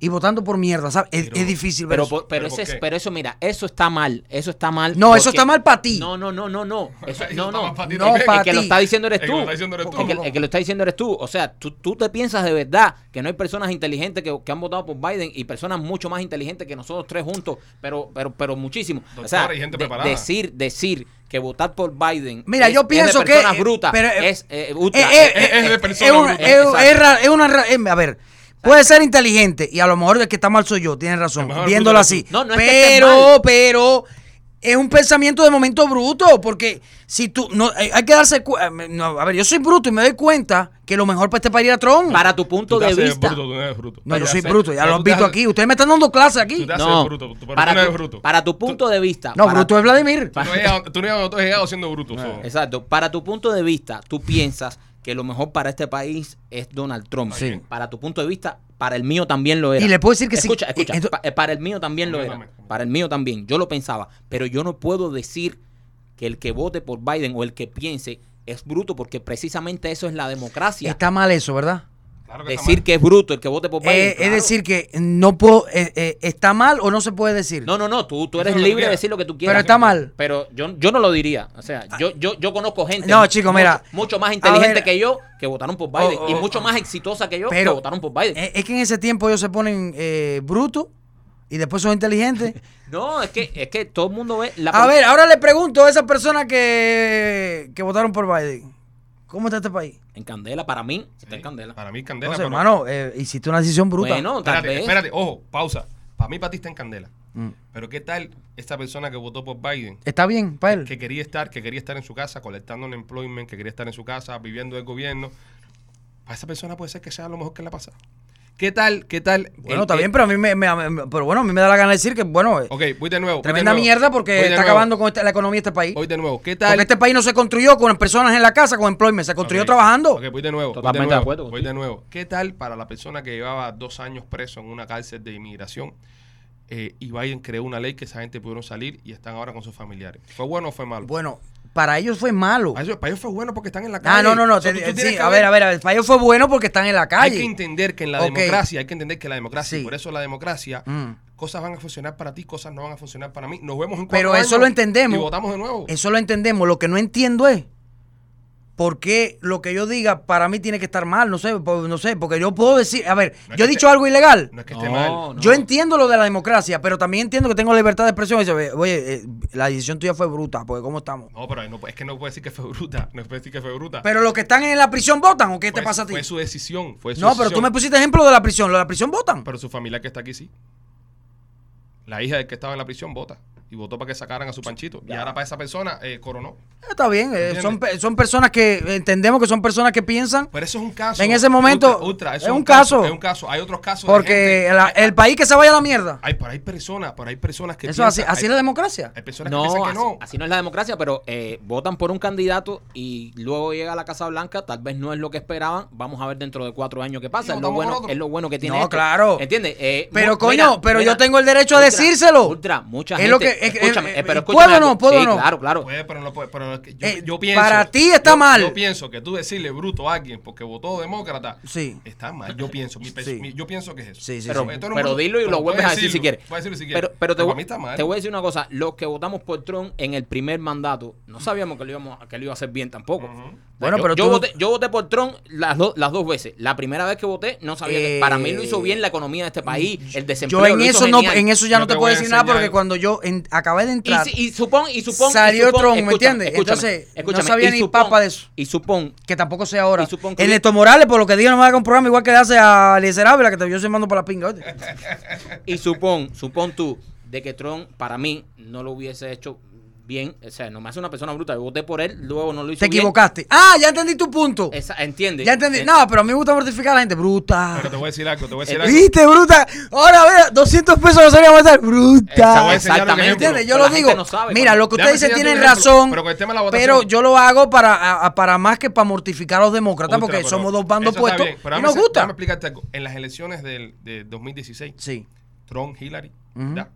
Speaker 3: y votando por mierda, ¿sabes? Es,
Speaker 1: Pero-
Speaker 3: es difícil ver
Speaker 2: Pero,
Speaker 3: eso.
Speaker 2: por- pero,
Speaker 1: ¿Pero por
Speaker 2: ese, es-
Speaker 1: qué?
Speaker 2: pero eso, mira, eso está mal. Eso está mal.
Speaker 3: No, eso
Speaker 2: porque-
Speaker 3: está mal para ti.
Speaker 2: No, no, no, no,
Speaker 1: (laughs)
Speaker 2: no. Eso,
Speaker 1: Eso
Speaker 2: no,
Speaker 1: está
Speaker 2: no.
Speaker 1: más pa' ti
Speaker 3: No,
Speaker 1: también.
Speaker 3: pa'
Speaker 2: El que lo
Speaker 3: ti.
Speaker 2: está diciendo
Speaker 1: El
Speaker 2: eres
Speaker 1: que
Speaker 2: tú.
Speaker 1: lo está diciendo eres tú.
Speaker 2: El que, el que lo está diciendo eres tú. O sea, tú, tú te piensas de verdad que no hay personas inteligentes que, que han votado por Biden y personas mucho más inteligentes que nosotros tres juntos, pero pero pero muchísimo. o sea,
Speaker 1: Doctora y gente
Speaker 2: de-
Speaker 1: preparada.
Speaker 2: decir decir que votar por Biden
Speaker 3: Mira, yo pienso
Speaker 2: es de
Speaker 3: que-
Speaker 2: personas brutas,
Speaker 3: pero, eh,
Speaker 2: es eh, ultra,
Speaker 3: Eh, eh,
Speaker 1: Es-
Speaker 3: eh,
Speaker 1: es de
Speaker 3: eh,
Speaker 1: persona
Speaker 3: es una-
Speaker 1: bruta.
Speaker 3: es-
Speaker 2: Exacto.
Speaker 3: es ra- es una ra- eh, a ver, puede ser inteligente y a lo mejor el que está mal soy yo, tienes
Speaker 1: A lo
Speaker 3: razón,
Speaker 1: mejor
Speaker 3: viéndolo
Speaker 1: bruto eres
Speaker 3: así.
Speaker 2: tú. No, no es que esté
Speaker 3: pero,
Speaker 2: mal.
Speaker 3: pero es un pensamiento de momento bruto, porque si tú, no, eh, hay que darse, cu- eh, me- no, a ver, yo soy bruto y me doy cuenta que lo mejor para este país era Trump.
Speaker 2: Para tu punto
Speaker 1: Tú te
Speaker 2: de
Speaker 1: haces
Speaker 2: vista.
Speaker 1: bruto, tú no eres bruto.
Speaker 3: no, yo
Speaker 1: Tú te
Speaker 3: soy
Speaker 1: haces-
Speaker 3: bruto,
Speaker 1: no,
Speaker 3: ya lo
Speaker 1: tú
Speaker 3: han
Speaker 1: te
Speaker 3: visto
Speaker 1: haces-
Speaker 3: aquí. Ustedes me están dando clases aquí.
Speaker 1: Tú te haces
Speaker 2: No,
Speaker 1: bruto, tú- pero tú no
Speaker 2: para,
Speaker 1: eres
Speaker 2: tu,
Speaker 1: bruto.
Speaker 2: para tu punto de vista.
Speaker 3: No,
Speaker 2: para-
Speaker 3: bruto es Vladimir.
Speaker 1: Tú no has llegado- Tú no has llegado tú has llegado siendo bruto. so.
Speaker 2: Exacto. Para tu punto de vista, tú piensas que lo mejor para este país es Donald Trump.
Speaker 3: Sí.
Speaker 2: Para tu punto de vista, para el mío también lo era.
Speaker 3: Y le puedo decir que sí.
Speaker 2: escucha, Escucha,
Speaker 3: Eh, ento-
Speaker 2: pa- eh, para el mío también lo
Speaker 1: Dame,
Speaker 2: era.
Speaker 1: dame.
Speaker 2: Para el mío también. Yo lo pensaba. Pero yo no puedo decir que el que vote por Biden o el que piense es bruto porque precisamente eso es la democracia.
Speaker 3: Está mal eso, ¿verdad?
Speaker 1: Claro está
Speaker 2: decir
Speaker 1: mal.
Speaker 2: que es bruto el que vote por Biden.
Speaker 3: Eh,
Speaker 2: claro.
Speaker 3: Es decir, que no puedo, eh, eh, está mal o no se puede decir.
Speaker 2: No, no, no, tú, tú
Speaker 1: Eso
Speaker 2: eres
Speaker 1: es lo que
Speaker 2: libre de
Speaker 1: quieras.
Speaker 2: decir lo que tú quieras.
Speaker 3: pero está mal. Ah.
Speaker 2: Pero yo, yo no lo diría. O sea, yo, yo, yo conozco gente.
Speaker 3: No,
Speaker 2: mu-
Speaker 3: chico,
Speaker 2: mucho-
Speaker 3: mira.
Speaker 2: Mucho, más inteligente
Speaker 3: ver.
Speaker 2: que yo que votaron por Biden.
Speaker 3: Oh, oh,
Speaker 2: y mucho
Speaker 3: oh.
Speaker 2: más exitosa que yo
Speaker 3: Pero-
Speaker 2: que votaron por (laughs) Biden.
Speaker 3: Eh, es que en ese tiempo ellos se ponen eh, brutos y después son inteligentes.
Speaker 2: no, es que, es que todo el mundo ve. (laughs) La
Speaker 3: A
Speaker 2: poli-
Speaker 3: ver, ahora le pregunto a esas personas que, que votaron por Biden. ¿Cómo está este país?
Speaker 2: En candela, para mí, está en
Speaker 1: Sí,
Speaker 2: candela.
Speaker 1: Para mí, candela.
Speaker 3: Entonces,
Speaker 1: pero-
Speaker 3: hermano, eh, hiciste una decisión bruta.
Speaker 2: Bueno, tal
Speaker 1: Espérate,
Speaker 2: vez.
Speaker 1: espérate, ojo, pausa. Para mí, para ti está en candela.
Speaker 3: Mm.
Speaker 1: Pero ¿qué tal esta persona que votó por Biden?
Speaker 3: Está bien, para él.
Speaker 1: Que quería estar, que quería estar en su casa, colectando un employment, que quería estar en su casa, viviendo del gobierno. Para esa persona puede ser que sea lo mejor que le ha pasado. ¿Qué tal? ¿Qué tal?
Speaker 3: Bueno,
Speaker 1: el-
Speaker 3: está
Speaker 1: el-
Speaker 3: bien, pero a mí me, me- me- pero bueno, a mí me da la gana de decir que, bueno, eh,
Speaker 1: Ok, voy de nuevo. voy de
Speaker 3: tremenda
Speaker 1: nuevo,
Speaker 3: mierda porque
Speaker 1: voy de
Speaker 3: está
Speaker 1: nuevo,
Speaker 3: acabando con esta- la economía de este país.
Speaker 1: Voy de nuevo. ¿Qué tal?
Speaker 3: Porque este país no se construyó con personas en la casa, con employment, se construyó
Speaker 1: Ok,
Speaker 3: trabajando.
Speaker 1: ok, voy de nuevo. voy de
Speaker 2: Totalmente de
Speaker 1: nuevo,
Speaker 2: acuerdo
Speaker 1: Voy
Speaker 2: contigo.
Speaker 1: de nuevo. ¿Qué tal para la persona que llevaba dos años preso en una cárcel de inmigración eh, y Biden creó una ley que esa gente pudieron salir y están ahora con sus familiares? ¿Fue bueno o fue malo?
Speaker 3: Bueno, para ellos fue malo.
Speaker 1: Para ellos, para ellos fue bueno porque están en la calle.
Speaker 3: Ah, no, no, no.
Speaker 1: O sea,
Speaker 3: te-
Speaker 1: tú- tú tienes
Speaker 3: sí,
Speaker 1: que
Speaker 3: a ver, a ver, a ver. Para ellos fue bueno porque están en la
Speaker 1: Hay
Speaker 3: calle.
Speaker 1: que entender que en la
Speaker 3: Ok.
Speaker 1: democracia, hay que entender que la democracia, y
Speaker 3: Sí.
Speaker 1: por eso la democracia,
Speaker 3: Mm.
Speaker 1: cosas van a funcionar para ti, cosas no van a funcionar para mí. Nos vemos en cuatro
Speaker 3: Pero eso
Speaker 1: años
Speaker 3: lo entendemos.
Speaker 1: Y votamos de nuevo.
Speaker 3: Eso lo entendemos. Lo que no entiendo es por qué lo que yo diga para mí tiene que estar mal. No sé, po- no sé, porque yo puedo decir, a ver,
Speaker 1: No es
Speaker 3: yo he
Speaker 1: que
Speaker 3: dicho
Speaker 1: te-
Speaker 3: algo ilegal.
Speaker 1: No es que esté mal.
Speaker 2: no.
Speaker 3: Yo entiendo lo de la democracia, pero también entiendo que tengo libertad de expresión. Y dice, "Oye, oye, eh, la decisión tuya fue bruta, porque ¿cómo estamos?
Speaker 1: No, pero ahí no- es que no puede decir que fue bruta. No puede decir que fue bruta.
Speaker 3: Pero los que están en la prisión votan, ¿o qué
Speaker 1: Fue-
Speaker 3: te pasa a ti?
Speaker 1: Fue Pues, su decisión. Fue su
Speaker 3: No, pero tú me
Speaker 1: decisión.
Speaker 3: pusiste ejemplo de la prisión. Los de la prisión votan.
Speaker 1: Pero su familia que está aquí sí. La hija del que estaba en la prisión vota. Y votó para que sacaran a su panchito. Y ahora para esa persona eh, coronó.
Speaker 3: Está bien, eh,
Speaker 1: ¿Entiendes? Pues,
Speaker 3: son, pe- son personas que entendemos que son personas que piensan
Speaker 1: Pero eso es un caso.
Speaker 3: En ese momento,
Speaker 1: Ultra, ultra, eso
Speaker 3: es un caso.
Speaker 1: Es un caso. Hay otros casos. de
Speaker 3: porque
Speaker 1: gente-
Speaker 3: la- el país que se vaya a la mierda.
Speaker 1: hay, pero hay personas, pero hay personas que.
Speaker 3: Eso así,
Speaker 1: piensan-
Speaker 3: así
Speaker 1: hay-
Speaker 3: es la democracia.
Speaker 1: Hay personas que
Speaker 2: No
Speaker 1: piensan
Speaker 2: así,
Speaker 1: que no.
Speaker 2: así no es la democracia, pero eh, votan por un candidato y luego llega a la Casa Blanca, tal vez no es lo que esperaban, vamos a ver dentro de cuatro años qué pasa,
Speaker 1: Y
Speaker 2: es lo
Speaker 1: votamos por
Speaker 2: bueno,
Speaker 1: otro.
Speaker 2: es lo bueno que tiene
Speaker 3: No,
Speaker 2: esto.
Speaker 3: claro.
Speaker 2: ¿Entiendes? Eh,
Speaker 3: Pero,
Speaker 2: mu-
Speaker 3: coño, pero yo tengo el derecho a decírselo.
Speaker 2: Ultra, mucha
Speaker 3: Es
Speaker 2: gente.
Speaker 3: lo que- es-
Speaker 2: escúchame,
Speaker 3: es-
Speaker 2: eh, pero
Speaker 3: es-
Speaker 2: escúchame
Speaker 3: ¿puedo o no?
Speaker 2: algo.
Speaker 3: ¿Puedo
Speaker 2: Sí,
Speaker 3: o no?
Speaker 2: Claro, claro.
Speaker 1: Puede, pero no puede. Pero es que yo,
Speaker 3: Eh,
Speaker 1: yo pienso.
Speaker 3: para ti está
Speaker 1: yo-
Speaker 3: mal.
Speaker 1: Yo pienso que tú decirle bruto a alguien porque votó demócrata.
Speaker 3: Sí.
Speaker 1: Está mal. Yo pienso. mi pe-
Speaker 3: Sí.
Speaker 1: mi- yo pienso que es eso.
Speaker 3: Sí, sí,
Speaker 2: pero,
Speaker 3: sí.
Speaker 1: Eh, todo el
Speaker 2: pero
Speaker 1: mundo-
Speaker 2: dilo y
Speaker 1: pero
Speaker 2: lo vuelves a
Speaker 1: puedes
Speaker 2: decir si
Speaker 1: decirlo,
Speaker 2: quieres.
Speaker 1: puedes decirlo si quieres.
Speaker 2: Pero, pero te,
Speaker 1: Pero
Speaker 2: voy-
Speaker 1: para mí está mal.
Speaker 2: te voy a decir una cosa. Los que votamos por Trump en el primer mandato, no sabíamos que lo, íbamos, a- que lo iba a hacer bien tampoco.
Speaker 1: Ujú.
Speaker 3: Bueno,
Speaker 2: yo,
Speaker 3: pero
Speaker 2: yo
Speaker 3: tú-
Speaker 2: voté, yo voté por Trump las, do- las dos veces. La primera vez que voté, no sabía que-
Speaker 3: Eh,
Speaker 2: Para mí lo hizo bien la economía de este país, el desempleo.
Speaker 3: Yo en
Speaker 2: lo hizo
Speaker 3: eso no,
Speaker 2: genial.
Speaker 3: en eso ya
Speaker 1: Yo
Speaker 3: no
Speaker 1: te
Speaker 3: te puedo
Speaker 1: voy a
Speaker 3: decir nada
Speaker 1: enseñar.
Speaker 3: porque cuando yo en- acabé de
Speaker 2: Y,
Speaker 3: entrar,
Speaker 2: si- y supón, y supón. y
Speaker 3: Salió
Speaker 2: supón-
Speaker 3: Trump, ¿me
Speaker 2: escúchame,
Speaker 3: entiendes?
Speaker 2: escúchame,
Speaker 3: Entonces, no
Speaker 2: escúchame,
Speaker 3: sabía
Speaker 2: y
Speaker 3: ni
Speaker 2: supón-
Speaker 3: papa de eso.
Speaker 2: Y supón,
Speaker 3: que tampoco sé ahora.
Speaker 2: Y supongo que-
Speaker 3: El Néstor Morales, por lo que diga, no me haga un programa igual que le hace a Eliezer Ávila, que te yo se mando para la pinga.
Speaker 2: (laughs)
Speaker 3: ¿oíste?
Speaker 2: Y supón, supón tú, de que Trump, para mí, no lo hubiese hecho bien. O sea, no me hace una persona bruta. Yo voté por él, luego no lo hizo
Speaker 3: Te
Speaker 2: bien.
Speaker 3: equivocaste. Ah, ya entendí tu punto.
Speaker 2: Esa- ¿Entiendes?
Speaker 3: Ya entendí.
Speaker 2: Eh,
Speaker 3: No, pero a mí me gusta mortificar a la gente. Bruta.
Speaker 1: Pero te voy a decir algo. Te voy a
Speaker 3: Eh,
Speaker 1: decir algo.
Speaker 3: ¿Viste, bruta? Ahora, a ver, 200 pesos no sería matar.
Speaker 1: Te voy a
Speaker 3: Bruta.
Speaker 1: enseñar un
Speaker 2: Exactamente.
Speaker 1: ejemplo.
Speaker 3: pues, ¿Entiendes? Yo
Speaker 2: Pero
Speaker 3: lo
Speaker 2: la
Speaker 3: digo.
Speaker 2: gente no sabe,
Speaker 3: Mira,
Speaker 2: coño.
Speaker 3: lo que
Speaker 1: Déjame
Speaker 3: ustedes dicen
Speaker 1: enseñarte
Speaker 3: tienen
Speaker 1: un ejemplo,
Speaker 3: razón.
Speaker 1: pero con el tema de la votación.
Speaker 3: Pero yo lo hago para, a- a- para más que para mortificar a los demócratas,
Speaker 1: Ultra,
Speaker 3: porque
Speaker 1: pero
Speaker 3: somos dos bandos
Speaker 1: eso está
Speaker 3: puestos
Speaker 1: bien, pero
Speaker 3: y
Speaker 1: déjame
Speaker 3: nos
Speaker 1: hacer-
Speaker 3: gusta.
Speaker 1: Déjame explicarte algo. En las elecciones del, de 2016,
Speaker 3: Sí,
Speaker 1: Trump, Hillary,
Speaker 3: Ujú.
Speaker 1: ¿ya?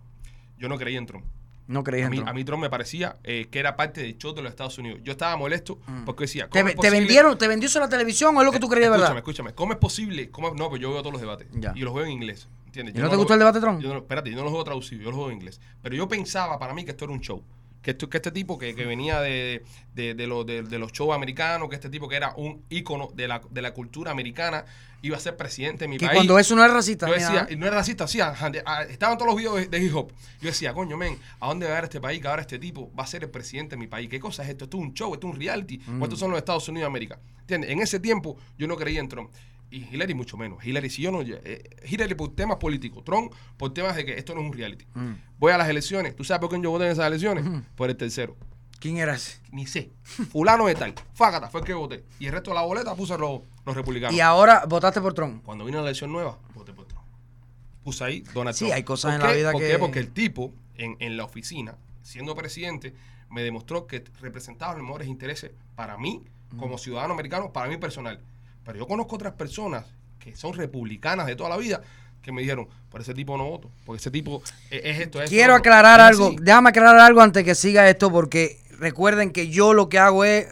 Speaker 1: yo no creía en Trump.
Speaker 3: no creí
Speaker 1: A
Speaker 3: en
Speaker 1: mí,
Speaker 3: Trump.
Speaker 1: a mí Trump me parecía eh, que era parte del show de los Estados Unidos. Yo estaba molesto porque decía...
Speaker 3: ¿Te,
Speaker 1: ¿cómo es
Speaker 3: te
Speaker 1: posible-
Speaker 3: vendieron, te vendió eso la televisión o es lo que tú creías de
Speaker 1: escúchame,
Speaker 3: verdad?
Speaker 1: Escúchame, ¿Cómo es posible? ¿Cómo- No, pues yo veo todos los debates.
Speaker 3: Ya.
Speaker 1: Y los veo en inglés. ¿Entiendes?
Speaker 3: ¿Y
Speaker 1: Yo
Speaker 3: no te
Speaker 1: los
Speaker 3: gustó el
Speaker 1: veo-
Speaker 3: debate, Trump?
Speaker 1: Yo no- espérate, yo no los veo traducidos, yo los veo en inglés. Pero yo pensaba para mí que esto era un show. Que, esto, que este tipo que, que venía de, de, de los- de- de los shows americanos, que este tipo que era un ícono de la, de la cultura americana, iba a ser presidente de mi
Speaker 3: Que
Speaker 1: país.
Speaker 3: cuando eso no es racista.
Speaker 1: Yo
Speaker 3: ni
Speaker 1: decía,
Speaker 3: nada.
Speaker 1: y no era racista, hacía, ah, estaban todos los videos de, de hip hop. Yo decía, coño, men, ¿a dónde va a llegar este país? Que ahora este tipo va a ser el presidente de mi país. ¿Qué cosa es esto? ¿Esto es un show? ¿Esto es un reality? ¿O estos son los Estados Unidos de América? ¿Entiendes? En ese tiempo yo no creía en Trump. Y Hillary mucho menos. Hillary, si yo no... eh, Hillary por temas políticos. Trump por temas de que esto no es un reality.
Speaker 3: Mm.
Speaker 1: Voy a las elecciones. ¿Tú sabes por quién yo voté en esas elecciones? Por el tercero.
Speaker 3: ¿Quién eras?
Speaker 1: Ni sé. Fulano de tal. Fácata, fue el que voté. Y el resto de la boleta puse los, los republicanos.
Speaker 3: Y ahora votaste por Trump.
Speaker 1: Cuando vino la elección nueva, voté por Trump. Puse ahí Donald
Speaker 3: Sí,
Speaker 1: Trump.
Speaker 3: hay cosas
Speaker 1: ¿Por
Speaker 3: en la
Speaker 1: qué?
Speaker 3: vida
Speaker 1: ¿Por
Speaker 3: que-
Speaker 1: qué? Porque el tipo, en, en la oficina, siendo presidente, me demostró que representaba los mejores intereses para mí, como ciudadano americano, para mí personal. Pero yo conozco otras personas que son republicanas de toda la vida que me dijeron, por ese tipo no voto, porque ese tipo es, es esto, es esto,
Speaker 3: Quiero
Speaker 1: otro".
Speaker 3: aclarar
Speaker 1: Es
Speaker 3: algo.
Speaker 1: así.
Speaker 3: Déjame aclarar algo antes que siga esto, porque recuerden que yo lo que hago es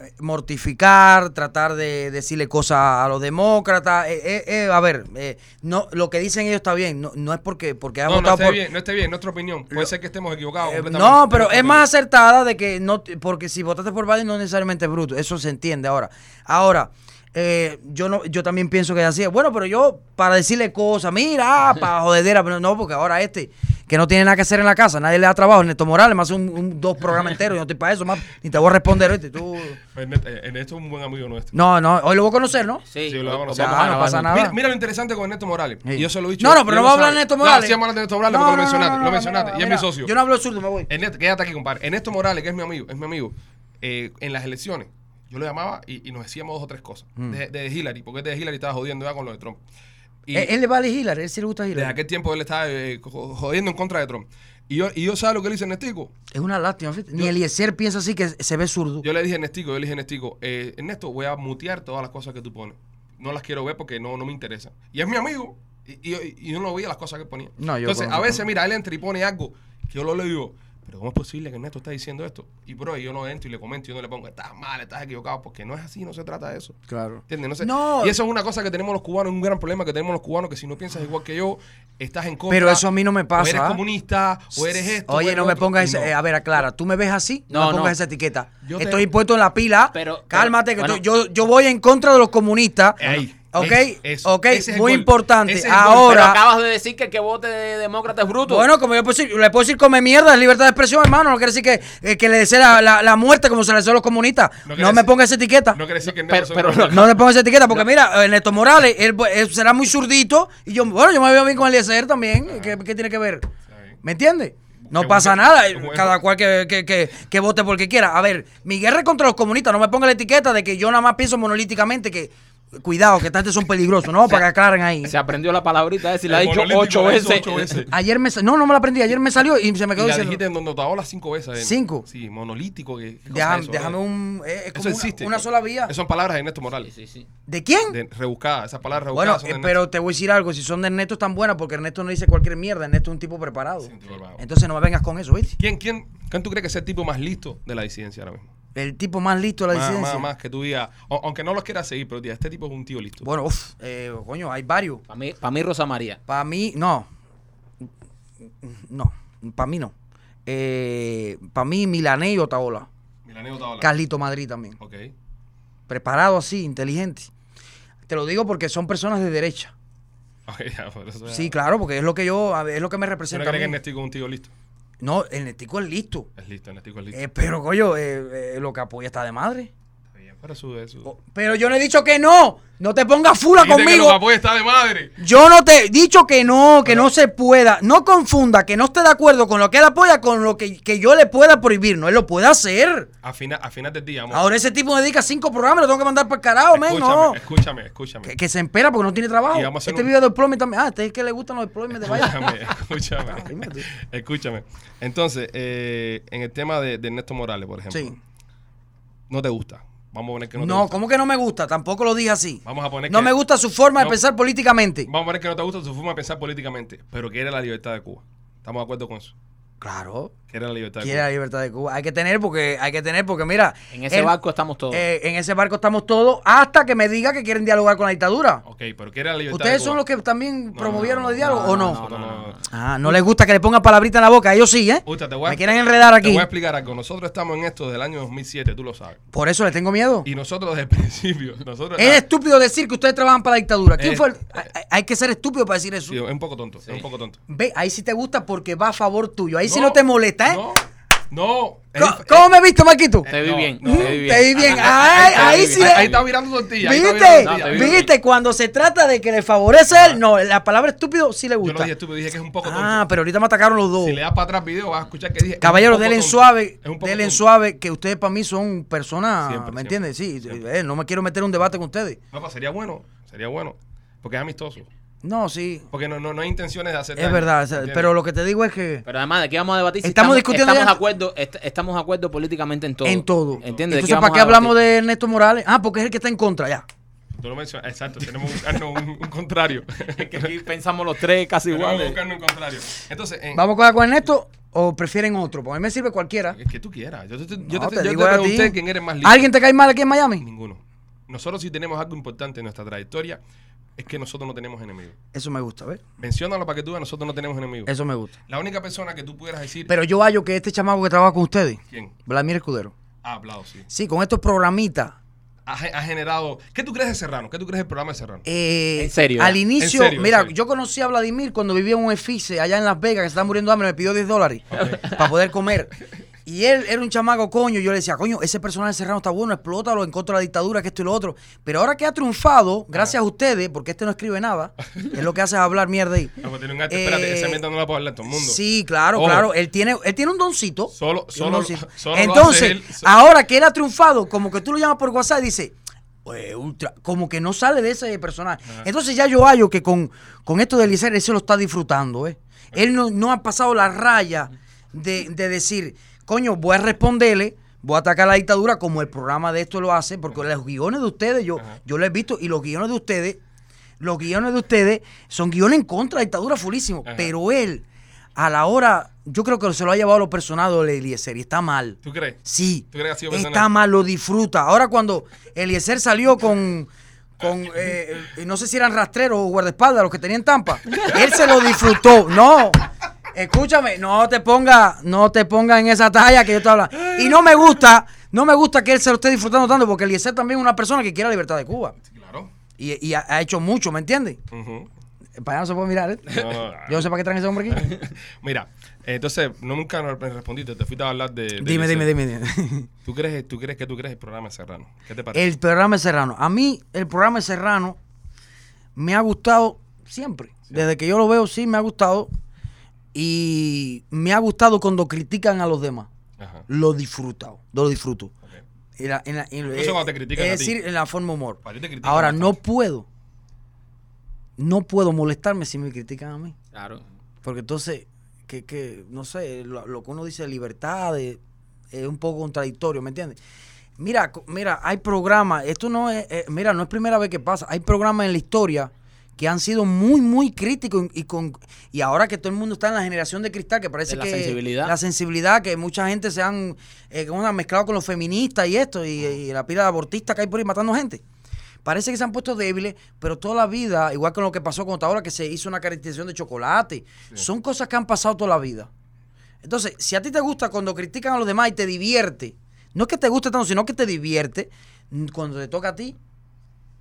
Speaker 3: mortificar, tratar de decirle cosas a los demócratas. Eh, eh, eh, a ver, eh, no, lo que dicen ellos está bien. No, no es porque, porque ha
Speaker 1: No, no
Speaker 3: votado
Speaker 1: esté
Speaker 3: por.
Speaker 1: bien, no esté bien, nuestra opinión. Puede ser que estemos equivocados.
Speaker 3: Eh,
Speaker 1: completamente,
Speaker 3: no, pero es más
Speaker 1: porque-
Speaker 3: acertada de que no, te- porque si votaste por Biden no necesariamente es bruto, eso se entiende ahora. Ahora, eh, yo no, yo también pienso que es así. Bueno, pero yo para decirle cosas, mira, ah,
Speaker 1: (laughs)
Speaker 3: para jodedera, pero no, porque ahora este que no tiene nada que hacer en la casa, nadie le da trabajo, Neto Morales, más un, un- dos programas enteros, yo no estoy para eso, más ni te voy a responder, ¿oíste? tú.
Speaker 1: Ernesto- eh, Ernesto es un buen amigo nuestro.
Speaker 3: No, no, hoy lo voy a conocer, ¿no?
Speaker 2: Sí,
Speaker 1: Sí, lo
Speaker 2: o-
Speaker 1: vamos a
Speaker 2: o
Speaker 1: hacer.
Speaker 2: vamos a
Speaker 1: Ah, no
Speaker 2: grabar
Speaker 3: pasa
Speaker 2: juntos.
Speaker 3: nada.
Speaker 1: Mira, mira lo interesante con Ernesto Morales.
Speaker 3: Sí.
Speaker 1: Y Yo se lo he dicho.
Speaker 3: No, no,
Speaker 1: y
Speaker 3: pero
Speaker 1: él
Speaker 3: no
Speaker 1: lo
Speaker 3: va a hablar
Speaker 1: sabe.
Speaker 3: Ernesto Morales.
Speaker 1: No, sí, vamos a hablar de Ernesto Morales porque lo mencionaste. Lo mencionaste. y es mi socio.
Speaker 3: Yo no hablo de zurdo, me voy.
Speaker 1: Ernesto, quédate aquí, compadre. Ernesto Morales, que es mi amigo, es mi amigo. eh, en las elecciones, yo lo llamaba y, y nos decíamos dos o tres cosas.
Speaker 3: Mm.
Speaker 1: De, de Hillary, porque este de Hillary estaba jodiendo ya con lo de Trump. Y
Speaker 3: Él, él le vale Hillary, él sí le gusta
Speaker 1: desde
Speaker 3: Eh, Hillary.
Speaker 1: aquel tiempo él estaba eh, jo- jodiendo en contra de Trump. Y yo, y yo ¿sabes lo que le hice a Ernestico?
Speaker 3: Es una lástima, ¿viste? ni Eliezer piensa así que se ve zurdo.
Speaker 1: Yo le dije a Ernestico, yo le dije a Ernestico, eh, Ernesto, voy a mutear todas las cosas que tú pones. No las quiero ver porque no, no me interesan. Y es mi amigo. Y, y- y yo no veía las cosas que ponía.
Speaker 3: No, yo
Speaker 1: Entonces, a
Speaker 3: conozco.
Speaker 1: veces, mira, él entra y pone algo que yo lo leo. Pero ¿cómo es posible que Ernesto está diciendo esto? Y bro, yo no entro y le comento, yo no le pongo, estás mal, estás equivocado, porque no es así, no se trata de eso.
Speaker 3: Claro.
Speaker 1: ¿Entiendes? No sé.
Speaker 3: No.
Speaker 1: Y eso es una cosa que tenemos los cubanos, un gran problema que tenemos los cubanos, que si no piensas igual que yo, estás en contra.
Speaker 3: Pero eso a mí no me pasa,
Speaker 1: O eres
Speaker 3: ¿ah?
Speaker 1: comunista, o eres esto. o
Speaker 3: Oye,
Speaker 1: eres
Speaker 3: no me
Speaker 1: otro.
Speaker 3: pongas
Speaker 1: Y
Speaker 3: ese-
Speaker 1: no.
Speaker 3: eh, a ver, aclara. ¿Tú me ves así? No,
Speaker 2: No,
Speaker 3: me pongas
Speaker 2: no.
Speaker 3: esa etiqueta.
Speaker 1: Yo te-
Speaker 3: Estoy impuesto en la pila.
Speaker 2: Pero-
Speaker 3: Cálmate, que
Speaker 2: pero-
Speaker 3: tú- yo, yo voy en contra de los comunistas.
Speaker 1: Ahí.
Speaker 3: Ok,
Speaker 1: ¿Ves? Eso.
Speaker 3: ok,
Speaker 1: Ese es el
Speaker 3: muy
Speaker 1: gol.
Speaker 3: importante.
Speaker 1: Ese es el gol.
Speaker 2: Pero
Speaker 3: Ahora,
Speaker 2: acabas de decir que el que vote de demócrata es bruto.
Speaker 3: bueno, como yo puedo decir- le puedo decir come mierda, es libertad de expresión, hermano. No quiere decir que, eh, que le desee la, la- la muerte como se le desea a los comunistas.
Speaker 1: No
Speaker 3: No,
Speaker 1: quiere
Speaker 3: me
Speaker 1: decir-
Speaker 3: pongas esa etiqueta.
Speaker 1: No
Speaker 3: No,
Speaker 1: quiere decir que no
Speaker 2: Pero-
Speaker 1: soy
Speaker 2: pero-
Speaker 1: comunista.
Speaker 3: le pongas esa etiqueta porque mira, eh, Neto Morales, él, él será muy zurdito. Y yo, bueno, yo me veo bien con Eliezer también. ¿Qué, qué tiene que ver?
Speaker 1: Está bien.
Speaker 3: ¿Me entiendes? No
Speaker 1: Que
Speaker 3: pasa
Speaker 1: busque-
Speaker 3: nada,
Speaker 1: que busque-
Speaker 3: cada cual que, que, que, que vote por que quiera. A ver, mi guerra es contra los comunistas, no me ponga la etiqueta de que yo nada más pienso monolíticamente que, cuidado, que tantos son peligrosos, ¿no? Para que aclaren ahí.
Speaker 2: Se aprendió la palabrita esa y la ha
Speaker 1: El
Speaker 2: dicho
Speaker 1: monolítico
Speaker 2: ocho
Speaker 1: lo ha
Speaker 2: veces.
Speaker 1: dicho ocho
Speaker 3: (laughs)
Speaker 1: veces.
Speaker 3: Ayer me sa- no, no me la aprendí, ayer me salió y se me
Speaker 1: Y
Speaker 3: quedó
Speaker 1: la
Speaker 3: diciendo.
Speaker 1: dijiste en donde estaba las cinco veces. eh.
Speaker 3: ¿Cinco?
Speaker 1: Sí, monolítico. que- ¿qué cosa
Speaker 3: Déjame,
Speaker 1: es eso,
Speaker 3: déjame
Speaker 1: eh?
Speaker 3: un. eh, es como
Speaker 1: Eso
Speaker 3: una-
Speaker 1: existe.
Speaker 3: una, sola vía.
Speaker 1: Esas son palabras de Ernesto
Speaker 2: (laughs) Sí,
Speaker 1: Morales.
Speaker 2: sí, sí.
Speaker 3: ¿De quién?
Speaker 1: De- rebuscadas, esas palabras
Speaker 3: bueno,
Speaker 1: rebuscadas. son de
Speaker 3: eh,
Speaker 1: Ernesto.
Speaker 3: pero te voy a decir algo, si son de Ernesto están buenas porque Ernesto no dice cualquier mierda, Ernesto es un tipo preparado.
Speaker 1: Sí, un tipo preparado.
Speaker 3: Entonces no me vengas con eso, ¿viste?
Speaker 1: ¿Quién, quién, ¿Quién tú crees que es el tipo más listo de la disidencia ahora mismo?
Speaker 3: El tipo más listo de la
Speaker 1: Más,
Speaker 3: disidencia.
Speaker 1: más, más que tú digas, o- aunque no los quieras seguir, pero tía, este tipo es un tío listo.
Speaker 3: Bueno, uff, coño, hay varios.
Speaker 2: Para mí, para mí Rosa María.
Speaker 3: Para mí, no. No, para mí no. para mí, Milané y Otaola.
Speaker 1: Milaneo Tabala.
Speaker 3: Carlito Madrid también.
Speaker 1: Ok. (laughs)
Speaker 3: Preparado así, inteligente. Te lo digo porque son personas de derecha.
Speaker 1: Ok, ya, por eso ya.
Speaker 3: Sí, claro, porque es lo que yo, a ver, es lo que me
Speaker 1: ¿Tú no
Speaker 3: representa. a
Speaker 1: crees que
Speaker 3: mí.
Speaker 1: Ernestico es un tío listo?
Speaker 3: No, el Netico es listo.
Speaker 1: Es listo, Ernestico es listo.
Speaker 3: Eh, pero, coño, eh, eh, lo que apoya está de madre.
Speaker 1: Está bien, pero su, su-
Speaker 3: Eh, O- Pero yo no he dicho que no. No te pongas fula
Speaker 1: Dijiste que
Speaker 3: conmigo.
Speaker 1: los apoyos está de madre.
Speaker 3: Yo no te he dicho que no, que
Speaker 1: Pero-
Speaker 3: no se pueda. No confunda que no esté de acuerdo con lo que él apoya con lo que, que yo le pueda prohibir. No, él lo puede hacer.
Speaker 1: A final, a final del día, amor.
Speaker 3: Ahora ese tipo me dedica cinco programas, lo tengo que mandar para el carajo, men,
Speaker 1: escúchame,
Speaker 3: no.
Speaker 1: escúchame, escúchame.
Speaker 3: Que, que se empera porque no tiene trabajo.
Speaker 1: Y vamos a hacer
Speaker 3: Este
Speaker 1: un-
Speaker 3: vive de deployment también. Ah, este es que le gustan los
Speaker 1: (laughs)
Speaker 3: deployments de Biden. (laughs)
Speaker 1: Escúchame, escúchame. escúchame. Entonces, eh, en el tema de, de Ernesto Morales, por ejemplo,
Speaker 3: Sí.
Speaker 1: no te gusta. Vamos a poner que no,
Speaker 3: No,
Speaker 1: te gusta.
Speaker 3: ¿cómo que no me gusta? Tampoco lo dije así.
Speaker 1: Vamos a poner
Speaker 3: No
Speaker 1: que-
Speaker 3: me gusta su forma
Speaker 1: No.
Speaker 3: de pensar políticamente.
Speaker 1: Vamos a poner que no te gusta su forma de pensar políticamente, pero quiere la libertad de Cuba. Estamos de acuerdo con eso.
Speaker 3: Claro.
Speaker 1: Quiere la libertad de
Speaker 3: Quiere la
Speaker 1: Cuba.
Speaker 3: libertad de Cuba. Hay que tener porque, hay que tener porque mira.
Speaker 2: En ese
Speaker 3: él-
Speaker 2: barco estamos todos.
Speaker 3: eh, en ese barco estamos todos hasta que me diga que quieren dialogar con la dictadura.
Speaker 1: Ok, pero quiere la libertad de
Speaker 3: ¿Ustedes
Speaker 1: Cuba.
Speaker 3: son los que también
Speaker 1: No,
Speaker 3: promovieron
Speaker 1: no,
Speaker 3: los diálogos o no?
Speaker 1: Nosotros
Speaker 2: No, no, no.
Speaker 3: Ah, no les gusta que le pongan palabrita en la boca. Ellos sí, ¿eh?
Speaker 1: Usta, te voy a-
Speaker 3: Me quieren enredar
Speaker 1: Te
Speaker 3: aquí.
Speaker 1: voy a explicar algo. Nosotros estamos en esto desde el año 2007, tú lo sabes.
Speaker 3: Por eso les tengo miedo.
Speaker 1: Y nosotros desde el (laughs) principio, nosotros...
Speaker 3: Es estúpido decir que ustedes trabajan para la dictadura. ¿Quién
Speaker 1: Eh,
Speaker 3: fue? el- hay- hay- Hay que ser estúpido para decir eso.
Speaker 1: Sí, es un poco tonto, es un poco tonto.
Speaker 3: Ve, ahí sí te gusta porque va a favor tuyo. Ahí sí
Speaker 1: No, eh,
Speaker 3: no te molesta, ¿eh?
Speaker 1: no. No. es
Speaker 3: ¿Cómo,
Speaker 1: dif-
Speaker 3: cómo me he visto, Marquito?
Speaker 2: Te vi
Speaker 1: No,
Speaker 2: bien,
Speaker 1: no.
Speaker 2: te vi bien.
Speaker 3: Te vi bien.
Speaker 2: Ahí
Speaker 3: Ay,
Speaker 2: está
Speaker 3: ahí
Speaker 2: bien,
Speaker 3: sí.
Speaker 1: ahí, ahí
Speaker 3: es.
Speaker 1: está virando tortilla. ahí está
Speaker 3: ¿Viste?
Speaker 1: virando tortilla.
Speaker 2: No, te vi
Speaker 3: ¿Viste? Cuando se trata de que le favorece a él, no, la palabra estúpido sí le
Speaker 1: Ah. Yo no
Speaker 3: gusta.
Speaker 1: dije estúpido, dije que es un poco
Speaker 3: Ah,
Speaker 1: tonto.
Speaker 3: pero ahorita me atacaron los dos.
Speaker 1: Si le das para atrás video, vas a escuchar que dije. es un
Speaker 3: Caballeros,
Speaker 1: poco
Speaker 3: denle en
Speaker 1: tonto.
Speaker 3: suave,
Speaker 1: Es un poco
Speaker 3: denle en
Speaker 1: tonto.
Speaker 3: suave, que ustedes para mí son personas,
Speaker 1: Siempre,
Speaker 3: ¿me
Speaker 1: siempre,
Speaker 3: entiendes? Sí, eh, no me quiero meter en un debate con ustedes.
Speaker 1: No, pues sería bueno, sería bueno. Porque es amistoso.
Speaker 3: No, sí,
Speaker 1: Porque no, no, no hay intenciones de hacer
Speaker 3: es
Speaker 1: daño,
Speaker 3: verdad, o sea,
Speaker 1: ¿entiendes?
Speaker 3: pero lo que te digo es que
Speaker 2: Pero además, ¿de qué vamos a debatir? si
Speaker 3: Estamos discutiendo
Speaker 2: Estamos
Speaker 3: ya-
Speaker 2: de acuerdo, est- estamos de acuerdo políticamente en todo.
Speaker 3: en todo.
Speaker 2: ¿Entiendes?
Speaker 3: Entonces, ¿para qué hablamos de Ernesto Morales? Ah, porque es el que está en contra, ya.
Speaker 1: Tú lo mencionas, exacto, tenemos que buscarnos un, un
Speaker 3: (laughs)
Speaker 1: contrario.
Speaker 2: Que aquí pensamos los tres casi
Speaker 1: tenemos que
Speaker 2: iguales.
Speaker 1: buscarnos un contrario. Entonces, en-
Speaker 3: ¿Vamos a coger con Ernesto o prefieren otro? Porque a mí me sirve cualquiera.
Speaker 1: es que tú quieras. Yo te, yo
Speaker 3: No,
Speaker 1: te- yo te
Speaker 3: digo a ti.
Speaker 1: pregunté quién eres más lindo.
Speaker 3: ¿Alguien te cae mal aquí en Miami?
Speaker 1: Ninguno. Nosotros sí tenemos algo importante en nuestra trayectoria, es que nosotros no tenemos enemigos.
Speaker 3: Eso me gusta, ¿ves?
Speaker 1: Menciónalo para que tú veas, nosotros no tenemos enemigos.
Speaker 3: Eso me gusta.
Speaker 1: La única persona que tú pudieras decir...
Speaker 3: Pero yo hallo que este chamaco que trabaja con ustedes,
Speaker 1: ¿Quién?
Speaker 3: Vladimir Escudero,
Speaker 1: Ah, aplausos, sí.
Speaker 3: sí, con estos programitas,
Speaker 1: Ha, ha generado... ¿Qué tú crees de Serrano? ¿Qué tú crees del programa de Serrano?
Speaker 3: eh,
Speaker 2: En serio,
Speaker 3: Al
Speaker 2: ¿eh?
Speaker 3: inicio,
Speaker 1: En serio, en
Speaker 3: mira,
Speaker 1: serio.
Speaker 3: yo conocí a Vladimir cuando vivía en un efice allá en Las Vegas, que se estaba muriendo de hambre, me pidió 10 dólares para poder comer. Y él era un chamaco, coño. Yo le decía, coño, ese personaje serrano está bueno, explótalo en contra de la dictadura, que esto y lo otro. Pero ahora que ha triunfado, gracias a ustedes, porque este no escribe nada, es lo que hace es hablar mierda ahí.
Speaker 1: No, pues tiene un arte. Espérate,
Speaker 3: eh,
Speaker 1: esa mierda no la puede hablar todo el mundo.
Speaker 3: Sí, claro,
Speaker 1: Ojo.
Speaker 3: claro. Él tiene, él tiene un doncito.
Speaker 1: Solo-
Speaker 3: Tiene
Speaker 1: solo-
Speaker 3: un doncito.
Speaker 1: (laughs) solo lo
Speaker 3: Entonces,
Speaker 1: hace él. So-
Speaker 3: ahora que él ha triunfado, como que tú lo llamas por WhatsApp y dices, "Oye, ultra", como que no sale de ese personaje. Entonces ya yo hallo que con, con esto de Lizer, él se lo está disfrutando, ¿eh? Él no, no ha pasado la raya de, de decir, coño, voy a responderle. Voy a atacar la dictadura como el programa de esto lo hace, porque los guiones de ustedes, yo,
Speaker 1: Ajá.
Speaker 3: yo lo he visto, y los guiones de ustedes los guiones de ustedes son guiones en contra de la dictadura, fulísimo.
Speaker 1: Ajá.
Speaker 3: Pero él, a la hora, yo creo que se lo ha llevado a lo personado el Eliezer y está mal.
Speaker 1: ¿Tú crees?
Speaker 3: Sí,
Speaker 1: ¿Tú crees que ha sido
Speaker 3: está
Speaker 1: personal?
Speaker 3: mal, lo disfruta. Ahora cuando Eliezer salió con...
Speaker 1: (laughs)
Speaker 3: Con, eh, eh, no sé si eran rastreros o guardaespaldas los que tenían tampa. Él se lo disfrutó. No, escúchame, no te ponga, no te ponga en esa talla que yo te hablo. Y no me gusta, no me gusta que él se lo esté disfrutando tanto, porque Eliezer también es una persona que quiere la libertad de Cuba.
Speaker 1: Sí, Claro.
Speaker 3: Y, y ha, ha hecho mucho, ¿me entiendes? (laughs)
Speaker 1: Ujú.
Speaker 3: Para allá no se puede mirar, ¿eh?
Speaker 1: No, no, no.
Speaker 3: Yo
Speaker 1: (laughs)
Speaker 3: no sé para qué traen ese hombre aquí.
Speaker 1: Mira, entonces, no nunca me respondiste, te fuiste a hablar de... de
Speaker 3: dime, dime,
Speaker 1: Giselle.
Speaker 3: dime,
Speaker 1: (laughs)
Speaker 3: dime.
Speaker 1: ¿Tú crees, tú crees que tú crees el programa de Serrano? ¿Qué te parece?
Speaker 3: El programa de Serrano. A mí, el programa de Serrano me ha gustado siempre. Desde que yo lo veo, sí, me ha gustado. Y me ha gustado cuando critican a los demás.
Speaker 1: Ajá.
Speaker 3: Lo disfrutado, lo disfruto.
Speaker 1: ok.
Speaker 3: En la- en la- en-
Speaker 1: Incluso cuando te critican
Speaker 3: es
Speaker 1: a ti.
Speaker 3: decir, en la forma humor.
Speaker 1: Para ti te critican
Speaker 3: Ahora, no
Speaker 1: bastante.
Speaker 3: puedo. No puedo molestarme si me critican a mí.
Speaker 2: Claro.
Speaker 3: Porque entonces, que, que no sé, lo, lo que uno dice de libertad de- es un poco contradictorio, ¿me entiendes? Mira, co- mira, hay programas, esto no es, eh, mira, no es primera vez que pasa, hay programas en la historia que han sido muy, muy críticos y, con, y ahora que todo el mundo está en la generación de cristal, que parece
Speaker 2: De la
Speaker 3: que
Speaker 2: sensibilidad.
Speaker 3: la sensibilidad, que mucha gente se han, eh, que uno ha mezclado con los feministas y esto, y, y la pila de abortistas que hay por ahí matando gente. Parece que se han puesto débiles, pero toda la vida, igual con lo que pasó con ahora que se hizo una caracterización de chocolate, son cosas que han pasado toda la vida. Entonces, si a ti te gusta cuando critican a los demás y te divierte, no es que te guste tanto, sino que te divierte, mm, cuando te toca a ti,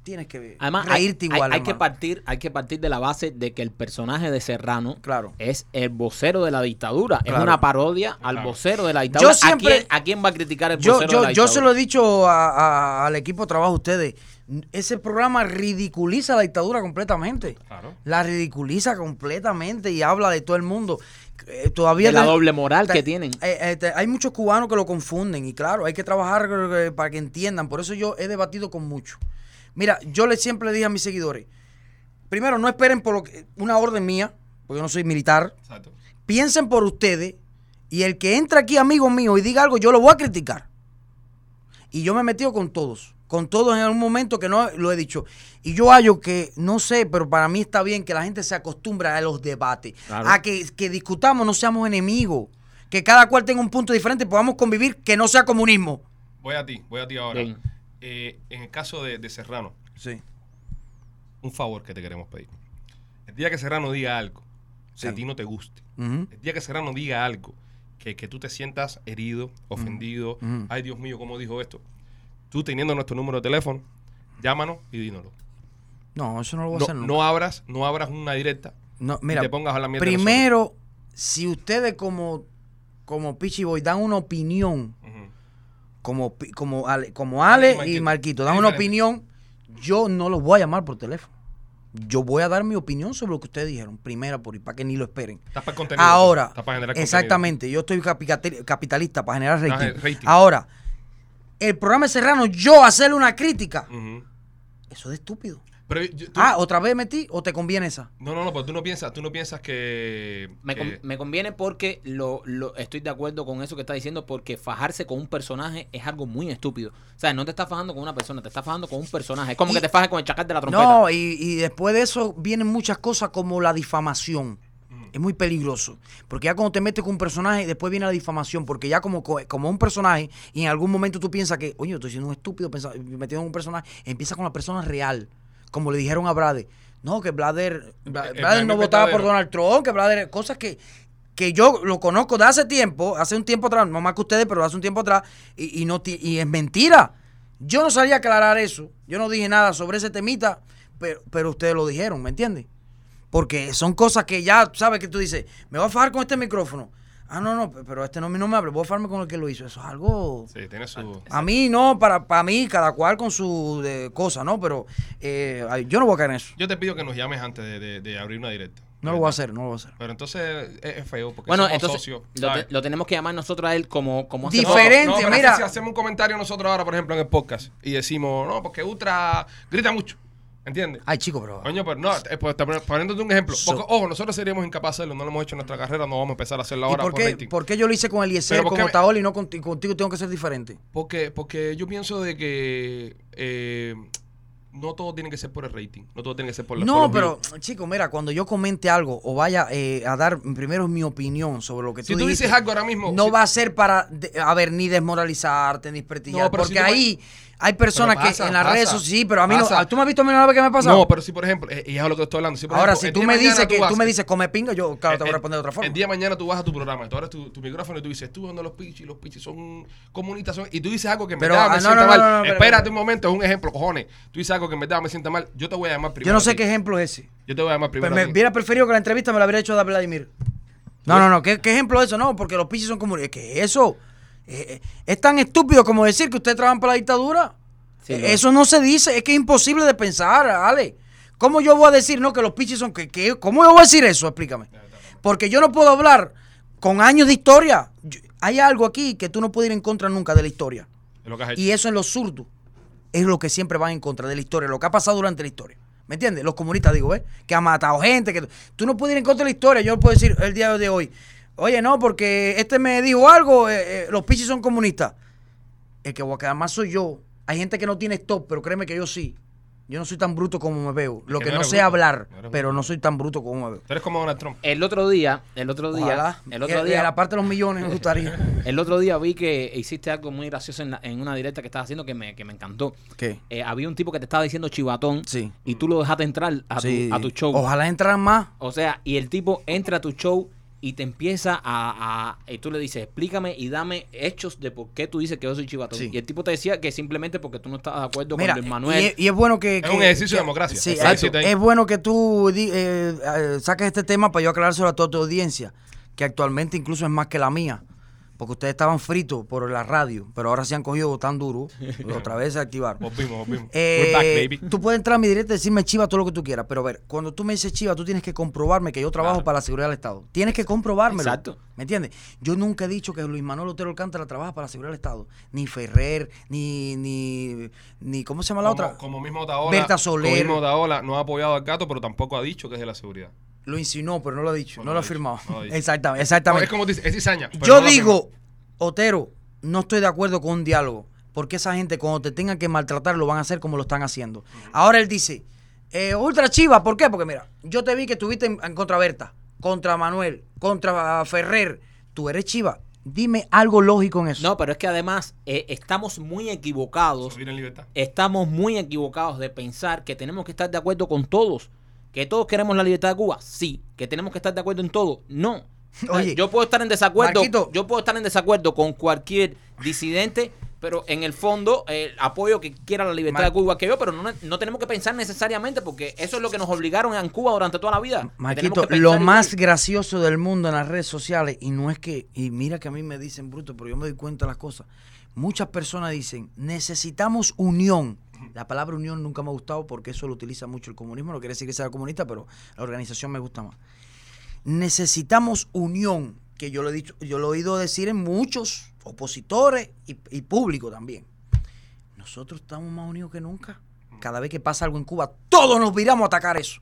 Speaker 3: tienes que
Speaker 2: Además, hay-
Speaker 3: reírte
Speaker 2: hay,
Speaker 3: igual.
Speaker 2: hay que
Speaker 3: hermano.
Speaker 2: partir, hay que partir de la base de que el personaje de Serrano
Speaker 3: Claro.
Speaker 2: es el vocero de la dictadura. Es
Speaker 3: Claro.
Speaker 2: una parodia al
Speaker 1: Claro.
Speaker 2: vocero de la dictadura. ¿A
Speaker 3: siempre-
Speaker 2: quién- ¿A, quién, va a criticar el
Speaker 3: Yo,
Speaker 2: vocero de
Speaker 3: yo,
Speaker 2: la
Speaker 3: yo
Speaker 2: dictadura?
Speaker 3: se lo he dicho a- a- al equipo de trabajo de ustedes. Ese programa ridiculiza la dictadura completamente.
Speaker 1: Claro.
Speaker 3: La ridiculiza completamente y habla de todo el mundo. Eh, todavía
Speaker 2: De la
Speaker 3: te-
Speaker 2: doble moral
Speaker 3: te-
Speaker 2: que tienen.
Speaker 3: eh, eh, te- hay muchos cubanos que lo confunden y claro, hay que trabajar eh, para que entiendan. Por eso yo he debatido con muchos. Mira, yo le siempre dije a mis seguidores, primero no esperen por lo que- una orden mía, porque yo no soy militar.
Speaker 1: Exacto.
Speaker 3: Piensen por ustedes y el que entra aquí, amigo mío, y diga algo, yo lo voy a criticar. Y yo me he metido con todos. Con todos en algún momento que no lo he dicho. Y yo hallo que, no sé, pero para mí está bien que la gente se acostumbra a los debates.
Speaker 2: Claro.
Speaker 3: A que, que discutamos, no seamos enemigos. Que cada cual tenga un punto diferente y podamos convivir, que no sea comunismo.
Speaker 1: Voy a ti, voy a ti ahora.
Speaker 2: Bien.
Speaker 1: Eh, en el caso de, de Serrano,
Speaker 3: Sí.
Speaker 1: un favor que te queremos pedir. El día que Serrano diga algo
Speaker 3: Sí.
Speaker 1: que a ti no te guste, el día que Serrano diga algo que, que tú te sientas
Speaker 2: Mm.
Speaker 1: herido, ofendido,
Speaker 3: Ujú.
Speaker 1: ay Dios mío, ¿cómo dijo esto? Tú teniendo nuestro número de teléfono, llámanos y dínoslo.
Speaker 3: No, eso no lo voy a
Speaker 1: No,
Speaker 3: hacer nunca.
Speaker 1: no abras, no abras una directa
Speaker 3: No,
Speaker 1: y te pongas a la mierda de
Speaker 3: Primero, si ustedes como como Pichi Boy dan una opinión,
Speaker 1: Ujú.
Speaker 3: como, Pi- como Ale, como Ale
Speaker 1: Marquito.
Speaker 3: y Marquito
Speaker 1: Es
Speaker 3: dan una
Speaker 1: diferente.
Speaker 3: opinión, yo no los voy a llamar por teléfono. Yo voy a dar mi opinión sobre lo que ustedes dijeron, primera por y para que ni lo esperen.
Speaker 1: Estás para el contenido. pues.
Speaker 3: Ahora,
Speaker 1: Estás para generar contenido.
Speaker 3: exactamente, yo estoy capicatel- capitalista para generar
Speaker 1: Ah,
Speaker 3: rating.
Speaker 1: rating.
Speaker 3: Ahora, el programa de Serrano, yo hacerle una crítica,
Speaker 1: Ujú.
Speaker 3: eso es de estúpido.
Speaker 1: Pero yo- tú-
Speaker 3: Ah, otra vez metí o te conviene esa.
Speaker 1: No, no, no, pero tú no piensas, tú no piensas que.
Speaker 2: Me, con-
Speaker 1: que-
Speaker 2: me conviene porque lo, lo- estoy de acuerdo con eso que está diciendo, porque fajarse con un personaje es algo muy estúpido. O sea, no te estás fajando con una persona, te estás fajando con un personaje. Es como
Speaker 3: Y-
Speaker 2: que te fajes con el chacal de la trompeta.
Speaker 3: No, y, y después de eso vienen muchas cosas como la difamación.
Speaker 1: Mm.
Speaker 3: Es muy peligroso. Porque ya cuando te metes con un personaje, después viene la difamación. Porque ya como, co- como un personaje, y en algún momento tú piensas que, oye, yo estoy siendo un estúpido pensa- metido en un personaje, empieza con la persona real. Como le dijeron a Brader. No, que Blader, Bla-
Speaker 1: Eh, eh,
Speaker 3: Blader no
Speaker 1: Vladimir
Speaker 3: votaba por
Speaker 1: Verdadero.
Speaker 3: Donald Trump, que Blader, cosas que, que yo lo conozco de hace tiempo, hace un tiempo atrás, no más que ustedes, pero hace un tiempo atrás, y, y no, ti- y es mentira. Yo no salí a aclarar eso, yo no dije nada sobre ese temita, pero, pero ustedes lo dijeron, ¿me entiendes? Porque son cosas que ya, sabes, que tú dices, me voy a fajar con este micrófono. Ah, no, no, pero este no, no me abre, voy a fajarme con el que lo hizo. Eso es algo...
Speaker 1: Sí, tiene su.
Speaker 2: Ah,
Speaker 3: A mí no, para, para mí, cada cual con su eh, cosa, ¿no? Pero eh, ay, yo no voy a caer en eso.
Speaker 1: Yo te pido que nos llames antes de, de- de abrir una directa.
Speaker 3: No lo voy a hacer, no lo voy a hacer.
Speaker 1: Pero entonces es, es feo porque
Speaker 2: bueno,
Speaker 1: somos
Speaker 2: entonces
Speaker 1: socios.
Speaker 2: lo, te-
Speaker 1: ¿sabes?
Speaker 2: lo tenemos que llamar nosotros a él como, como hace
Speaker 1: No,
Speaker 2: poco.
Speaker 3: Diferente,
Speaker 1: no, pero
Speaker 3: mira.
Speaker 1: Si hacemos un comentario nosotros ahora, por ejemplo, en el podcast y decimos, no, porque Ultra grita mucho. ¿Entiendes?
Speaker 3: Ay, chico, pero...
Speaker 1: Coño, pero no, eh, pues, te- poniéndote un ejemplo.
Speaker 3: So-
Speaker 1: Porque, ojo, nosotros seríamos incapaces de hacerlo, no lo hemos hecho en nuestra carrera, no vamos a empezar a hacerlo
Speaker 3: ¿Y
Speaker 1: ahora
Speaker 3: por
Speaker 1: por,
Speaker 3: qué,
Speaker 1: rating.
Speaker 3: por qué yo lo hice con Eliezer,
Speaker 1: Pero ¿por
Speaker 3: con
Speaker 1: qué me-
Speaker 3: Otaoli y no conti- contigo? Tengo que ser diferente.
Speaker 1: Porque, porque yo pienso de que eh, no todo tiene que ser por el rating, no todo tiene que ser por la por
Speaker 3: No,
Speaker 1: los
Speaker 3: pero
Speaker 1: views.
Speaker 3: chico, mira, cuando yo comente algo o vaya eh, a dar primero mi opinión sobre lo que tú,
Speaker 1: Si tú
Speaker 3: dijiste,
Speaker 1: dices algo ahora mismo,
Speaker 3: no
Speaker 1: si-
Speaker 3: va a ser para, de- a ver, ni desmoralizarte, ni desprestigiar.
Speaker 1: No, pero
Speaker 3: porque
Speaker 1: si tú me-
Speaker 3: ahí hay personas
Speaker 1: Pero pasa,
Speaker 3: que en las
Speaker 1: pasa,
Speaker 3: redes sociales, sí, pero a mí
Speaker 1: pasa.
Speaker 3: no. ¿Tú me has visto a mí una vez que me ha pasado?
Speaker 1: No, pero si por ejemplo, eh, y es a lo que te estoy hablando. por
Speaker 3: Ahora,
Speaker 1: ejemplo,
Speaker 3: si
Speaker 1: el
Speaker 3: tú
Speaker 1: día
Speaker 3: me
Speaker 1: de mañana
Speaker 3: dices que
Speaker 1: vas-
Speaker 3: tú me dices come pinga, yo claro, te voy
Speaker 1: el-
Speaker 3: a responder de otra forma.
Speaker 1: Eh, El día de mañana tú vas a tu programa, tú abres tu, tu micrófono y tú dices, tú no los pichis, los pichis son comunistas, son-", y tú dices algo que en
Speaker 3: Pero,
Speaker 1: verdad
Speaker 3: ah,
Speaker 1: me
Speaker 3: no,
Speaker 1: sienta
Speaker 3: no, no,
Speaker 1: mal.
Speaker 3: no, no, pero-
Speaker 1: Espérate un momento, es un ejemplo, cojones. Tú dices algo que en verdad me sienta mal, yo te voy a llamar primero.
Speaker 3: yo no
Speaker 1: a
Speaker 3: sé
Speaker 1: ti.
Speaker 3: qué ejemplo es ese.
Speaker 1: Yo te voy a llamar
Speaker 3: Pues
Speaker 1: primero. a
Speaker 3: me
Speaker 1: ti.
Speaker 3: hubiera preferido que la entrevista me la hubiera hecho a Vladimir. No, no, no, ¿qué, qué ejemplo es eso? No, porque los pichis son comunistas. ¿Qué es eso? Eh, eh, es tan estúpido como decir que ustedes trabajan para la dictadura.
Speaker 2: Sí,
Speaker 3: Eh,
Speaker 2: lo-
Speaker 3: eso no se dice, es que es imposible de pensar, Ale. ¿Cómo yo voy a decir, no, que los pichis son... Que, que- ¿Cómo yo voy a decir eso? Explícame. Porque yo no puedo hablar con años de historia. Yo- hay algo aquí que tú no puedes ir en contra nunca de la historia.
Speaker 1: Es lo que has hecho.
Speaker 3: Y eso en los zurdos es lo que siempre van en contra de la historia, lo que ha pasado durante la historia. ¿Me entiendes? Los comunistas, digo, ¿ves? Que han matado gente. que Tú no puedes ir en contra de la historia. Yo puedo decir el día de hoy, oye, no, porque este me dijo algo, eh, eh, los pichis son comunistas. El que voy a quedar más soy yo. Hay gente que no tiene stop, pero créeme que yo sí. Yo no soy tan bruto como me veo. Lo
Speaker 1: que
Speaker 3: que
Speaker 1: no
Speaker 3: no
Speaker 1: eres
Speaker 3: sé
Speaker 1: bruto,
Speaker 3: hablar,
Speaker 1: no eres
Speaker 3: pero
Speaker 1: bruto.
Speaker 3: no soy tan bruto como me veo.
Speaker 1: Tú eres como Donald Trump.
Speaker 2: El otro día, el otro día,
Speaker 3: Ojalá.
Speaker 2: el otro
Speaker 3: Y- y a
Speaker 2: día,
Speaker 3: la parte de los millones me gustaría.
Speaker 2: el otro día vi que hiciste algo muy gracioso en, la- en una directa que estabas haciendo que me, que me encantó.
Speaker 3: ¿Qué?
Speaker 2: Eh, había un tipo que te estaba diciendo chivatón
Speaker 3: Sí.
Speaker 2: y tú lo dejaste entrar a,
Speaker 3: Sí.
Speaker 2: tu, a tu show.
Speaker 3: Ojalá entraran más.
Speaker 2: O sea, y el tipo entra a tu show y te empieza a, a- Y tú le dices, explícame y dame hechos de por qué tú dices que yo soy chivatón.
Speaker 3: Sí.
Speaker 2: Y el tipo te decía que simplemente porque tú no estabas de acuerdo
Speaker 3: Mira, eh,
Speaker 2: con Luis Manuel.
Speaker 3: Y, y es bueno que.
Speaker 1: Es
Speaker 3: que-
Speaker 1: un ejercicio de
Speaker 3: que-
Speaker 1: democracia.
Speaker 3: sí,
Speaker 1: Exacto.
Speaker 3: es- Es bueno que tú di- eh, eh, saques este tema para yo aclarárselo a toda tu audiencia, que actualmente incluso es más que la mía. Porque ustedes estaban fritos por la radio, pero ahora se han cogido
Speaker 1: (laughs)
Speaker 3: tan duro. otra vez se activaron.
Speaker 1: Volvimos, volvimos.
Speaker 3: (laughs)
Speaker 1: We're
Speaker 3: Eh,
Speaker 1: back, baby.
Speaker 3: Tú puedes entrar a mi directa y decirme chiva todo lo que tú quieras, pero a ver, cuando tú me dices chiva, tú tienes que comprobarme que yo trabajo
Speaker 1: Claro.
Speaker 3: para la seguridad del Estado. Tienes que comprobármelo.
Speaker 2: Exacto.
Speaker 3: ¿Me entiendes? Yo nunca he dicho que Luis Manuel Otero Alcántara trabaja para la seguridad del Estado. Ni Ferrer, ni. ni, ni ¿Cómo se llama la
Speaker 1: Como,
Speaker 3: otra?
Speaker 1: como mismo Otaola,
Speaker 3: Berta Soler.
Speaker 1: Como mismo Otaola no ha apoyado al gato, pero tampoco ha dicho que es de la seguridad.
Speaker 3: Lo insinuó, pero no lo ha dicho.
Speaker 1: No
Speaker 3: No,
Speaker 1: lo
Speaker 3: lo
Speaker 1: ha
Speaker 3: ha
Speaker 1: dicho,
Speaker 3: firmado.
Speaker 1: no lo ha dicho.
Speaker 3: exactamente,
Speaker 1: No,
Speaker 3: exactamente.
Speaker 1: es como dice, es cizaña. pero
Speaker 3: Yo
Speaker 1: no la
Speaker 3: digo, Otero, no estoy de acuerdo con un diálogo. Porque esa gente, cuando te tengan que maltratar, lo van a hacer como lo están haciendo. Ahora él dice, eh, Ultra Chiva, ¿por qué? Porque mira, yo te vi que estuviste en, en contra Berta, contra Manuel, contra Ferrer. Tú eres Chiva. Dime algo lógico en eso.
Speaker 2: No, pero es que además eh, estamos muy equivocados.
Speaker 1: Subir en libertad.
Speaker 2: Estamos muy equivocados de pensar que tenemos que estar de acuerdo con todos. Que todos queremos la libertad de Cuba, sí. Que tenemos que estar de acuerdo en todo, no.
Speaker 3: Oye,
Speaker 2: yo puedo estar en desacuerdo.
Speaker 3: Marquito.
Speaker 2: yo puedo estar en desacuerdo con cualquier disidente, pero en el fondo eh, apoyo que quiera la libertad
Speaker 3: Ma-
Speaker 2: de Cuba que yo, pero no, no tenemos que pensar necesariamente porque eso es lo que nos obligaron en Cuba durante toda la vida. que tenemos
Speaker 3: Maquito,
Speaker 2: que
Speaker 3: lo
Speaker 2: pensar
Speaker 3: más
Speaker 2: igual.
Speaker 3: gracioso del mundo en las redes sociales, y no es que, y mira que a mí me dicen bruto, pero yo me doy cuenta de las cosas. Muchas personas dicen, necesitamos unión. La palabra unión nunca me ha gustado porque eso lo utiliza mucho el comunismo. No quiere decir que sea comunista, pero la organización me gusta más. Necesitamos unión, que yo lo he dicho, yo lo he oído decir en muchos opositores y, y público también. Nosotros estamos más unidos que nunca. Cada vez que pasa algo en Cuba, todos nos viramos a atacar eso.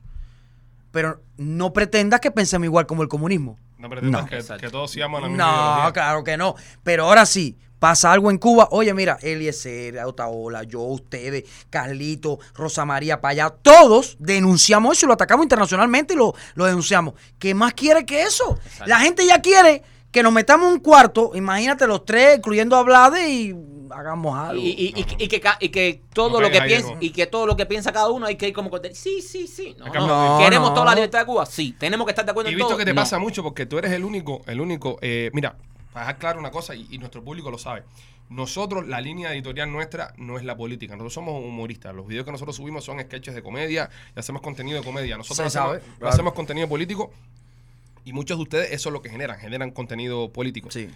Speaker 3: Pero no pretendas que pensemos igual como el comunismo.
Speaker 1: No pretendas
Speaker 3: No.
Speaker 1: que,
Speaker 2: Exacto.
Speaker 1: que todos sigamos a la misma
Speaker 3: No,
Speaker 1: ideología.
Speaker 3: claro que no. Pero ahora sí, pasa algo en Cuba. Oye, mira, Eliezer, Otaola, yo, ustedes, Carlito, Rosa María Payá, todos denunciamos eso y lo atacamos internacionalmente y lo, lo denunciamos. ¿Qué más quiere que eso? La gente ya quiere que nos metamos en un cuarto, imagínate los tres, incluyendo a Vlade y hagamos algo.
Speaker 2: y, y- y- y que- y que ca- y que todo
Speaker 1: No
Speaker 2: lo que
Speaker 1: caigas ahí,
Speaker 2: piensa
Speaker 1: Diego.
Speaker 2: y que todo lo que piensa cada uno hay que ir como con- sí sí sí no,
Speaker 1: Acá-
Speaker 2: no.
Speaker 3: No,
Speaker 2: queremos
Speaker 3: no.
Speaker 2: toda la libertad de Cuba sí tenemos que estar de acuerdo
Speaker 1: Y
Speaker 2: en
Speaker 1: visto
Speaker 2: todo
Speaker 1: que te
Speaker 2: No.
Speaker 1: pasa mucho porque tú eres el único, el único, eh, mira, para dejar claro una cosa y, y nuestro público lo sabe. Nosotros, la línea editorial nuestra no es la política. Nosotros somos humoristas. Los videos que nosotros subimos son sketches de comedia y hacemos contenido de comedia. Nosotros
Speaker 3: Se
Speaker 1: no hacemos,
Speaker 3: sabe,
Speaker 1: no
Speaker 3: claro.
Speaker 1: hacemos contenido político y muchos de ustedes eso es lo que generan, generan contenido político.
Speaker 3: Sí.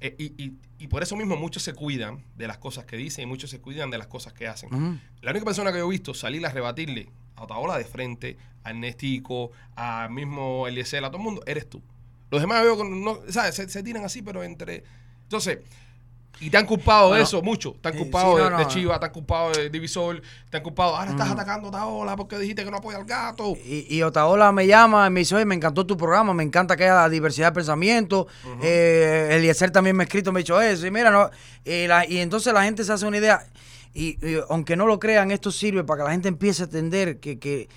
Speaker 1: Eh, y, y- y por eso mismo muchos se cuidan de las cosas que dicen y muchos se cuidan de las cosas que hacen.
Speaker 3: Ujú.
Speaker 1: La única persona que yo he visto salir a rebatirle a Otaola de frente, a Ernestico, a mismo Eliezer, a todo el mundo, eres tú. Los demás veo que no, ¿sabes? Se, se tiran así, pero entre. Entonces, y te han culpado de
Speaker 3: Bueno,
Speaker 1: eso mucho. Te han
Speaker 3: eh,
Speaker 1: culpado
Speaker 3: sí, no,
Speaker 1: de,
Speaker 3: no, Mm.
Speaker 1: de
Speaker 3: no.
Speaker 1: Chivas, te han culpado de Divisor, te han culpado. Ahora estás atacando a Otaola porque dijiste que no apoya al gato.
Speaker 3: Y, y Otaola me llama y me dice, oye, me encantó tu programa, me encanta que haya diversidad de pensamiento. Eh, Eliezer también me ha escrito, me ha dicho eso. Y mira, no, y, la- y entonces la gente se hace una idea. Y, y aunque no lo crean, esto sirve para que la gente empiece a entender que, que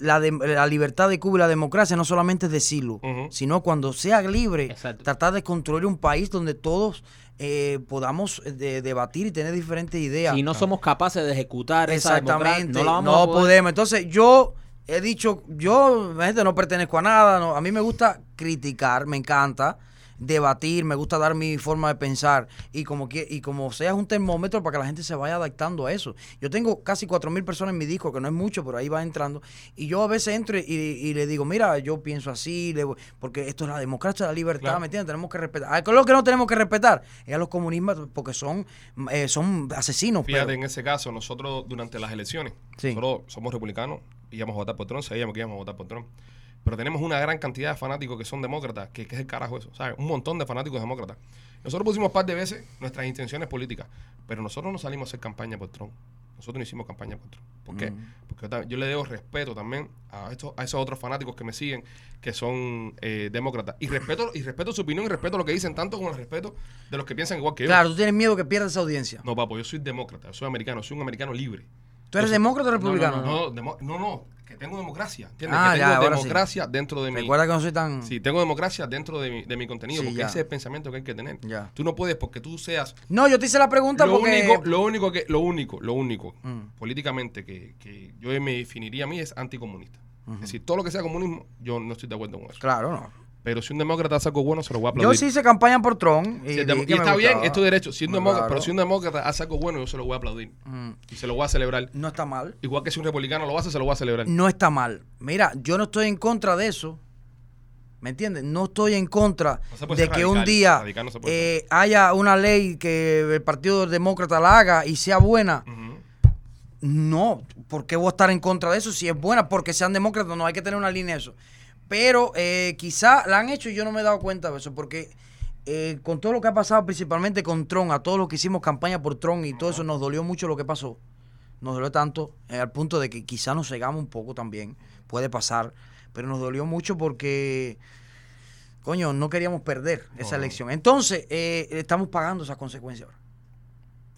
Speaker 3: la, de- la libertad de Cuba y la democracia no solamente es decirlo,
Speaker 1: Ujú.
Speaker 3: sino cuando sea libre,
Speaker 2: Exacto.
Speaker 3: tratar de construir un país donde todos eh, podamos eh, de- debatir y tener diferentes ideas.
Speaker 2: si no somos capaces de ejecutar esa
Speaker 3: Exactamente.
Speaker 2: democracia, no la vamos
Speaker 3: no
Speaker 2: a poder-
Speaker 3: podemos. Entonces, yo he dicho, yo gente, no pertenezco a nada. no- a mí me gusta criticar, me encanta debatir, me gusta dar mi forma de pensar y como que, y como sea es un termómetro para que la gente se vaya adaptando a eso. Yo tengo casi 4.000 personas en mi disco, que no es mucho, pero ahí va entrando. Y yo a veces entro y, y le digo, mira, yo pienso así, le voy- porque esto es la democracia, la libertad,
Speaker 1: Claro.
Speaker 3: ¿me entiendes? Tenemos que respetar. ¿A qué es lo que no tenemos que respetar? Es a los comunistas porque son, eh, son asesinos.
Speaker 1: Fíjate,
Speaker 3: pero-
Speaker 1: en ese caso, nosotros durante las elecciones,
Speaker 3: Sí.
Speaker 1: nosotros somos republicanos, íbamos a votar por Trump, sabíamos que íbamos a votar por Trump. Pero tenemos una gran cantidad de fanáticos que son demócratas, que, que es el carajo eso, ¿sabes? Un montón de fanáticos demócratas. Nosotros pusimos un par de veces nuestras intenciones políticas, pero nosotros no salimos a hacer campaña por Trump. Nosotros no hicimos campaña por Trump. ¿Por qué?
Speaker 3: Mm.
Speaker 1: Porque yo, tam- yo le debo respeto también a, estos, a esos otros fanáticos que me siguen, que son eh, demócratas. Y respeto, y respeto su opinión y respeto lo que dicen, tanto como el respeto de los que piensan igual que yo.
Speaker 3: Claro, tú tienes miedo que pierdas esa audiencia.
Speaker 1: No, papo, yo soy demócrata, yo soy americano, soy un americano libre.
Speaker 3: ¿Tú eres
Speaker 1: Yo soy-
Speaker 3: demócrata o
Speaker 2: no,
Speaker 3: republicano?
Speaker 1: No, no, demo- no, no, que tengo democracia. ¿Entiendes?
Speaker 3: Ah,
Speaker 1: que
Speaker 3: ya,
Speaker 1: tengo
Speaker 3: ahora sí.
Speaker 1: democracia dentro de mi.
Speaker 3: Recuerda que no soy tan...
Speaker 1: Sí, tengo democracia dentro de mi, de mi contenido,
Speaker 3: Sí,
Speaker 1: porque
Speaker 3: ya.
Speaker 1: ese es el pensamiento que hay que tener.
Speaker 3: Ya.
Speaker 1: Tú no puedes porque tú seas.
Speaker 3: No, yo te hice la pregunta
Speaker 1: Lo
Speaker 3: porque...
Speaker 1: único, lo único que, lo único, lo único,
Speaker 3: Mm.
Speaker 1: políticamente que, que yo me definiría a mí es anticomunista. Es decir, todo lo que sea comunismo, yo no estoy de acuerdo con eso.
Speaker 3: Claro, no.
Speaker 1: Pero si un demócrata hace algo bueno, se lo voy a
Speaker 3: Yo
Speaker 1: aplaudir.
Speaker 3: sí hice campaña por Trump. Y,
Speaker 1: Si el
Speaker 3: vi
Speaker 1: demo- y
Speaker 3: que me
Speaker 1: está bien,
Speaker 3: gustaba.
Speaker 1: es tu derecho. Si un demócrata-
Speaker 3: Claro.
Speaker 1: pero si un demócrata hace algo bueno, yo se lo voy a aplaudir.
Speaker 3: Mm,
Speaker 1: Y se lo voy a celebrar.
Speaker 3: No está mal.
Speaker 1: Igual que si un republicano lo hace, se lo voy a celebrar.
Speaker 3: No está mal. Mira, yo no estoy en contra de eso. ¿Me entiendes? No estoy en contra
Speaker 1: No se puede
Speaker 3: de
Speaker 1: ser
Speaker 3: que un
Speaker 1: radical,
Speaker 3: día
Speaker 1: radical no se puede
Speaker 3: eh, haya una ley que el Partido Demócrata la haga y sea buena.
Speaker 1: Ujú.
Speaker 3: No, ¿por qué voy a estar en contra de eso? Si es buena, porque sean demócratas, no hay que tener una línea de eso. Pero eh, quizá la han hecho y yo no me he dado cuenta de eso, porque eh, con todo lo que ha pasado, principalmente con Tron, a todos los que hicimos campaña por Tron y todo eso, nos dolió mucho lo que pasó. Nos dolió tanto, eh, al punto de que quizá nos cegamos un poco también, puede pasar, pero nos dolió mucho porque, coño, no queríamos perder esa
Speaker 1: No.
Speaker 3: elección. Entonces, eh, estamos pagando esas consecuencias ahora.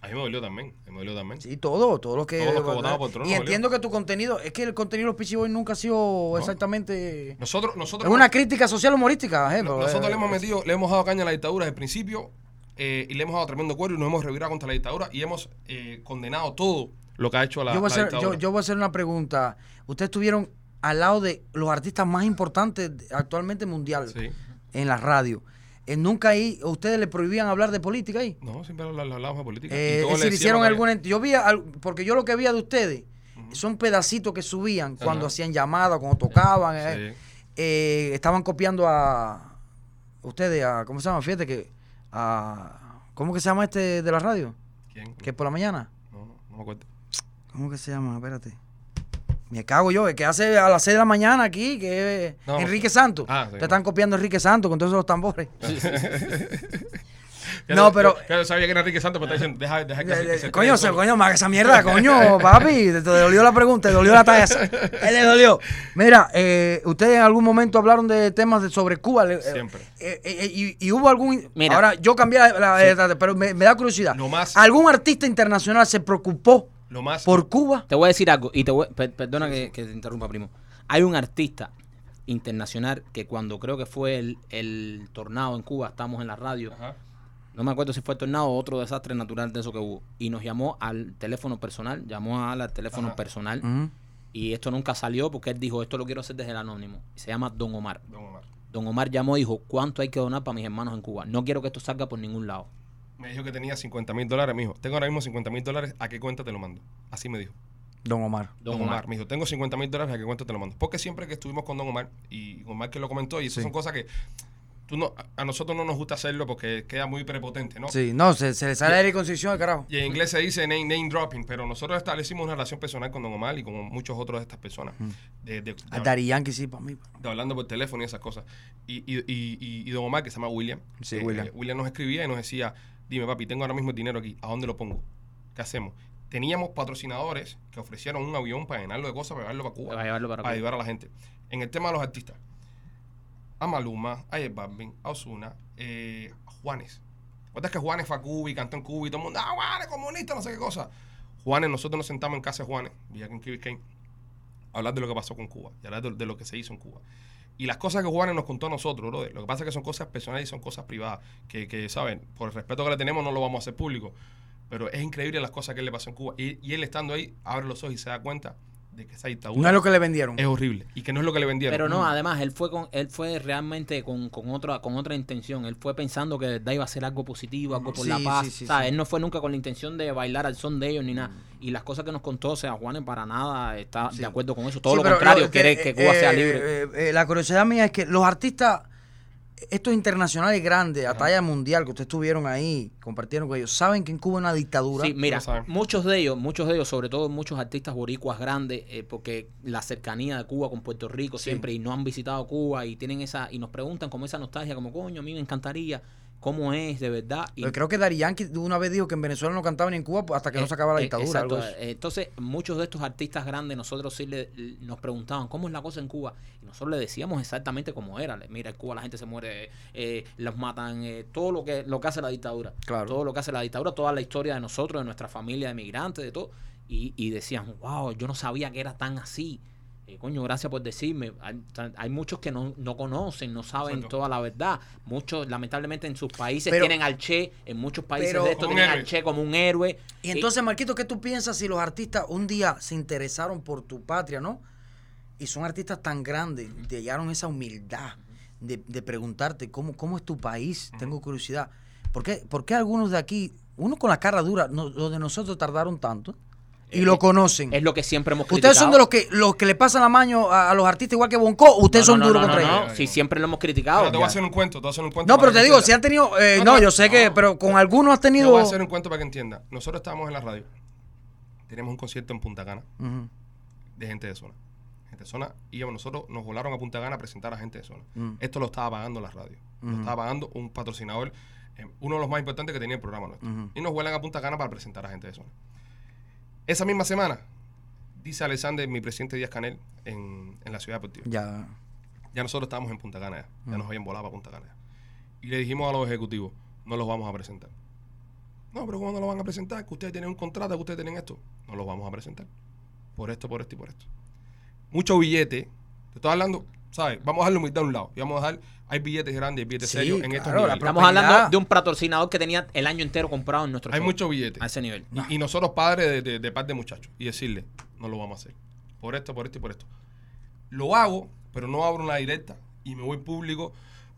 Speaker 1: A mí me dolió también, a mí me dolió también.
Speaker 3: Sí, todo, todo lo que.
Speaker 1: Todos los que votaban por Trump,
Speaker 3: y
Speaker 1: Julio.
Speaker 3: entiendo que tu contenido, es que el contenido de los Peachy Boys nunca ha sido exactamente.
Speaker 1: Nosotros,
Speaker 3: es
Speaker 1: nosotros,
Speaker 3: una crítica social humorística, eh, pero,
Speaker 1: nosotros
Speaker 3: eh,
Speaker 1: le hemos metido, le hemos dado caña a la dictadura desde el principio eh, y le hemos dado tremendo cuero y nos hemos revirado contra la dictadura y hemos eh, condenado todo lo que ha hecho la,
Speaker 3: yo, voy a
Speaker 1: la
Speaker 3: hacer, yo,
Speaker 1: dictadura.
Speaker 3: yo voy a hacer una pregunta. Ustedes estuvieron al lado de los artistas más importantes de- actualmente mundial
Speaker 1: Sí.
Speaker 3: en la radio. eh, nunca ahí, ustedes le prohibían hablar de política ahí.
Speaker 1: No, siempre habl- hablábamos de política. Y
Speaker 3: Eh,
Speaker 1: todos
Speaker 3: es
Speaker 1: le
Speaker 3: decir,
Speaker 1: decíamos
Speaker 3: hicieron
Speaker 1: a-
Speaker 3: alguna. Yo vi, al- porque yo lo que veía de ustedes son pedacitos que subían cuando
Speaker 1: Ajá.
Speaker 3: hacían llamadas, cuando tocaban. eh,
Speaker 1: Sí.
Speaker 3: eh, estaban copiando a ustedes, a. ¿Cómo se llama? Fíjate que. A, ¿Cómo que se llama este de la radio?
Speaker 1: ¿Quién?
Speaker 3: Que es por la mañana.
Speaker 1: No, no me acuerdo.
Speaker 3: ¿Cómo que se llama? Espérate. Me cago yo, el que hace a las 6 de la mañana aquí, que es
Speaker 1: No.
Speaker 3: Enrique Santos.
Speaker 1: Ah, sí.
Speaker 3: Te están copiando a Enrique Santos con todos esos tambores.
Speaker 1: Ya
Speaker 3: No, pero-
Speaker 1: ya yo sabía que era Enrique Santos, pero está diciendo, deja, deja que se- que se
Speaker 3: coño,
Speaker 1: se-
Speaker 3: se- coño, más
Speaker 1: (laughs)
Speaker 3: esa mierda, coño, papi. Te, te dolió la pregunta, te dolió la talla. esa. Él le dolió. Mira, eh, ustedes en algún momento hablaron de temas de, sobre Cuba. le- eh,
Speaker 1: Siempre.
Speaker 3: eh, eh, y, y hubo algún.
Speaker 2: Mira.
Speaker 3: Ahora, yo cambié la. la- la- pero me, me da curiosidad.
Speaker 1: Lo más-
Speaker 3: ¿Algún artista internacional se preocupó
Speaker 1: Lo más.
Speaker 3: por Cuba?
Speaker 2: Te voy a decir algo y te voy- per- perdona que, que te interrumpa, primo. Hay un artista internacional que cuando creo que fue el, el tornado en Cuba, estamos en la radio,
Speaker 1: Ajá.
Speaker 2: no me acuerdo si fue el tornado o otro desastre natural de eso que hubo, y nos llamó al teléfono personal, llamó a Al al teléfono
Speaker 1: Ajá.
Speaker 2: personal,
Speaker 3: Ujú.
Speaker 2: y esto nunca salió porque él dijo, esto lo quiero hacer desde el anónimo. Se llama Don Omar.
Speaker 1: Don Omar.
Speaker 2: Don Omar llamó y dijo, ¿cuánto hay que donar para mis hermanos en Cuba? No quiero que esto salga por ningún lado.
Speaker 1: Me dijo que tenía 50 mil dólares, me dijo, tengo ahora mismo 50 mil dólares, ¿a qué cuenta te lo mando? Así me dijo.
Speaker 3: Don Omar.
Speaker 1: Don, Omar. me dijo, tengo 50 mil dólares, ¿a qué cuenta te lo mando? Porque siempre que estuvimos con Don Omar, y Omar que lo comentó, y eso
Speaker 3: Sí.
Speaker 1: son cosas que tú no, a nosotros no nos gusta hacerlo porque queda muy prepotente, ¿no?
Speaker 3: Sí, no, se, se le sale la circuncisión al carajo.
Speaker 1: Y en inglés se dice name, name dropping, pero nosotros establecimos una relación personal con Don Omar y con muchos otros de estas personas.
Speaker 2: Mm.
Speaker 1: De, de- de-
Speaker 3: A Daddy Yankee sí, para mí.
Speaker 1: de hablando por teléfono y esas cosas. Y, y, y, y- y don Omar, que se llama William,
Speaker 3: Sí, William.
Speaker 1: nos escribía y nos decía, dime papi, tengo ahora mismo el dinero aquí, ¿a dónde lo pongo? ¿Qué hacemos? Teníamos patrocinadores que ofrecieron un avión para llenarlo de cosas, para llevarlo para Cuba,
Speaker 2: Para llevarlo para Cuba.
Speaker 1: ayudar a la gente. En el tema de los artistas, a Maluma, a J Balvin, a Osuna, eh, a Juanes. ¿Cuántas que Juanes fue a Cuba y cantó en Cuba y todo el mundo, ah, Juanes, comunista, no sé qué cosa? Juanes, nosotros nos sentamos en casa de Juanes, Villa Kane, a hablar de lo que pasó con Cuba y hablar de, de lo que se hizo en Cuba. Y las cosas que Juanes nos contó a nosotros, brother, lo que pasa es que son cosas personales y son cosas privadas, que, que, ¿saben? Por el respeto que le tenemos no lo vamos a hacer público. Pero es increíble las cosas que le pasó en Cuba. Y, y él estando ahí, abre los ojos y se da cuenta de que esa dictadura
Speaker 3: No es lo que le vendieron.
Speaker 1: es horrible y que no es lo que le vendieron.
Speaker 2: Pero
Speaker 3: Mm.
Speaker 2: no, además él fue con, él fue realmente con, con otra con otra intención. Él fue pensando que de verdad iba a ser algo positivo, algo por
Speaker 3: Sí,
Speaker 2: la
Speaker 3: sí,
Speaker 2: paz.
Speaker 3: sí,
Speaker 2: o sea,
Speaker 3: sí.
Speaker 2: él no fue nunca con la intención de bailar al son de ellos ni nada. Y las cosas que nos contó, o sea, Juanes para nada está
Speaker 3: Sí.
Speaker 2: de acuerdo con eso. Todo
Speaker 3: Sí,
Speaker 2: lo
Speaker 3: pero
Speaker 2: contrario,
Speaker 3: que-
Speaker 2: quiere que Cuba
Speaker 3: eh,
Speaker 2: sea libre.
Speaker 3: eh, eh, la curiosidad mía es que los artistas, estos internacionales grandes, a talla mundial, que ustedes estuvieron ahí, compartieron con ellos, saben que en Cuba hay una dictadura.
Speaker 2: Sí, mira,
Speaker 1: Lo saben.
Speaker 2: muchos de ellos, muchos de ellos, sobre todo muchos artistas boricuas grandes, eh, porque la cercanía de Cuba con Puerto Rico siempre y no han visitado Cuba y tienen esa y nos preguntan como esa nostalgia, como coño, a mí me encantaría cómo es de verdad. Y
Speaker 3: Pero creo que Dari Yankee de una vez dijo que en Venezuela no cantaban ni en Cuba pues, hasta que no se acaba la
Speaker 2: Eh, eh,
Speaker 3: dictadura.
Speaker 2: exacto.
Speaker 3: algo de eso.
Speaker 2: Eh, Entonces, muchos de estos artistas grandes, nosotros sí le- nos preguntaban cómo es la cosa en Cuba. Y nosotros le decíamos exactamente cómo era. Le- Mira, en Cuba la gente se muere, eh, los matan, eh, todo lo que, lo que hace la dictadura.
Speaker 3: Claro.
Speaker 2: Todo lo que hace la dictadura, toda la historia de nosotros, de nuestra familia de migrantes, de todo. Y, y decían, wow, yo no sabía que era tan así. Eh, coño, gracias por decirme. Hay, tan- hay muchos que no, no conocen, no saben
Speaker 1: Exacto.
Speaker 2: toda la verdad. Muchos, lamentablemente, en sus países
Speaker 3: Pero-
Speaker 2: tienen al Che, en muchos países
Speaker 3: pero-
Speaker 2: de estos
Speaker 1: Como un
Speaker 2: tienen al
Speaker 1: héroe.
Speaker 2: Che como un héroe.
Speaker 3: Y
Speaker 2: Eh,
Speaker 3: entonces, Marquito, ¿qué tú piensas si los artistas un día se interesaron por tu patria, no? Y son artistas tan grandes, te llegaron esa humildad de, de preguntarte cómo, cómo es tu país. Tengo curiosidad. ¿Por qué, por qué algunos de aquí, uno con la cara dura, no- los de nosotros tardaron tanto y
Speaker 2: Eh,
Speaker 3: lo conocen?
Speaker 2: Es lo que siempre hemos criticado.
Speaker 3: Ustedes son de los que los que le pasan la mano a, a los artistas igual que Bonco, ustedes
Speaker 2: No,
Speaker 3: son
Speaker 2: no,
Speaker 3: duros
Speaker 2: no,
Speaker 3: contra
Speaker 2: no,
Speaker 3: ellos.
Speaker 2: no,
Speaker 1: ellos.
Speaker 2: Sí, siempre lo hemos criticado.
Speaker 1: Pero te voy a hacer un cuento, te voy a hacer un cuento.
Speaker 3: No,
Speaker 1: para
Speaker 3: pero
Speaker 1: que
Speaker 3: te digo,
Speaker 1: entiendas.
Speaker 3: si han tenido. eh,
Speaker 1: No,
Speaker 3: no,
Speaker 1: no,
Speaker 3: yo sé que,
Speaker 1: no.
Speaker 3: pero con algunos has
Speaker 1: Te
Speaker 3: tenido.
Speaker 1: voy a hacer un cuento para que entienda. Nosotros estábamos en la radio. Teníamos un concierto en Punta Cana
Speaker 3: Ujú,
Speaker 1: de gente de zona. Gente de zona. Y íbamos nosotros nos volaron a Punta Cana a presentar a gente de zona.
Speaker 3: Mm.
Speaker 1: Esto lo estaba pagando la radio. Lo
Speaker 3: Ujú.
Speaker 1: estaba pagando un patrocinador, eh, uno de los más importantes que tenía el programa nuestro.
Speaker 3: Ujú.
Speaker 1: Y nos vuelan a Punta Cana para presentar a gente de zona. Esa misma semana, dice Alexander, mi presidente Díaz Canel, en, en la ciudad deportiva.
Speaker 3: Ya.
Speaker 1: Ya nosotros estábamos en Punta Cana, ya, Ya
Speaker 3: Mm.
Speaker 1: nos habían volado para Punta Cana. ya. Y le dijimos a los ejecutivos, no los vamos a presentar. No, pero ¿cómo no los van a presentar? Que ustedes tienen un contrato, que ustedes tienen esto. No los vamos a presentar. Por esto, por esto y por esto. Mucho billete. Te estoy hablando, ¿sabes? Vamos a dejar la humildad a un lado. Y vamos a dejar, hay billetes grandes, billetes
Speaker 3: Sí,
Speaker 1: serios en estos
Speaker 3: claro, la
Speaker 1: niveles.
Speaker 2: Estamos
Speaker 3: Propiedad.
Speaker 2: hablando de un patrocinador que tenía el año entero comprado en nuestro
Speaker 1: Hay
Speaker 2: show.
Speaker 1: mucho billete.
Speaker 2: A ese nivel.
Speaker 3: Pues Ah.
Speaker 1: Y, y nosotros padres de, de, de par de muchachos. Y decirle, no lo vamos a hacer. Por esto, por esto y por esto. Lo hago, pero no abro una directa y me voy público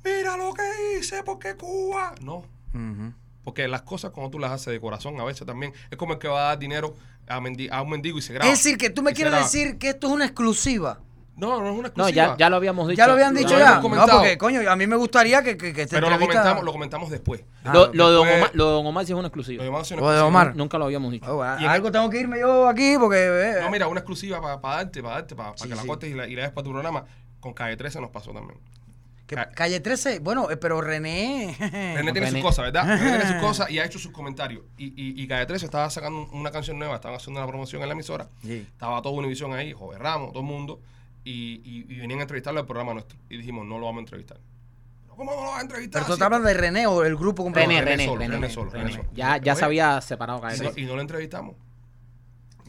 Speaker 1: mira lo que hice porque Cuba. No,
Speaker 4: Ujú.
Speaker 1: porque las cosas cuando tú las haces de corazón a veces también es como el que va a dar dinero a, mendi- a un mendigo y se graba.
Speaker 3: Es decir, que tú me
Speaker 1: Y se
Speaker 3: quieres
Speaker 1: graba.
Speaker 3: decir que esto es una exclusiva.
Speaker 1: No, no es una
Speaker 2: No,
Speaker 1: exclusiva.
Speaker 2: ya, ya lo habíamos dicho.
Speaker 3: Ya lo habían
Speaker 1: lo
Speaker 3: dicho ya.
Speaker 1: habíamos
Speaker 3: No,
Speaker 1: comentado.
Speaker 3: porque coño, a mí me gustaría que, que, que esta
Speaker 1: Pero lo
Speaker 3: entrevista-
Speaker 1: comentamos, lo comentamos después.
Speaker 3: Ah,
Speaker 2: Lo, lo de Don
Speaker 1: después-
Speaker 2: Omar, lo de Don Omar sí es una exclusiva.
Speaker 1: Lo Ah, llamamos una
Speaker 4: O de
Speaker 1: exclusiva.
Speaker 4: Omar.
Speaker 2: Nunca lo habíamos dicho.
Speaker 3: Oh, a-
Speaker 1: Y en-
Speaker 3: algo tengo que irme yo aquí porque... eh,
Speaker 1: No, mira, una exclusiva para darte, para darte, para
Speaker 3: Sí,
Speaker 1: que la
Speaker 3: sí.
Speaker 1: cortes y la, y la des para tu programa. Con Calle 13 nos pasó también.
Speaker 3: que-
Speaker 1: ca-
Speaker 3: calle 13, bueno, eh, pero René...
Speaker 1: René tiene
Speaker 2: René.
Speaker 1: sus cosas, ¿verdad? René tiene sus cosas y ha hecho sus comentarios. Y, y, y Calle 13 estaba sacando un- una canción nueva, estaban haciendo una promoción en la emisora.
Speaker 4: Sí.
Speaker 1: Estaba todo Univision ahí, Joven Ramos, todo el mundo. Y, y- y venían a entrevistarlo al programa nuestro. Y dijimos, no lo vamos a entrevistar. "¿Pero ¿Cómo no lo vas a entrevistar?
Speaker 3: Pero tú
Speaker 1: Si
Speaker 3: te hablas de René o el grupo completo.
Speaker 2: René,
Speaker 1: René
Speaker 2: René,
Speaker 1: solo,
Speaker 2: René,
Speaker 1: René solo,
Speaker 2: René.
Speaker 1: René solo.
Speaker 2: Ya, ya se
Speaker 1: Oye.
Speaker 2: había separado cada
Speaker 1: Sí,
Speaker 2: vez.
Speaker 1: y no lo entrevistamos.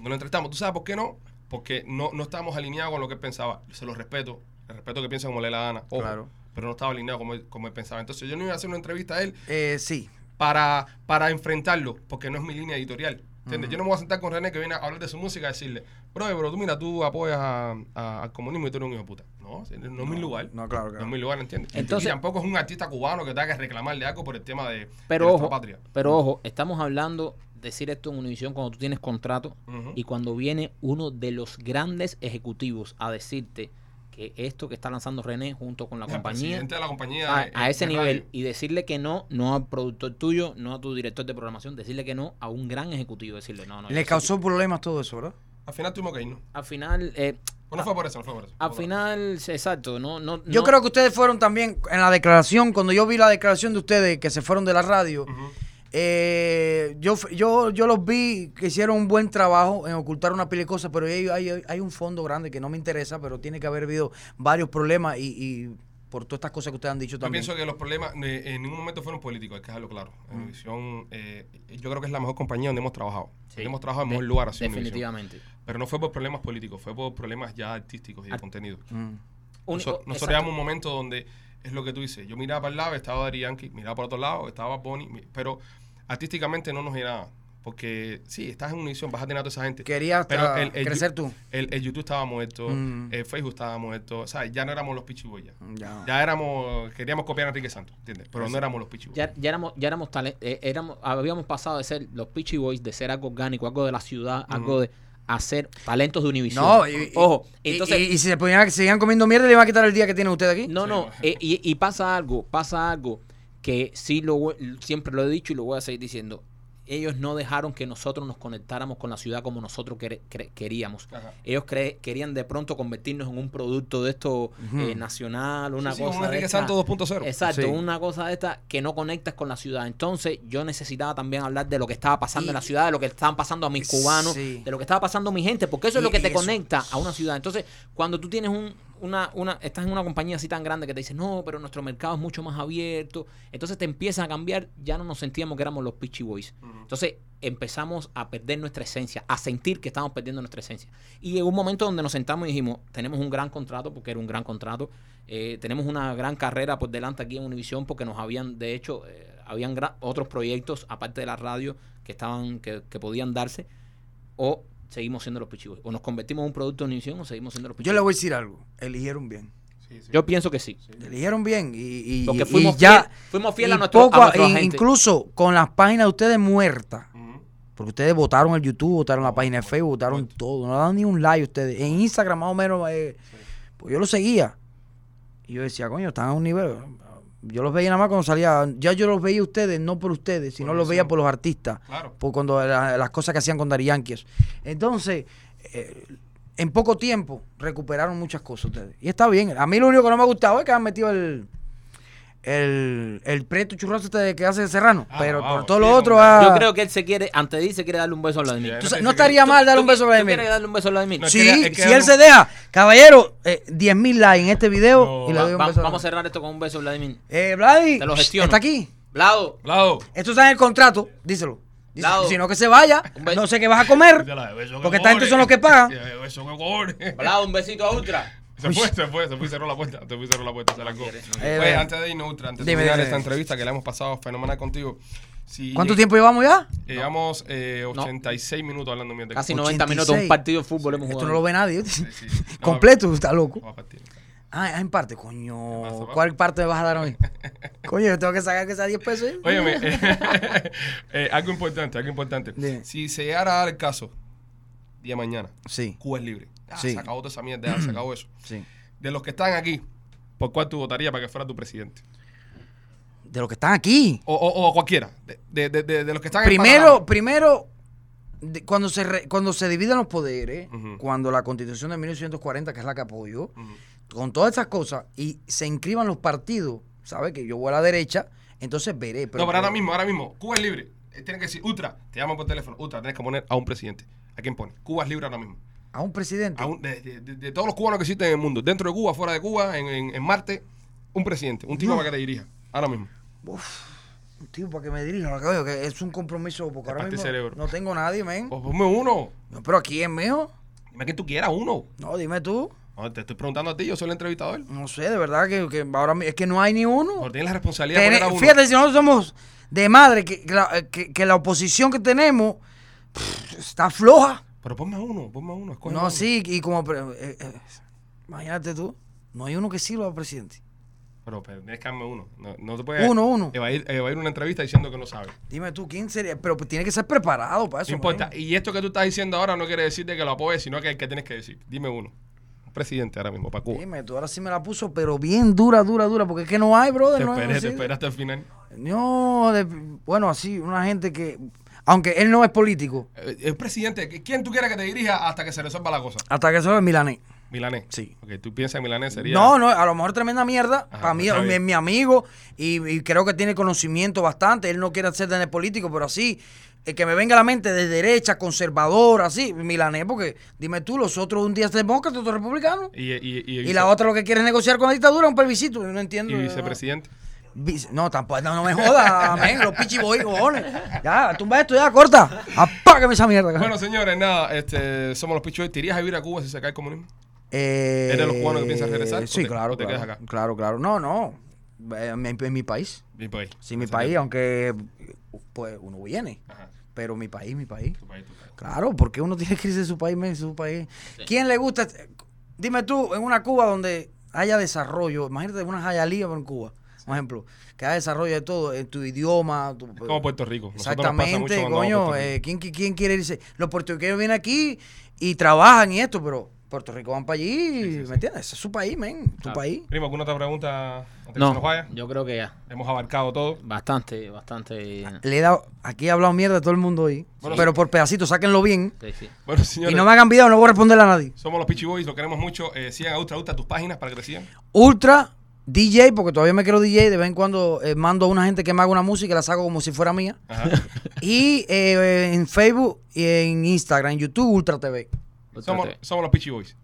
Speaker 1: No lo entrevistamos. ¿Tú sabes por qué no? Porque no, no estábamos alineados con lo que él pensaba. Se lo respeto. Le respeto que piensa como le da la gana. ojo,
Speaker 3: Claro.
Speaker 1: Pero no estaba alineado como él, como él pensaba. Entonces yo no iba a hacer una entrevista a él
Speaker 3: Eh, sí.
Speaker 1: para, para enfrentarlo, porque no es mi línea editorial. ¿Entiendes? Yo no me voy a sentar con René que viene a hablar de su música y decirle, bro, pero tú mira, tú apoyas a- a- al comunismo y tú eres un hijo de puta. No, no, es mi lugar.
Speaker 3: No, claro,
Speaker 1: No es
Speaker 3: claro.
Speaker 1: mi lugar, ¿entiendes?
Speaker 2: Entonces-
Speaker 1: y tampoco es un artista cubano que tenga que reclamarle algo por el tema de, de
Speaker 2: Pero
Speaker 1: nuestra
Speaker 2: ojo,
Speaker 1: patria.
Speaker 2: pero ojo, estamos hablando, decir esto en Univision cuando tú tienes contrato
Speaker 1: Ujú.
Speaker 2: y cuando viene uno de los grandes ejecutivos a decirte que esto que está lanzando René junto con la
Speaker 1: El
Speaker 2: compañía
Speaker 1: presidente de la compañía.
Speaker 2: a,
Speaker 1: eh,
Speaker 2: a ese
Speaker 1: de
Speaker 2: nivel
Speaker 1: radio.
Speaker 2: y decirle que no, no al productor tuyo, no a tu director de programación, decirle que no a un gran ejecutivo, decirle no, no. yo
Speaker 3: Le
Speaker 2: sé
Speaker 3: causó problemas todo eso, ¿verdad?
Speaker 1: Al final tuvimos que irnos.
Speaker 2: que- Al final, eh,
Speaker 1: Pues no fue por eso, no fue por eso.
Speaker 2: al final, exacto, no, no.
Speaker 3: Yo
Speaker 2: no-
Speaker 3: creo que ustedes fueron también en la declaración, cuando yo vi la declaración de ustedes que se fueron de la radio,
Speaker 1: Ujú.
Speaker 3: eh, yo, f- yo, yo los vi que hicieron un buen trabajo en ocultar una pila de cosas, pero hay, hay, hay un fondo grande que no me interesa, pero tiene que haber habido varios problemas y, y por todas estas cosas que ustedes han dicho
Speaker 1: Yo
Speaker 3: también.
Speaker 1: pienso que los problemas eh, en ningún momento fueron políticos, hay que dejarlo claro.
Speaker 2: Mm.
Speaker 1: En Univision, eh, yo creo que es la mejor compañía donde hemos trabajado.
Speaker 2: Sí.
Speaker 1: hemos trabajado en
Speaker 2: de-
Speaker 1: mejor lugar así. en Univision.
Speaker 2: Definitivamente.
Speaker 1: Pero no fue por problemas políticos, fue por problemas ya artísticos y de
Speaker 2: Art-
Speaker 1: contenido.
Speaker 3: Mm.
Speaker 2: Uni-
Speaker 1: Nosotros,
Speaker 2: oh,
Speaker 1: nosotros
Speaker 2: Ah, exacto.
Speaker 1: llegamos a un momento donde es lo que tú dices. Yo miraba para el lado, estaba Dari Yankee, miraba para otro lado, estaba Bonnie, mi- pero artísticamente no nos llenaba. Porque sí, estás en Univision, vas a tener a toda esa gente.
Speaker 3: Querías
Speaker 1: Pero
Speaker 3: ah,
Speaker 1: el- el-
Speaker 3: crecer tú.
Speaker 1: El, el YouTube estaba muerto,
Speaker 3: Mm.
Speaker 1: el Facebook estaba muerto, o sea, ya no éramos los pichiboyas.
Speaker 3: Ya.
Speaker 1: Ya éramos, queríamos copiar a Enrique Santos, ¿entiendes? Pero no éramos los pichibos.
Speaker 2: Ya, ya éramos, ya éramos, tale- eh, éramos- habíamos pasado de ser los Peachy Boys, de ser algo orgánico, algo de la ciudad, algo de hacer talentos de Univision.
Speaker 3: No, y, y-
Speaker 2: ojo,
Speaker 3: y-
Speaker 2: entonces,
Speaker 3: y, y si se ponían- seguían comiendo mierda, le iban a quitar el día que tienen ustedes aquí.
Speaker 2: no, no, eh, y, y pasa algo, pasa algo que sí lo voy- siempre lo he dicho y lo voy a seguir diciendo. Ellos no dejaron que nosotros nos conectáramos con la ciudad como nosotros quere- cre- queríamos.
Speaker 1: Ajá.
Speaker 2: Ellos cre- querían de pronto convertirnos en un producto de esto eh, nacional, una
Speaker 1: Sí, sí,
Speaker 2: cosa.
Speaker 1: como
Speaker 2: de
Speaker 1: Enrique
Speaker 2: esta-
Speaker 1: Santos 2.0.
Speaker 2: Exacto,
Speaker 3: Sí.
Speaker 2: una cosa de esta que no conectas con la ciudad. Entonces, yo necesitaba también hablar de lo que estaba pasando
Speaker 3: Y-
Speaker 2: en la ciudad, de lo que estaban pasando a mis cubanos,
Speaker 3: Sí.
Speaker 2: de lo que estaba pasando a mi gente, porque eso es
Speaker 3: Y-
Speaker 2: lo que
Speaker 3: y
Speaker 2: te
Speaker 3: eso.
Speaker 2: conecta a una ciudad. Entonces, cuando tú tienes un, una, una, estás en una compañía así tan grande que te dice, no, pero nuestro mercado es mucho más abierto, entonces te empiezan a cambiar, ya no nos sentíamos que éramos los Peachy Boys. Entonces empezamos a perder nuestra esencia, a sentir que estábamos perdiendo nuestra esencia. Y en un momento donde nos sentamos y dijimos, tenemos un gran contrato, porque era un gran contrato, eh, tenemos una gran carrera por delante aquí en Univisión, porque nos habían, de hecho, eh, habían gra- otros proyectos, aparte de la radio, que estaban, que, que podían darse, o seguimos siendo los pichibos, o nos convertimos en un producto de Univisión, o seguimos siendo los
Speaker 3: Yo
Speaker 2: pichibos.
Speaker 3: le
Speaker 2: Yo,
Speaker 3: voy a decir algo. Eligieron bien.
Speaker 1: Sí, sí.
Speaker 2: pienso que sí.
Speaker 3: Eligieron bien. Y, y,
Speaker 2: Porque
Speaker 3: y-
Speaker 2: fuimos
Speaker 3: y ya.
Speaker 2: fiel- fuimos fiel a
Speaker 3: y
Speaker 2: nuestro- a
Speaker 3: poco
Speaker 2: nuestra
Speaker 3: in-
Speaker 2: gente.
Speaker 3: Incluso con las páginas de ustedes muertas.
Speaker 1: Ujú.
Speaker 3: Porque ustedes votaron el YouTube, votaron la página de Facebook, votaron todo. No dan ni un like ustedes. En Instagram más o menos. eh, pues yo lo seguía. Y yo decía, coño, están a un nivel. Yo los veía nada más cuando salía. Ya yo los veía a ustedes, no por ustedes, sino
Speaker 1: Por
Speaker 3: los veía
Speaker 1: visión.
Speaker 3: por los artistas.
Speaker 1: Claro.
Speaker 3: por cuando la- las cosas que hacían con Dari Yankee. eso. Entonces, eh, en poco tiempo recuperaron muchas cosas ustedes. Y está bien. A mí lo único que no me ha gustado es que han metido el el, el preto churroso este que hace Serrano.
Speaker 1: Ah,
Speaker 3: pero
Speaker 1: wow,
Speaker 3: por todo
Speaker 1: sí,
Speaker 3: lo
Speaker 1: no,
Speaker 3: otro.
Speaker 1: no.
Speaker 3: ah,
Speaker 2: Yo creo que él se quiere, antes de irse, quiere darle un beso a Vladimir.
Speaker 1: Ya,
Speaker 3: tú
Speaker 1: no
Speaker 3: sa-
Speaker 1: sé
Speaker 3: no
Speaker 1: si-
Speaker 3: estaría mal darle un beso a
Speaker 2: ¿Tú
Speaker 3: Vladimir.
Speaker 2: quieres darle un beso a Vladimir?
Speaker 1: No, es
Speaker 3: Sí,
Speaker 1: que le- es que
Speaker 3: si
Speaker 1: da
Speaker 3: él
Speaker 1: un-
Speaker 3: se deja, caballero, eh, 10.000 likes en este video
Speaker 1: No.
Speaker 3: y le
Speaker 2: Va-
Speaker 3: doy un
Speaker 2: va-
Speaker 3: beso.
Speaker 2: vamos a cerrar esto con un beso, Vladimir.
Speaker 3: Eh, Vladi,
Speaker 2: Te lo gestiono.
Speaker 3: está aquí.
Speaker 2: Vlado,
Speaker 1: Lado.
Speaker 3: Esto está en el contrato, díselo. Dice,
Speaker 2: Lado.
Speaker 3: Si no que se vaya,
Speaker 2: Un beso.
Speaker 3: no sé qué vas a comer. Porque
Speaker 1: Porque
Speaker 3: esta gente son los
Speaker 1: (laughs)
Speaker 3: que pagan.
Speaker 1: Eso que cobre.
Speaker 2: Vlado, un besito a Ultra.
Speaker 1: (laughs) Se fue, se fue, se fue y cerró la puerta. Se fue y cerró la puerta. Se largó.
Speaker 3: quiere.
Speaker 1: Oye,
Speaker 3: Eh,
Speaker 1: antes de irnos, Ultra, antes de
Speaker 3: dime,
Speaker 1: terminar
Speaker 3: dime,
Speaker 1: esta
Speaker 3: dime.
Speaker 1: entrevista que la hemos pasado fenomenal contigo. Si
Speaker 3: ¿Cuánto
Speaker 1: lleg-
Speaker 3: tiempo llevamos ya?
Speaker 1: Llegamos eh, 86 minutos hablando mierda.
Speaker 2: Casi
Speaker 3: 86.
Speaker 2: 90 minutos, un partido de fútbol hemos
Speaker 3: Esto
Speaker 2: jugado.
Speaker 3: (laughs) no lo ve nadie.
Speaker 1: Sí, sí. No,
Speaker 3: Completo, está loco.
Speaker 1: vamos a partir.
Speaker 3: Ah, en parte, coño.
Speaker 1: ¿Qué pasa, papá?
Speaker 3: ¿Cuál parte me vas a dar hoy? coño, yo tengo que sacar que sea 10 pesos. ¿eh? (laughs)
Speaker 1: Óyeme, (laughs) eh, algo importante, algo importante.
Speaker 3: Dime.
Speaker 1: Si se llegara a dar el caso, día de mañana,
Speaker 3: Sí,
Speaker 1: Cuba es libre. Ah,
Speaker 3: Sí.
Speaker 1: Se acabó toda esa mierda, ya, se acabó eso.
Speaker 3: sí.
Speaker 1: De los que están aquí, ¿por cuál tú votarías para que fuera tu presidente?
Speaker 3: De los que están aquí.
Speaker 1: O, o- o cualquiera. De, de- de- de- de los que están en
Speaker 3: Primero,
Speaker 1: Panamá.
Speaker 3: primero de- cuando se re- cuando se dividen los poderes,
Speaker 1: Ujú.
Speaker 3: cuando la Constitución de 1940, que es la que apoyo,
Speaker 1: Ujú.
Speaker 3: con todas esas cosas y se inscriban los partidos, ¿sabes? Que yo voy a la derecha, entonces veré.
Speaker 1: no, pero ahora mismo, ahora mismo, Cuba es libre. Eh, Tienen que decir, Ultra, te llaman por teléfono. Ultra, tienes que poner a un presidente. ¿A quién pone? Cuba es libre ahora mismo.
Speaker 3: A un presidente.
Speaker 1: A un- de, de- de- de todos los cubanos que existen en el mundo, dentro de Cuba, fuera de Cuba, en, en- en Marte, un presidente, un tipo para que te dirija. Ahora mismo.
Speaker 3: Un tío para que me dirija, coño, que es un compromiso, porque ahora
Speaker 1: parte
Speaker 3: mismo
Speaker 1: el cerebro.
Speaker 3: no tengo nadie, men.
Speaker 1: Pues ponme uno.
Speaker 3: No, pero aquí es mío.
Speaker 1: Dime que tú quieras uno.
Speaker 3: No, dime tú.
Speaker 1: No, te estoy preguntando a ti, yo soy el entrevistador.
Speaker 3: No sé, de verdad que, que ahora mi- es que no hay ni uno.
Speaker 1: Porque tienes la responsabilidad de
Speaker 3: Tener-
Speaker 1: poner a uno.
Speaker 3: fíjate, si nosotros somos de madre, que, que la, que- que la oposición que tenemos pff, está floja.
Speaker 1: Pero ponme a uno, ponme a uno. escoge a
Speaker 3: No,
Speaker 1: uno.
Speaker 3: sí, y como. pre- eh, eh, imagínate tú, no hay uno que sirva al presidente.
Speaker 1: Pero, pero tienes que darme uno. No, no te puedes
Speaker 3: Uno, uno.
Speaker 1: Evadir, evadir una entrevista diciendo que no sabes.
Speaker 3: Dime tú, ¿quién sería? Pero pues, tiene que ser preparado para eso.
Speaker 1: No importa.
Speaker 3: man.
Speaker 1: Y esto que tú estás diciendo ahora no quiere decir de que lo apoyes, sino que el que tienes que decir. Dime uno. Un presidente ahora mismo para Cuba.
Speaker 3: Dime, tú ahora sí me la puso, pero bien dura, dura, dura, porque es que no hay, brother.
Speaker 1: Te
Speaker 3: no hay,
Speaker 1: esperé, te
Speaker 3: sí.
Speaker 1: esperé hasta el final.
Speaker 3: No, de- bueno, así, una gente que, aunque él no es político,
Speaker 1: Eh, El presidente, ¿quién tú quieres que te dirija hasta que se resuelva la cosa?
Speaker 3: hasta que se es milanés.
Speaker 1: Milanés.
Speaker 3: Sí.
Speaker 1: Ok, tú piensas que Milanés sería.
Speaker 3: No, no, a lo mejor tremenda mierda.
Speaker 1: Ajá,
Speaker 3: para mí
Speaker 1: está
Speaker 3: es mi,
Speaker 1: bien.
Speaker 3: mi amigo y, y creo que tiene conocimiento bastante. Él no quiere hacer de político, pero así, eh, que me venga a la mente de derecha, conservador, así, milanés, porque dime tú, los otros un día es demócrata, otro republicano.
Speaker 1: Y, y, y,
Speaker 3: Y, la otra lo que quiere es negociar con la dictadura, un plebiscito, yo no
Speaker 1: Y
Speaker 3: entiendo. yo no-
Speaker 1: vicepresidente.
Speaker 3: Vice- No, tampoco, no, no me jodas, men, los pichiboy, cojones. Ya, tumba esto, ya, corta. Apágame esa mierda.
Speaker 1: Bueno, señores, nada, este, somos los pichos. ¿Te irías a vivir a Cuba si se cae el comunismo?
Speaker 3: Eh,
Speaker 1: ¿Eres de los cubanos que piensas regresar?
Speaker 3: Sí,
Speaker 1: ¿O te-
Speaker 3: claro,
Speaker 1: o te
Speaker 3: claro,
Speaker 1: quedas acá?
Speaker 3: claro, claro. No, no. Eh, En mi, en mi país.
Speaker 1: Mi país.
Speaker 3: Sí, mi
Speaker 1: Ese
Speaker 3: país,
Speaker 1: tipo.
Speaker 3: aunque pues uno viene.
Speaker 1: Ajá,
Speaker 3: Pero mi país, mi país.
Speaker 1: tu país, tu país.
Speaker 3: Claro, porque uno (laughs) tiene que irse de su país, men, su país. ¿Quién le gusta? este- Dime tú, en una Cuba donde haya desarrollo, imagínate una jayalía en Cuba, por ejemplo, que haya desarrollo de todo, en tu idioma, tu,
Speaker 1: Como Puerto Rico. Nosotros nos pasa mucho
Speaker 3: pues, Exactamente,
Speaker 1: cuando vamos a
Speaker 3: coño.
Speaker 1: Puerto Rico.
Speaker 3: eh, ¿quién, qui- quién quiere irse? Los puertorriqueños vienen aquí y trabajan y esto, pero Puerto Rico van para allí, ¿me entiendes? Ese es su país, men, tu
Speaker 2: Claro.
Speaker 3: país.
Speaker 1: Primo, ¿alguna otra pregunta antes que se nos
Speaker 2: No,
Speaker 1: vaya?
Speaker 2: yo creo que ya.
Speaker 1: Hemos abarcado todo.
Speaker 2: Bastante, bastante.
Speaker 3: Le he dado, aquí he hablado mierda de todo el mundo hoy,
Speaker 1: Ah. Bueno,
Speaker 3: pero
Speaker 1: sí.
Speaker 3: por pedacitos, sáquenlo bien.
Speaker 2: Sí, sí.
Speaker 1: Bueno,
Speaker 3: Y
Speaker 1: señores,
Speaker 3: no me hagan video, no voy a responderle a nadie.
Speaker 1: somos los Pichi Boys, lo queremos mucho. Eh, sigan a Ultra Ultra tus páginas para que te sigan.
Speaker 3: Ultra, DJ, porque todavía me quiero DJ, de vez en cuando eh, mando a una gente que me haga una música y la saco como si fuera mía.
Speaker 1: Ajá.
Speaker 3: Y eh, en Facebook y en Instagram, en YouTube, Ultra TV.
Speaker 1: somos,
Speaker 2: Bastante.
Speaker 1: somos los Pichi Boys.